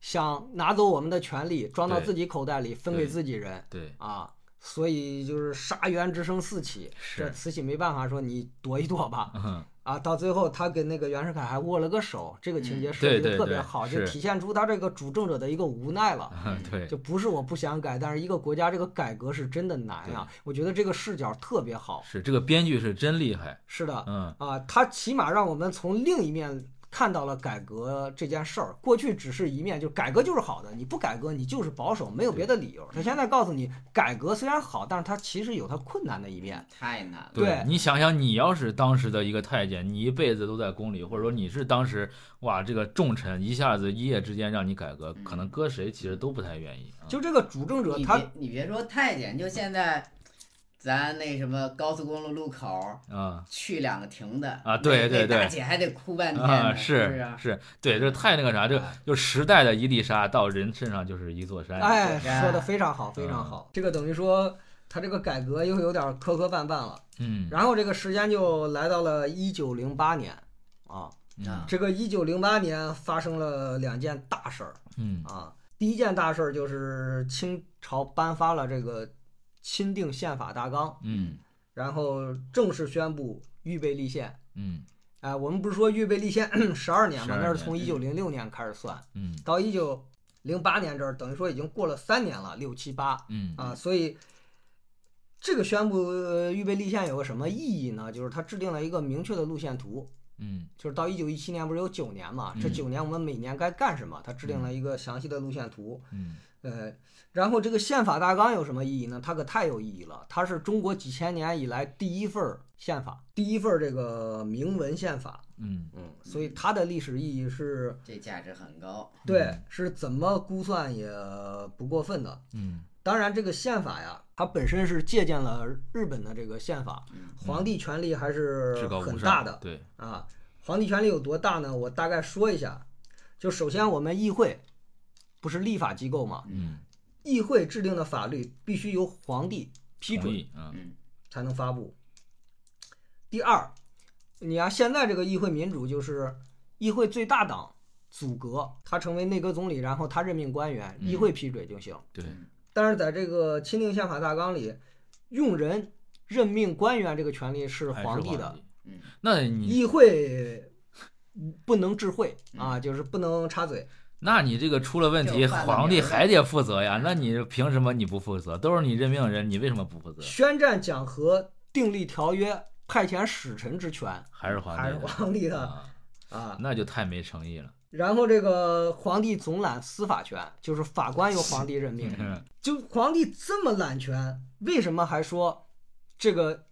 Speaker 3: 想拿走我们的权利，装到自己口袋里分给自己人
Speaker 1: 对，
Speaker 3: 啊，所以就是杀园之声四起。这
Speaker 1: 是，
Speaker 3: 慈禧没办法说你躲一躲吧，
Speaker 1: 嗯，
Speaker 3: 啊，到最后他跟那个袁世凯还握了个手，这个情节设计
Speaker 1: 嗯对
Speaker 3: 的
Speaker 1: 对
Speaker 3: 特别
Speaker 1: 对啊
Speaker 3: 好，就是体现出他这个主政者的一个无奈了。
Speaker 1: 对，
Speaker 3: 就不是我不想改，但是一个国家这个改革是真的难呀、我觉得这个视角特别好。
Speaker 1: 是这个编剧是真厉害，
Speaker 3: 是的，
Speaker 1: 嗯，
Speaker 3: 啊，它起码让我们从另一面看到了改革这件事儿。过去只是一面，就改革就是好的，你不改革你就是保守，没有别的理由。他现在告诉你，改革虽然好，但是它其实有它困难的一面。
Speaker 2: 太难了，
Speaker 3: 对
Speaker 1: 你想想，你要是当时的一个太监，你一辈子都在宫里，或者说你是当时哇这个重臣，一下子一夜之间让你改革，可能搁谁其实都不太愿意，啊
Speaker 3: 就这个主政者
Speaker 2: 你
Speaker 3: 他
Speaker 2: 别你别说太监，就现在咱那什么高速公路路口
Speaker 1: 啊
Speaker 2: 去两个停的
Speaker 1: 啊对
Speaker 2: 那
Speaker 1: 对
Speaker 2: 那
Speaker 1: 对
Speaker 2: 大姐还得哭半天
Speaker 1: 啊
Speaker 2: 呢，是不
Speaker 1: 是是，对，这太那个啥，就
Speaker 3: 啊
Speaker 1: 就时代的一粒沙到人身上就是一座山。
Speaker 3: 哎，
Speaker 2: 对
Speaker 3: 说的非常好，非常好。这个等于说他这个改革又有点磕磕绊绊了。
Speaker 1: 嗯
Speaker 3: 然后这个时间就来到了一九零八年啊，
Speaker 1: 嗯
Speaker 2: 啊
Speaker 3: 这个一九零八年发生了两件大事儿
Speaker 1: 嗯
Speaker 3: 啊。第一件大事儿就是清朝颁发了这个钦定宪法大纲，
Speaker 1: 嗯
Speaker 3: 然后正式宣布预备立宪。
Speaker 1: 嗯
Speaker 3: 哎，我们不是说预备立宪 <clears throat> 十二年吗
Speaker 1: 12？
Speaker 3: 那是从一
Speaker 1: 年
Speaker 3: 九零六年开始算，
Speaker 1: 嗯
Speaker 3: 到一九零八年这儿，等于说已经过了三年了，六七八。
Speaker 1: 嗯
Speaker 3: 啊，所以这个宣布呃预备立宪有个什么意义呢？就是它制定了一个明确的路线图，
Speaker 1: 嗯
Speaker 3: 就是到一九一七年不是有九年嘛，这
Speaker 1: 嗯
Speaker 3: 九年我们每年该干什么，它制定了一个详细的路线图。
Speaker 1: 嗯
Speaker 3: 呃，然后这个宪法大纲有什么意义呢？它可太有意义了，它是中国几千年以来第一份儿宪法，第一份儿这个明文宪法。
Speaker 1: 嗯
Speaker 3: 嗯，所以它的历史意义是
Speaker 2: 这价值很高。
Speaker 3: 对
Speaker 1: 嗯，
Speaker 3: 是怎么估算也不过分的。
Speaker 1: 嗯
Speaker 3: 当然，这个宪法呀，它本身是借鉴了日本的这个宪法，
Speaker 2: 嗯
Speaker 3: 皇帝权力还是
Speaker 1: 至高无
Speaker 3: 很
Speaker 1: 上。
Speaker 3: 大的
Speaker 1: 对，
Speaker 3: 啊。皇帝权力有多大呢？我大概说一下。就首先，我们议会不是立法机构嘛，
Speaker 1: 嗯，
Speaker 3: 议会制定的法律必须由皇帝批
Speaker 1: 同
Speaker 3: 准
Speaker 1: 意啊，
Speaker 2: 嗯
Speaker 3: 才能发布。第二，你看、现在这个议会民主就是议会最大党组阁，他成为内阁总理，然后他任命官员，
Speaker 1: 嗯
Speaker 3: 议会批准就行。
Speaker 1: 对，
Speaker 2: 嗯
Speaker 3: 但是在这个钦定宪法大纲里，用人任命官员这个权利是
Speaker 1: 还是
Speaker 3: 皇帝的，。
Speaker 2: 嗯
Speaker 1: 那你
Speaker 3: 议会不能智慧啊，就是不能插嘴。
Speaker 1: 那你这个出了问题，
Speaker 2: 就换了
Speaker 1: 皇帝
Speaker 2: 名儿了
Speaker 1: 还得负责呀？那你凭什么你不负责？都是你任命人，你为什么不负责？
Speaker 3: 宣战讲和、订立条约、派遣使臣之权
Speaker 1: 还是皇
Speaker 3: 还是
Speaker 1: 帝的
Speaker 3: 皇帝的
Speaker 1: 啊？
Speaker 3: 啊。
Speaker 1: 那就太没诚意了。
Speaker 3: 然后这个皇帝总揽司法权，就是法官由皇帝任命。
Speaker 1: 嗯
Speaker 3: 就皇帝这么揽权，为什么还说这个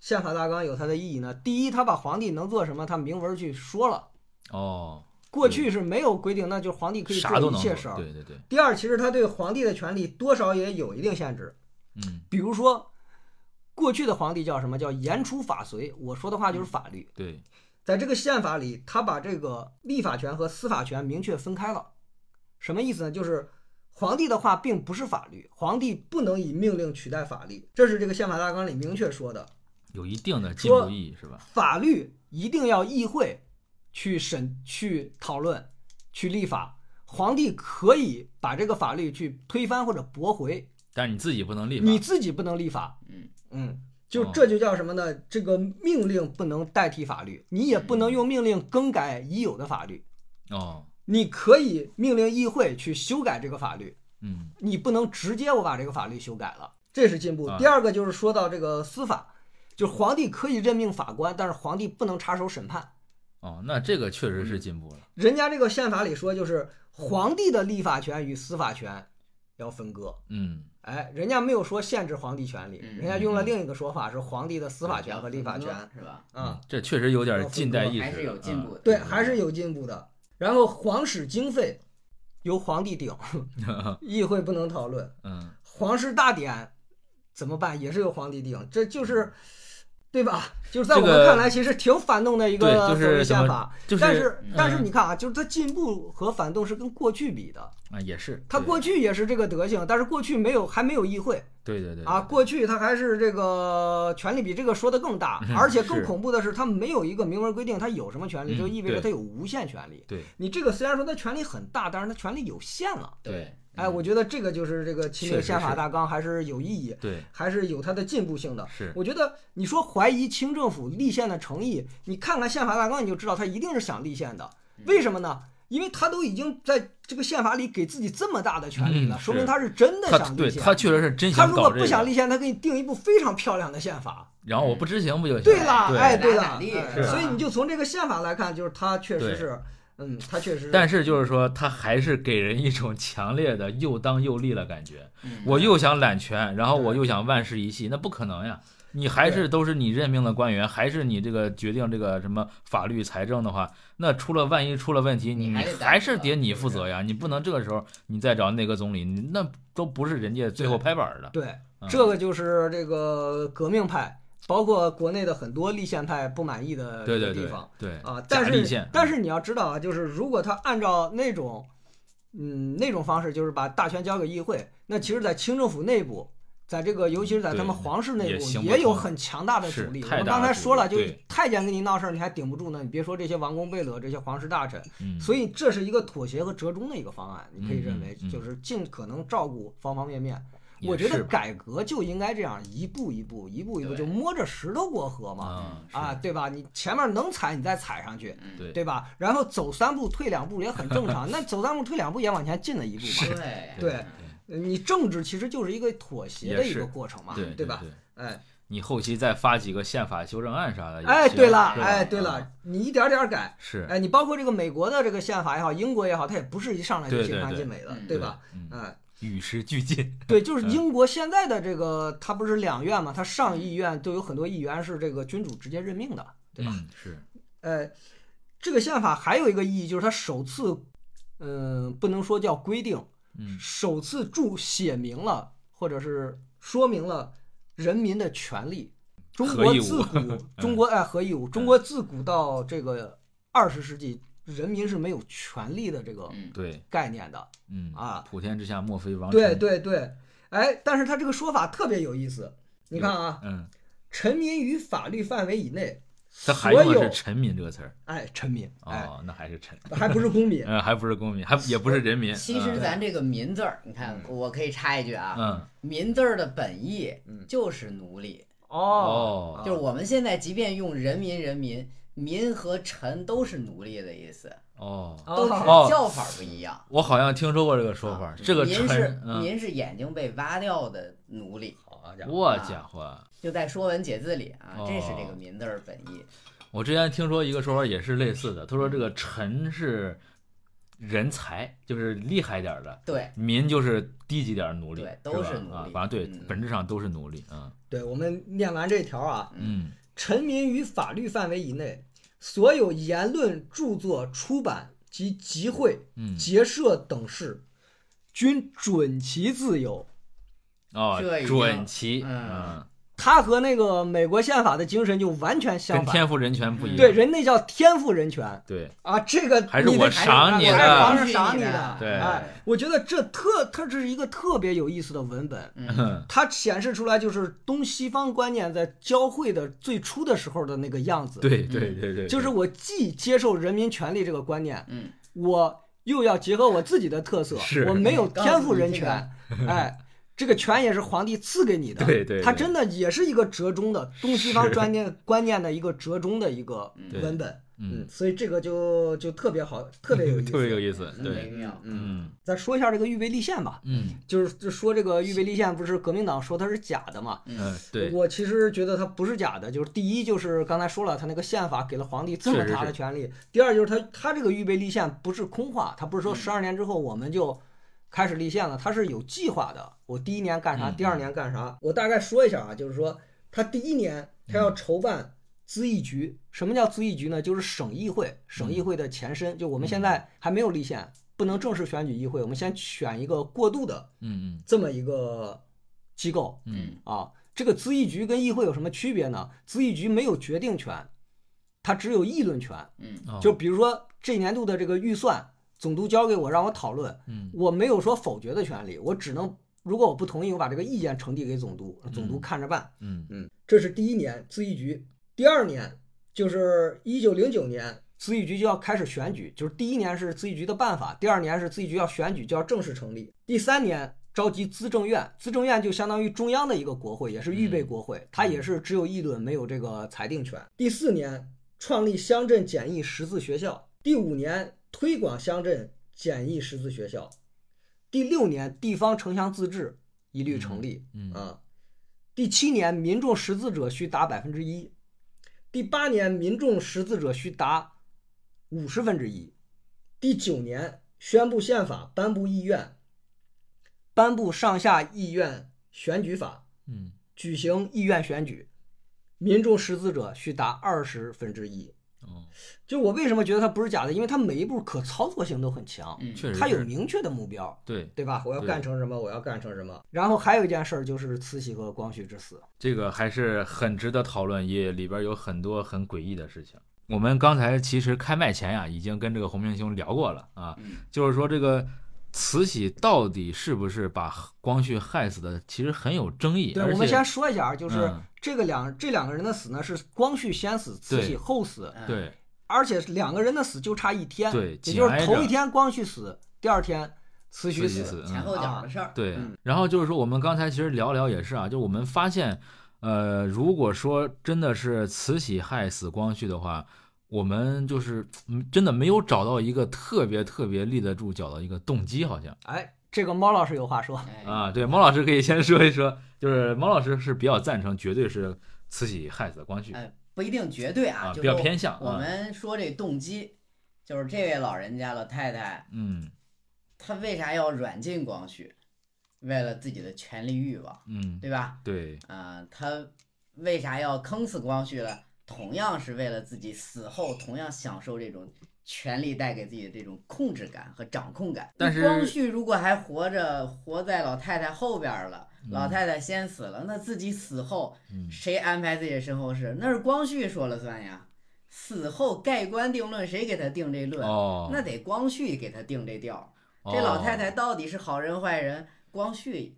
Speaker 3: 宪法大纲有它的意义呢？第一，他把皇帝能做什么，他明文去说了。
Speaker 1: 哦，
Speaker 3: 过去是没有规定，那就是皇帝可以
Speaker 1: 啥都
Speaker 3: 做一
Speaker 1: 能
Speaker 3: 切事
Speaker 1: 做。
Speaker 3: 儿。
Speaker 1: 对对对，
Speaker 3: 第二，其实他对皇帝的权力多少也有一定限制，
Speaker 1: 嗯，
Speaker 3: 比如说，过去的皇帝叫什么叫言出法随，我说的话
Speaker 1: 嗯
Speaker 3: 就是法律。
Speaker 1: 对，
Speaker 3: 在这个宪法里，他把这个立法权和司法权明确分开了。什么意思呢？就是皇帝的话并不是法律，皇帝不能以命令取代法律，这是这个宪法大纲里明确说的。
Speaker 1: 有一定的进步意义是吧？
Speaker 3: 法律一定要议会去审、去讨论、去立法。皇帝可以把这个法律去推翻或者驳回，
Speaker 1: 但是你自己不能立
Speaker 3: 你
Speaker 1: 法。
Speaker 3: 自己不能立法。
Speaker 2: 嗯
Speaker 3: 嗯，就
Speaker 1: 哦
Speaker 3: 这就叫什么呢？这个命令不能代替法律，你也不能用命令更改已有的法律。
Speaker 1: 哦，
Speaker 3: 你可以命令议会去修改这个法律，
Speaker 1: 嗯
Speaker 3: 你不能直接我把这个法律修改了，这是进步
Speaker 1: 啊。
Speaker 3: 第二个就是说到这个司法，就是皇帝可以任命法官，但是皇帝不能插手审判。
Speaker 1: 哦，那这个确实是进步了。
Speaker 3: 人家这个宪法里说，就是皇帝的立法权与司法权要分割。
Speaker 1: 嗯，
Speaker 3: 哎，人家没有说限制皇帝权利，
Speaker 2: 嗯
Speaker 3: 人家用了另一个说法，是皇帝的司法权和立法权
Speaker 2: 是吧？
Speaker 3: 啊。
Speaker 1: 嗯这确实有点近代意啊识，
Speaker 2: 还是有
Speaker 1: 嗯
Speaker 2: 进步的。
Speaker 3: 对，还是有进步的。然后皇室经费由皇
Speaker 2: <laughs>
Speaker 3: 帝顶，议会不能讨论。
Speaker 1: 嗯。
Speaker 3: 皇室大典怎么办？也是由皇帝定，这就是，对吧？就是在
Speaker 1: 嗯这
Speaker 3: 我
Speaker 1: 个
Speaker 3: 们看来，其实挺反动的一
Speaker 1: 对
Speaker 3: 个
Speaker 1: 就是
Speaker 3: 所谓
Speaker 1: 怎么
Speaker 3: 宪法。
Speaker 1: 嗯，就是，
Speaker 3: 但是
Speaker 2: 嗯
Speaker 3: 但是你看啊，就是它进步和反动是跟过去比的。
Speaker 1: 啊，也是
Speaker 3: 它
Speaker 1: 对
Speaker 3: 过去也是这个德行，但是过去没有还没有议会
Speaker 1: 对对对
Speaker 3: 啊，
Speaker 1: 对
Speaker 3: 过去它还是这个权力比这个说的更大
Speaker 1: 嗯，
Speaker 3: 而且更
Speaker 1: 是
Speaker 3: 恐怖的是，它没有一个明文规定它有什么权利，
Speaker 1: 嗯
Speaker 3: 就意味着它
Speaker 1: 对
Speaker 3: 有无限权利。
Speaker 1: 对
Speaker 3: 你这个虽然说它权力很大，但是它权力有限了。
Speaker 1: 对
Speaker 2: 对，
Speaker 3: 哎，我觉得这个就是这个《清
Speaker 1: 确
Speaker 3: 定
Speaker 1: 实
Speaker 3: 宪法
Speaker 1: 是
Speaker 3: 大纲》还是有意义，
Speaker 1: 对
Speaker 3: 还是有它的进步性的。
Speaker 1: 是，
Speaker 3: 我觉得你说怀疑清政府立宪的诚意，你看看宪法大纲你就知道他一定是想立宪的。
Speaker 2: 嗯
Speaker 3: 为什么呢？因为他都已经在这个宪法里给自己这么大的权利了，
Speaker 1: 嗯
Speaker 3: 说明他是真的
Speaker 1: 他
Speaker 3: 想立
Speaker 1: 对
Speaker 3: 宪。
Speaker 1: 他确实是真
Speaker 3: 他
Speaker 1: 想
Speaker 3: 如果
Speaker 1: 搞这
Speaker 3: 不想
Speaker 1: 个，
Speaker 3: 立宪，他给你定一部非常漂亮的宪法。
Speaker 1: 然后我不知情不就行？
Speaker 3: 对啦，
Speaker 1: 对
Speaker 3: 哎，对
Speaker 2: 打
Speaker 3: 啦，
Speaker 2: 打力
Speaker 3: 哎
Speaker 1: 是吧
Speaker 3: 所以你就从这个宪法来看，就是他确实
Speaker 1: 对
Speaker 3: 是，嗯，他确实是。
Speaker 1: 但是就是说，他还是给人一种强烈的又当又立的感觉。
Speaker 2: 嗯
Speaker 1: 我又想揽权，然后我
Speaker 3: 对
Speaker 1: 又想万事一系，那不可能呀。你还是都是你任命的官员，还是你这个决定这个什么法律财政的话，那出了万一出了问题，
Speaker 2: 你
Speaker 1: 你
Speaker 2: 还得担
Speaker 1: 还是
Speaker 2: 责
Speaker 1: 得你
Speaker 2: 是不
Speaker 1: 负
Speaker 2: 是
Speaker 1: 责呀，你不能这个时候你再找内阁总理，你那都不是人家最后拍板儿的。
Speaker 3: 对，
Speaker 1: 嗯
Speaker 3: 这个就是这个革命派，包括国内的很多立宪派不满意的这
Speaker 1: 对对
Speaker 3: 个地
Speaker 1: 对
Speaker 3: 方。
Speaker 1: 对，
Speaker 3: 啊，
Speaker 1: 假
Speaker 3: 但
Speaker 1: 立宪
Speaker 3: 是但是你要知道啊，就是如果他按照那种，嗯，那种方式，就是把大权交给议会，那其实，在清政府内部，在这个尤其是在他
Speaker 1: 对
Speaker 3: 们皇室内
Speaker 1: 也
Speaker 3: 部，
Speaker 1: 行不
Speaker 3: 也有
Speaker 1: 通
Speaker 3: 很强大的
Speaker 1: 是
Speaker 3: 阻力。
Speaker 1: 太
Speaker 3: 我
Speaker 1: 大
Speaker 3: 刚
Speaker 1: 的
Speaker 3: 才
Speaker 1: 阻
Speaker 3: 说
Speaker 1: 力
Speaker 3: 了，就是
Speaker 1: 对
Speaker 3: 太监跟你闹事儿，你还顶不住呢，你别说这些王公贝勒、这些皇室大臣，
Speaker 1: 嗯，
Speaker 3: 所以这是一个妥协和折中的一个方案，你可以
Speaker 1: 嗯
Speaker 3: 认
Speaker 1: 嗯
Speaker 3: 为
Speaker 1: 嗯
Speaker 3: 就是尽可能照顾方方面面。
Speaker 1: 也
Speaker 3: 我觉
Speaker 1: 是
Speaker 3: 得
Speaker 1: 吧
Speaker 3: 改革就应该这样一步一步、一步一步，
Speaker 2: 对
Speaker 3: 就摸着石头过河嘛。
Speaker 1: 啊
Speaker 3: 啊，，对吧？你前面能踩，你再踩上去，
Speaker 2: 嗯
Speaker 1: 对
Speaker 3: 对吧？然后走三步退两步也很
Speaker 1: <laughs>
Speaker 3: 正常，那走三步退两步也往前进了一步嘛。
Speaker 2: 对
Speaker 1: 对
Speaker 3: 对呃你政治其实就是一个妥协的
Speaker 1: 也
Speaker 3: 一
Speaker 1: 是
Speaker 3: 个过程嘛，
Speaker 1: 对
Speaker 3: 对吧？
Speaker 1: 对
Speaker 3: 哎
Speaker 1: 你后期再发几个宪法修正案啥的也行，
Speaker 3: 哎，对了，
Speaker 1: 是吧
Speaker 3: 哎对，
Speaker 1: 啊
Speaker 3: 了，你一点点改，
Speaker 1: 是
Speaker 3: 哎，你包括这个美国的这个宪法也好，英国也好，它也不是一上来就
Speaker 1: 对
Speaker 3: 尽
Speaker 1: 对
Speaker 3: 善
Speaker 1: 对
Speaker 3: 尽美的，
Speaker 2: 嗯
Speaker 3: 对吧？？
Speaker 1: 嗯，
Speaker 3: 哎，
Speaker 1: 与时俱进，
Speaker 3: 对，就是
Speaker 1: 嗯
Speaker 3: 英国现在的这个，它不是两院嘛？它上议院都有很多议员是这个君主直接任命的，对吧？
Speaker 1: 嗯？是，
Speaker 3: 呃，这个宪法还有一个意义就是它首次，嗯、不能说叫规定，
Speaker 1: 嗯，
Speaker 3: 首次注写明了或者是说明了人民的权利。中
Speaker 1: 合
Speaker 3: 国
Speaker 1: 议
Speaker 3: 自
Speaker 1: 武
Speaker 3: 古，中国哎合义务，中国自古到这个二十世纪，人民是没有权利的这个
Speaker 2: 嗯，
Speaker 1: 对，
Speaker 3: 概念的
Speaker 1: 嗯
Speaker 3: 啊。
Speaker 1: 普天之下莫非王
Speaker 3: 对
Speaker 1: 臣，
Speaker 3: 对对，哎，但是他这个说法特别有意思。你看啊，
Speaker 1: 嗯，
Speaker 3: 臣民于法律范围以内，
Speaker 1: 他还
Speaker 3: 所
Speaker 1: 用的是
Speaker 3: 有
Speaker 1: “臣民”这个词儿，
Speaker 3: 哎，臣民，哎，
Speaker 1: 哦，那还是臣，
Speaker 3: 还不是
Speaker 1: <laughs>
Speaker 3: 公民，哦
Speaker 1: 呃，还不是公民，还也不是人民，
Speaker 2: 其实
Speaker 1: 嗯
Speaker 2: 咱这个“民”字儿，你看，我可以插一句啊，“
Speaker 1: 嗯，
Speaker 2: 民”字儿的本意
Speaker 3: 嗯
Speaker 2: 就是奴隶，
Speaker 1: 哦
Speaker 3: 啊
Speaker 2: 就是我们现在即便用“人民”“人民”，“民”和“臣”都是奴隶的意思，
Speaker 1: 哦，
Speaker 2: 都是
Speaker 1: 哦
Speaker 2: 叫法不一样。
Speaker 1: 我好像听说过这个说法，这个
Speaker 2: 您啊是
Speaker 1: 臣，嗯，
Speaker 2: 您是眼睛被挖掉的奴隶，
Speaker 3: 好家伙，
Speaker 1: 我家伙，
Speaker 2: 就在《说文解字》里啊，
Speaker 1: 哦
Speaker 2: 这是这个“民”字儿本意。
Speaker 1: 我之前听说一个说法也是类似的，他说这个臣是人才，就是厉害点儿的，
Speaker 2: 对，
Speaker 1: 民就是低级点儿奴隶，
Speaker 2: 对都
Speaker 1: 是
Speaker 2: 是
Speaker 1: 吧
Speaker 2: 奴
Speaker 1: 啊
Speaker 2: 隶
Speaker 1: 反正对，
Speaker 2: 嗯
Speaker 1: 本质上都是奴隶，嗯
Speaker 3: 对我们念完这条啊，
Speaker 1: 嗯，
Speaker 3: 臣民于法律范围以内，所有言论、著作、出版及集会、
Speaker 1: 嗯
Speaker 3: 结社等事，均准其自由。
Speaker 1: 哦
Speaker 2: 这已，经
Speaker 1: 准其，
Speaker 2: 嗯，
Speaker 3: 它和那个美国宪法的精神就完全相
Speaker 1: 跟
Speaker 3: 反。
Speaker 1: 天赋人权不一样，
Speaker 3: 对，人那叫天赋人权
Speaker 1: <laughs> 对
Speaker 3: 啊，这个
Speaker 1: 还是
Speaker 3: 你得
Speaker 1: 我
Speaker 3: 看
Speaker 1: 赏你
Speaker 3: 我还
Speaker 1: 的
Speaker 3: 皇上赏你
Speaker 2: 的
Speaker 3: 的，
Speaker 1: 对
Speaker 3: 哎，我觉得这特它这是一个特别有意思的文本，
Speaker 1: <laughs>
Speaker 2: 嗯，
Speaker 3: 它显示出来就是东西方观念在交汇的最初的时候的那个样子。
Speaker 1: 对对对对，
Speaker 3: 就是我既接受人民权利这个观念，
Speaker 2: 嗯，
Speaker 3: 我又要结合我自己的特色
Speaker 1: 是，
Speaker 3: 我没有天赋人
Speaker 2: 告
Speaker 3: 权，哎，这个权也是皇帝赐给你的，
Speaker 1: <laughs> 对对对
Speaker 3: 它真的也是一个折中的东西方
Speaker 1: 是
Speaker 3: 观念观念的一个折中的一个
Speaker 1: 对
Speaker 3: 文本，
Speaker 1: 嗯，
Speaker 3: 所以这个就就特别好，特别有意
Speaker 1: <laughs>
Speaker 3: 思，
Speaker 1: 特别有意思，
Speaker 3: 嗯
Speaker 2: 美
Speaker 1: 对，
Speaker 2: 妙。
Speaker 1: 嗯
Speaker 3: 再说一下这个预备立宪吧，
Speaker 1: 嗯
Speaker 3: 就是就说这个预备立宪不是革命党说它是假的嘛，
Speaker 1: 嗯，对，
Speaker 3: 我其实觉得它不是假的，就是第一就是刚才说了，它那个宪法给了皇帝这么大的权利；第二就是它它这个预备立宪不是空话，它不是说
Speaker 2: 嗯
Speaker 3: 十二年之后我们就开始立宪了，它是有计划的。我第一年干啥，
Speaker 1: 嗯
Speaker 3: 第二年干啥？我大概说一下啊，就是说它第一年它
Speaker 1: 嗯
Speaker 3: 要筹办咨议局，什么叫咨议局呢？就是省议会，省
Speaker 1: 嗯
Speaker 3: 议会的前身，就我们现在还没有立宪，不能正式选举议会，我们先选一个过渡的
Speaker 1: 嗯
Speaker 3: 这么一个机构。
Speaker 1: 嗯嗯
Speaker 3: 啊，这个咨议局跟议会有什么区别呢？咨议局没有决定权，它只有议论权。
Speaker 2: 嗯，
Speaker 1: 哦
Speaker 3: 就比如说这年度的这个预算，总督交给我让我讨论，
Speaker 1: 嗯
Speaker 3: 我没有说否决的权利，我只能如果我不同意，我把这个意见呈递给总督，总督
Speaker 1: 嗯
Speaker 3: 看着办。
Speaker 1: 嗯
Speaker 3: 嗯，这是第一年咨议局，第二年就是一九零九年。咨议局就要开始选举，就是第一年是咨议局的办法，第二年是咨议局要选举，就要正式成立，第三年召集资政院，资政院就相当于中央的一个国会，也是预备国会，它也是只有议论，没有这个裁定权。第四年创立乡镇简易识字学校，第五年推广乡镇简易识字学校，第六年地方城乡自治一律成立，
Speaker 1: 嗯嗯
Speaker 3: 啊，第七年民众识字者需达百分之一，第八年民众识字者需达五十分之一，第九年宣布宪法，颁布议院，颁布上下议院选举法，
Speaker 1: 嗯
Speaker 3: 举行议院选举，民众识字者需达二十分之一。
Speaker 1: 哦，
Speaker 3: 就我为什么觉得它不是假的，因为它每一步可操作性都很强，
Speaker 2: 嗯，
Speaker 1: 确实
Speaker 3: 它有
Speaker 1: 是
Speaker 3: 明确的目标。
Speaker 1: 对
Speaker 3: 对吧？我要
Speaker 1: 对
Speaker 3: 干成什么？我要干成什么？然后还有一件事儿就是慈禧和光绪之死，
Speaker 1: 这个还是很值得讨论，也里边有很多很诡异的事情。我们刚才其实开麦前呀、已经跟这个洪明兄聊过了啊，
Speaker 2: 嗯
Speaker 1: 就是说这个慈禧到底是不是把光绪害死的，其实很有争议。
Speaker 3: 对，
Speaker 1: 而
Speaker 3: 我们
Speaker 1: 且
Speaker 3: 先说一下啊，就是
Speaker 1: 嗯
Speaker 3: 这个两这两个人的死呢，是光绪先死，慈禧
Speaker 1: 对
Speaker 3: 后死，
Speaker 2: 嗯
Speaker 1: 对
Speaker 3: 而且两个人的死就差一天，
Speaker 1: 对
Speaker 3: 也
Speaker 1: 紧
Speaker 3: 就是
Speaker 1: 挨
Speaker 3: 头
Speaker 1: 着
Speaker 3: 一天光绪死，第二天慈禧
Speaker 1: 慈禧
Speaker 3: 死。
Speaker 1: 死，
Speaker 2: 前
Speaker 1: 嗯
Speaker 2: 后脚的事儿，
Speaker 1: 对
Speaker 3: 嗯，
Speaker 1: 然后就是说，我们刚才其实聊聊也是啊，就我们发现，呃，如果说真的是慈禧害死光绪的话，我们就是嗯真的没有找到一个特别特别立得住脚的一个动机，好像
Speaker 3: 哎，这个猫老师有话说，
Speaker 2: 哎，
Speaker 1: 啊。对，毛老师可以先说一说，就是毛老师是比较赞成，绝对是慈禧害死的光绪
Speaker 2: 哎不一定绝对
Speaker 1: 啊，
Speaker 2: 就
Speaker 1: 比较偏向
Speaker 2: 我
Speaker 1: 啊，
Speaker 2: 们说这动机，就是这位老人家老太太，
Speaker 1: 嗯
Speaker 2: 她为啥要软禁光绪？为了自己的权力欲望，
Speaker 1: 嗯，
Speaker 2: 对吧？
Speaker 1: 对
Speaker 2: 啊、她为啥要坑死光绪了？同样是为了自己死后同样享受这种权力带给自己的这种控制感和掌控感。
Speaker 1: 但是
Speaker 2: 光绪如果还活着，活在老太太后边儿了，老太太先死了，那自己死后
Speaker 1: 嗯
Speaker 2: 谁安排自己的身后事？那是光绪说了算呀。死后盖棺定论，谁给他定这论？
Speaker 1: 哦，
Speaker 2: 那得光绪给他定这调儿。
Speaker 1: 哦
Speaker 2: 这老太太到底是好人坏人，光绪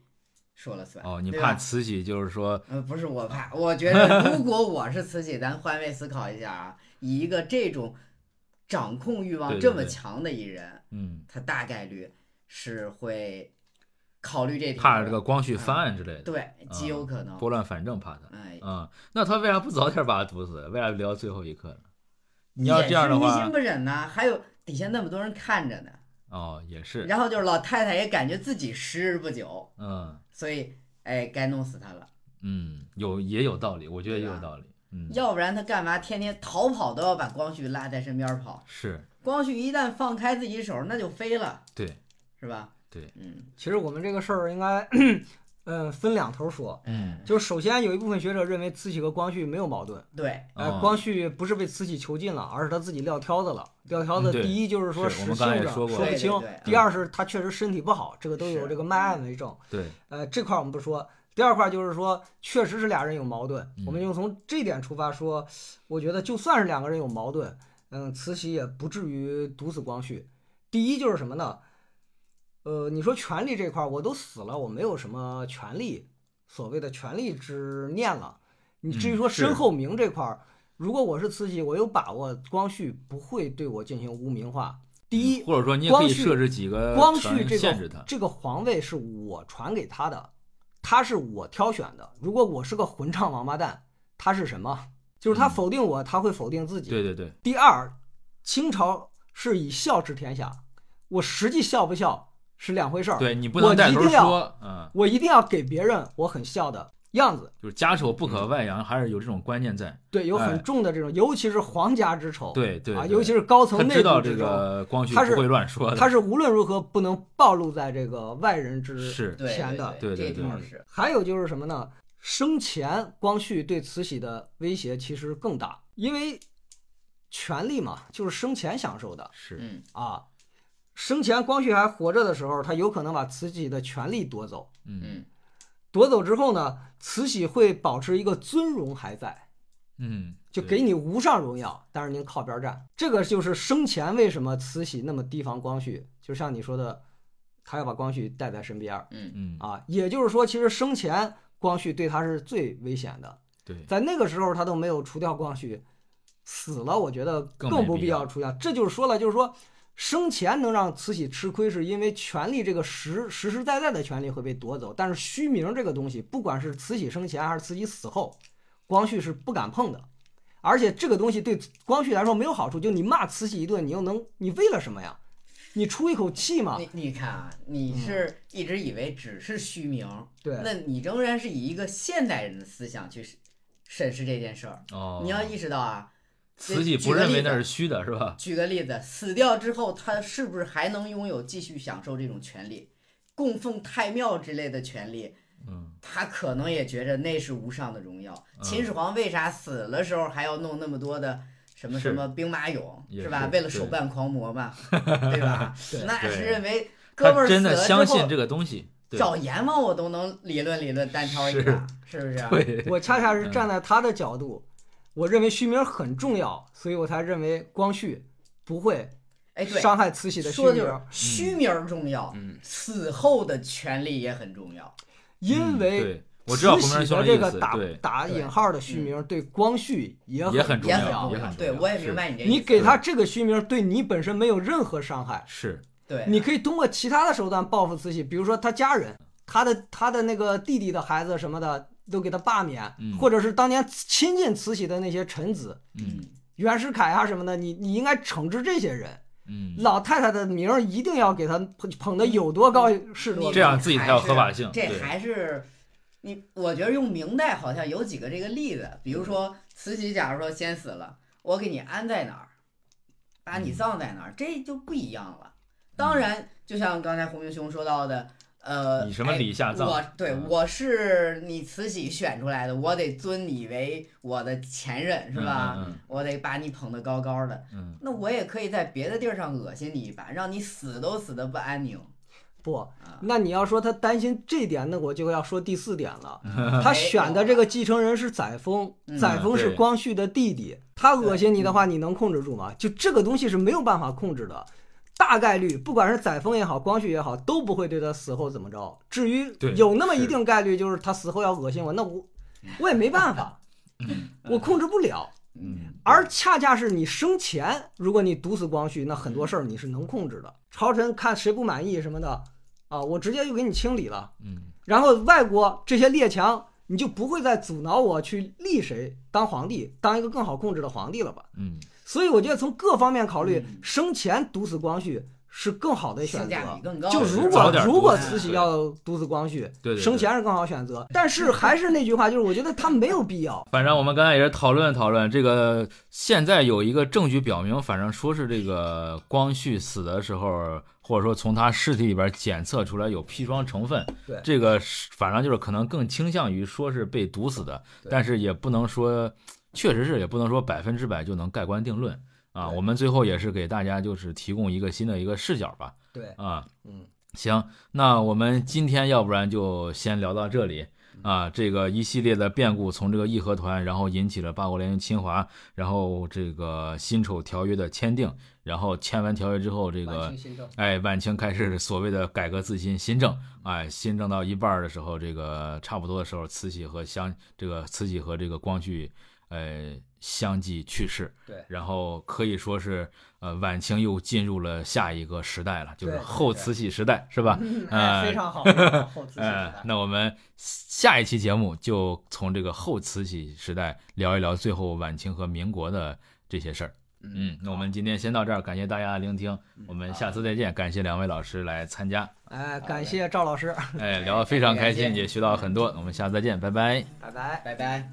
Speaker 2: 说了算。
Speaker 1: 哦，你
Speaker 2: 对
Speaker 1: 怕
Speaker 2: 吧
Speaker 1: 慈禧就是说
Speaker 2: 呃，不是我怕，我觉得如果我是慈禧，咱换位思考一下啊，以一个这种掌控欲望
Speaker 1: 对对
Speaker 2: 这么
Speaker 1: 对
Speaker 2: 强的一人，
Speaker 1: 嗯，
Speaker 2: 他大概率是会考虑这条，
Speaker 1: 怕这个嗯光绪翻案之类的。
Speaker 2: 对，极有可能。
Speaker 1: 拨乱反正，怕他。
Speaker 2: 哎，
Speaker 1: 嗯，那他为啥不早点把他毒死？为啥留到最后一刻呢？你要这样的
Speaker 2: 也是于
Speaker 1: 话
Speaker 2: 心，不忍呐、还有底下那么多人看着呢。
Speaker 1: 哦，也是，
Speaker 2: 然后就是老太太也感觉自己时日不久，
Speaker 1: 嗯
Speaker 2: 所以哎，该弄死他了，
Speaker 1: 嗯，有也有道理，我觉得也有道理，嗯，
Speaker 2: 要不然他干嘛天天逃跑都要把光绪拉在身边跑？
Speaker 1: 是
Speaker 2: 光绪一旦放开自己手，那就飞了，
Speaker 1: 对，
Speaker 2: 是吧？
Speaker 1: 对，
Speaker 2: 嗯，
Speaker 3: 其实我们这个事儿应该， <clears throat> 嗯，分两头说。
Speaker 1: 嗯，
Speaker 3: 就是首先有一部分学者认为慈禧和光绪没有矛盾，
Speaker 2: 对，
Speaker 3: 呃，
Speaker 1: 哦
Speaker 3: 光绪不是被慈禧囚禁了，而是他自己撂挑子了。撂挑
Speaker 1: 嗯
Speaker 3: 子，
Speaker 1: 对
Speaker 3: 第一就是说
Speaker 1: 是
Speaker 3: 使
Speaker 1: 我
Speaker 3: 性
Speaker 1: 们刚才也
Speaker 3: 上
Speaker 1: 说过
Speaker 3: 说不
Speaker 2: 对对
Speaker 3: 清
Speaker 2: 对，
Speaker 3: 第二是他确实身体不好，这个都有
Speaker 2: 是
Speaker 3: 这个脉案为证。
Speaker 1: 对，
Speaker 3: 呃，这块儿我们不说。第二块就是说，确实是俩人有矛盾，
Speaker 1: 嗯
Speaker 3: 我们就从这点出发说，我觉得就算是两个人有矛盾，嗯，慈禧也不至于毒死光绪。第一就是什么呢？呃，你说权力这块儿，我都死了，我没有什么权利，所谓的权利之念了。你至于
Speaker 1: 嗯
Speaker 3: 说
Speaker 1: 是
Speaker 3: 身后名这块儿，如果我是慈禧，我有把握光绪不会对我进行污名化。第一，
Speaker 1: 嗯或者说你也可
Speaker 3: 光
Speaker 1: 以
Speaker 3: 绪
Speaker 1: 设置几个
Speaker 3: 光
Speaker 1: 权
Speaker 3: 绪这
Speaker 1: 呃限制
Speaker 3: 个
Speaker 1: 他，
Speaker 3: 这个皇位是我传给他的，他是我挑选的。如果我是个混账王八蛋，他是什么？就是他
Speaker 1: 嗯
Speaker 3: 否定我，他会否定自己。
Speaker 1: 对对对，
Speaker 3: 第二，清朝是以孝治天下，我实际孝不孝是两回事儿。
Speaker 1: 对你不
Speaker 3: 我
Speaker 1: 能带
Speaker 3: 一
Speaker 1: 头
Speaker 3: 定要
Speaker 1: 说，嗯，
Speaker 3: 我一定要给别人我很孝的样子。
Speaker 1: 就是家丑不可外扬，还是有这种观念在，
Speaker 3: 对，有
Speaker 1: 哎
Speaker 3: 很重的这种，尤其是皇家之仇。
Speaker 1: 对对
Speaker 3: 啊，
Speaker 1: 对
Speaker 3: 尤其是高层
Speaker 1: 他
Speaker 3: 内
Speaker 1: 知道
Speaker 3: 部
Speaker 1: 这
Speaker 3: 之仇，
Speaker 1: 个光绪
Speaker 3: 他是
Speaker 1: 不会乱说
Speaker 3: 他
Speaker 1: 的，
Speaker 3: 是无论如何不能暴露在这个外人之
Speaker 1: 是
Speaker 2: 对
Speaker 3: 前的。
Speaker 1: 对对
Speaker 2: 这
Speaker 1: 对
Speaker 2: 条是，
Speaker 3: 嗯还有就是什么呢？生前光绪对慈禧的威胁其实更大，因为权力嘛，就是生前享受的
Speaker 1: 是，
Speaker 2: 嗯，
Speaker 3: 啊。生前光绪还活着的时候，他有可能把慈禧的权力夺走，
Speaker 1: 嗯
Speaker 2: 嗯，
Speaker 3: 夺走之后呢，慈禧会保持一个尊荣还在，
Speaker 1: 嗯，
Speaker 3: 就
Speaker 1: 对
Speaker 3: 给你无上荣耀，但是您靠边站。这个就是生前为什么慈禧那么提防光绪，就像你说的，他要把光绪带在身边儿
Speaker 2: 嗯，
Speaker 1: 嗯
Speaker 3: 啊。也就是说，其实生前光绪对他是最危险的，
Speaker 1: 对，
Speaker 3: 在那个时候他都没有除掉光绪，死了我觉得
Speaker 1: 更没
Speaker 3: 更不
Speaker 1: 必
Speaker 3: 必
Speaker 1: 要
Speaker 3: 要除掉。这就是说了，就是说生前能让慈禧吃亏，是因为权力这个实实实在在的权利会被夺走，但是虚名这个东西，不管是慈禧生前还是慈禧死后，光绪是不敢碰的。而且这个东西对光绪来说没有好处，就你骂慈禧一顿，你又能你为了什么呀？你出一口气
Speaker 1: 嗯
Speaker 3: 嘛？
Speaker 2: 你你看啊，你是一直以为只是虚名，
Speaker 3: 对，
Speaker 2: 那你仍然是以一个现代人的思想去审审视这件事儿。
Speaker 1: 哦，
Speaker 2: 你要意识到啊，
Speaker 1: 慈禧
Speaker 2: 举
Speaker 1: 不
Speaker 2: 个
Speaker 1: 认
Speaker 2: 例
Speaker 1: 为那
Speaker 2: 子
Speaker 1: 是虚的，是吧？
Speaker 2: 举个例子，死掉之后，他是不是还能拥有继续享受这种权利，供奉太庙之类的权利？
Speaker 1: 嗯
Speaker 2: 他可能也觉着那是无上的荣耀。秦始皇为啥死了时候还要弄那么多的什么
Speaker 1: 是
Speaker 2: 什么兵马俑，
Speaker 1: 也
Speaker 2: 是
Speaker 1: 是
Speaker 2: 吧？
Speaker 1: 对
Speaker 2: 为了手办狂
Speaker 1: <laughs>
Speaker 2: 魔嘛，对吧？那是认为哥们
Speaker 1: 他
Speaker 2: 儿死
Speaker 1: 真的
Speaker 2: 了之
Speaker 1: 相信
Speaker 2: 后，
Speaker 1: 这个东西，对
Speaker 2: 找阎王我都能理论理论单挑一把，是不是？
Speaker 1: 对，嗯
Speaker 3: 我恰恰是站在他的角度，我认为虚名很重要，所以我才认为光绪不会
Speaker 2: 哎，对，
Speaker 3: 伤害慈禧的虚
Speaker 2: 说的就是
Speaker 3: 名，
Speaker 2: 虚名儿重要，
Speaker 3: 嗯，
Speaker 2: 死后的权利也很重要。
Speaker 1: 嗯
Speaker 3: 因为
Speaker 1: 对我知道
Speaker 3: 慈
Speaker 1: 红
Speaker 3: 禧
Speaker 1: 人兄
Speaker 3: 的
Speaker 1: 的意
Speaker 3: 这个
Speaker 1: 思，
Speaker 3: 打
Speaker 1: 对，
Speaker 3: 打
Speaker 2: 对嗯
Speaker 3: 引号的虚名对光绪也
Speaker 1: 也很重
Speaker 2: 也很
Speaker 1: 要也很重
Speaker 2: 对
Speaker 1: 要
Speaker 2: 我也
Speaker 1: 是
Speaker 2: 明白你这意
Speaker 3: 你
Speaker 2: 思。
Speaker 3: 给他这个虚名，对你本身没有任何伤害。
Speaker 1: 是
Speaker 2: 对，
Speaker 3: 你可以通过其他的手段报复慈禧，比如说他家人，他的他的那个弟弟的孩子什么的都给他罢免，
Speaker 1: 嗯
Speaker 3: 或者是当年亲近慈禧的那些臣子
Speaker 1: 嗯
Speaker 3: 袁世凯啊什么的，你你应该惩治这些人。
Speaker 1: 嗯，
Speaker 3: 老太太的名儿一定要给她捧捧的有多高是多
Speaker 2: 你
Speaker 3: 高。
Speaker 1: 这样自己才有合法性
Speaker 2: 这
Speaker 1: 对
Speaker 2: 还是你，我觉得用明代好像有几个这个例子，比如说慈禧，假如说先死了，我给你安在哪儿，把
Speaker 1: 嗯
Speaker 2: 你葬在哪儿，这就不一样了。当然，就像刚才洪明兄说到的，呃，
Speaker 1: 你什么
Speaker 2: 哎
Speaker 1: 礼下葬
Speaker 2: 我对
Speaker 1: 嗯
Speaker 2: 我是你慈禧选出来的，我得尊你为我的前任，是吧？
Speaker 1: 嗯
Speaker 2: 我得把你捧得高高的。
Speaker 1: 嗯
Speaker 2: 那我也可以在别的地儿上恶心你一把，让你死都死得不安宁。
Speaker 3: 不
Speaker 2: 啊，
Speaker 3: 那你要说她担心这点，那我就要说第四点
Speaker 1: <laughs>
Speaker 3: 了。她选的这个继承人是载沣，
Speaker 2: 嗯
Speaker 3: 载沣是
Speaker 1: 对
Speaker 3: 光绪的弟弟，他恶心你的话，你能控制住吗？就这个东西是没有办法控制的。大概率，不管是载沣也好，光绪也好，都不会对他死后怎么着。至于
Speaker 1: 对
Speaker 3: 有那么
Speaker 1: 是
Speaker 3: 一定概率，就是他死后要恶心我，那我我也没办法，我控制不了。
Speaker 1: 嗯，
Speaker 3: 而恰恰是你生前，如果你毒死光绪，那很多事儿你是能控制的。朝臣看谁不满意什么的，啊，我直接就给你清理了。
Speaker 1: 嗯
Speaker 3: 然后外国这些列强，你就不会再阻挠我去立谁当皇帝，当一个更好控制的皇帝了吧？
Speaker 1: 嗯
Speaker 3: 所以我觉得从各方面考虑
Speaker 2: 嗯，
Speaker 3: 生前毒死光绪是更好的选
Speaker 2: 性价
Speaker 3: 择
Speaker 2: 比。更高。
Speaker 3: 就如
Speaker 1: 早
Speaker 3: 果
Speaker 1: 点
Speaker 3: 如果
Speaker 2: 毒死
Speaker 3: 慈禧
Speaker 1: 对
Speaker 3: 要毒死光绪，
Speaker 1: 对对对
Speaker 3: 生前是更好选择。但是还是那句话，就是我觉得他没有必要。
Speaker 1: 反正我们刚才也是讨论讨论这个，现在有一个证据表明，反正说是这个光绪死的时候，或者说从他尸体里边检测出来有砒霜成分，
Speaker 3: 对
Speaker 1: 这个是反正就是可能更倾向于说是被毒死的，
Speaker 3: 对
Speaker 1: 但是也不能说，确实是也不能说百分之百就能盖棺定论啊。
Speaker 3: 对
Speaker 1: 我们最后也是给大家就是提供一个新的一个视角吧，
Speaker 3: <laughs> 对，
Speaker 1: 啊，
Speaker 3: 嗯，
Speaker 1: 行，那我们今天要不然就先聊到这里
Speaker 3: 嗯
Speaker 1: 啊。这个一系列的变故，从这个义和团，然后引起了八国联军侵华，然后这个辛丑条约的签订，然后签完条约之后，这个
Speaker 3: 嗯
Speaker 1: 哎，晚清开始所谓的改革自新新政，哎，新政到一半儿的时候，这个差不多的时候，慈禧和相这个慈禧和这个光绪，呃，相继去世。
Speaker 3: 对
Speaker 1: 然后可以说是，呃，晚清又进入了下一个时代了，就是
Speaker 3: 对对
Speaker 1: 后
Speaker 3: 对
Speaker 1: 慈禧时代，是吧？
Speaker 3: 嗯
Speaker 1: 哎
Speaker 3: 非
Speaker 1: <laughs>
Speaker 3: 常好，非常好自信啊
Speaker 1: 哎，
Speaker 3: 的。
Speaker 1: 那我们下一期节目就从这个后慈禧时代聊一聊最后晚清和民国的这些事儿。嗯，那我们今天先到这儿，感谢大家的聆听，
Speaker 3: 嗯
Speaker 1: 我们下次再见，感谢两位老师来参加，
Speaker 3: 哎，感谢赵老师，
Speaker 1: 哎，聊得非常开
Speaker 2: <laughs> 感
Speaker 1: 心，
Speaker 2: 谢
Speaker 1: 也学到很多，我们下次再见，拜拜。
Speaker 3: 拜拜。
Speaker 2: 拜拜。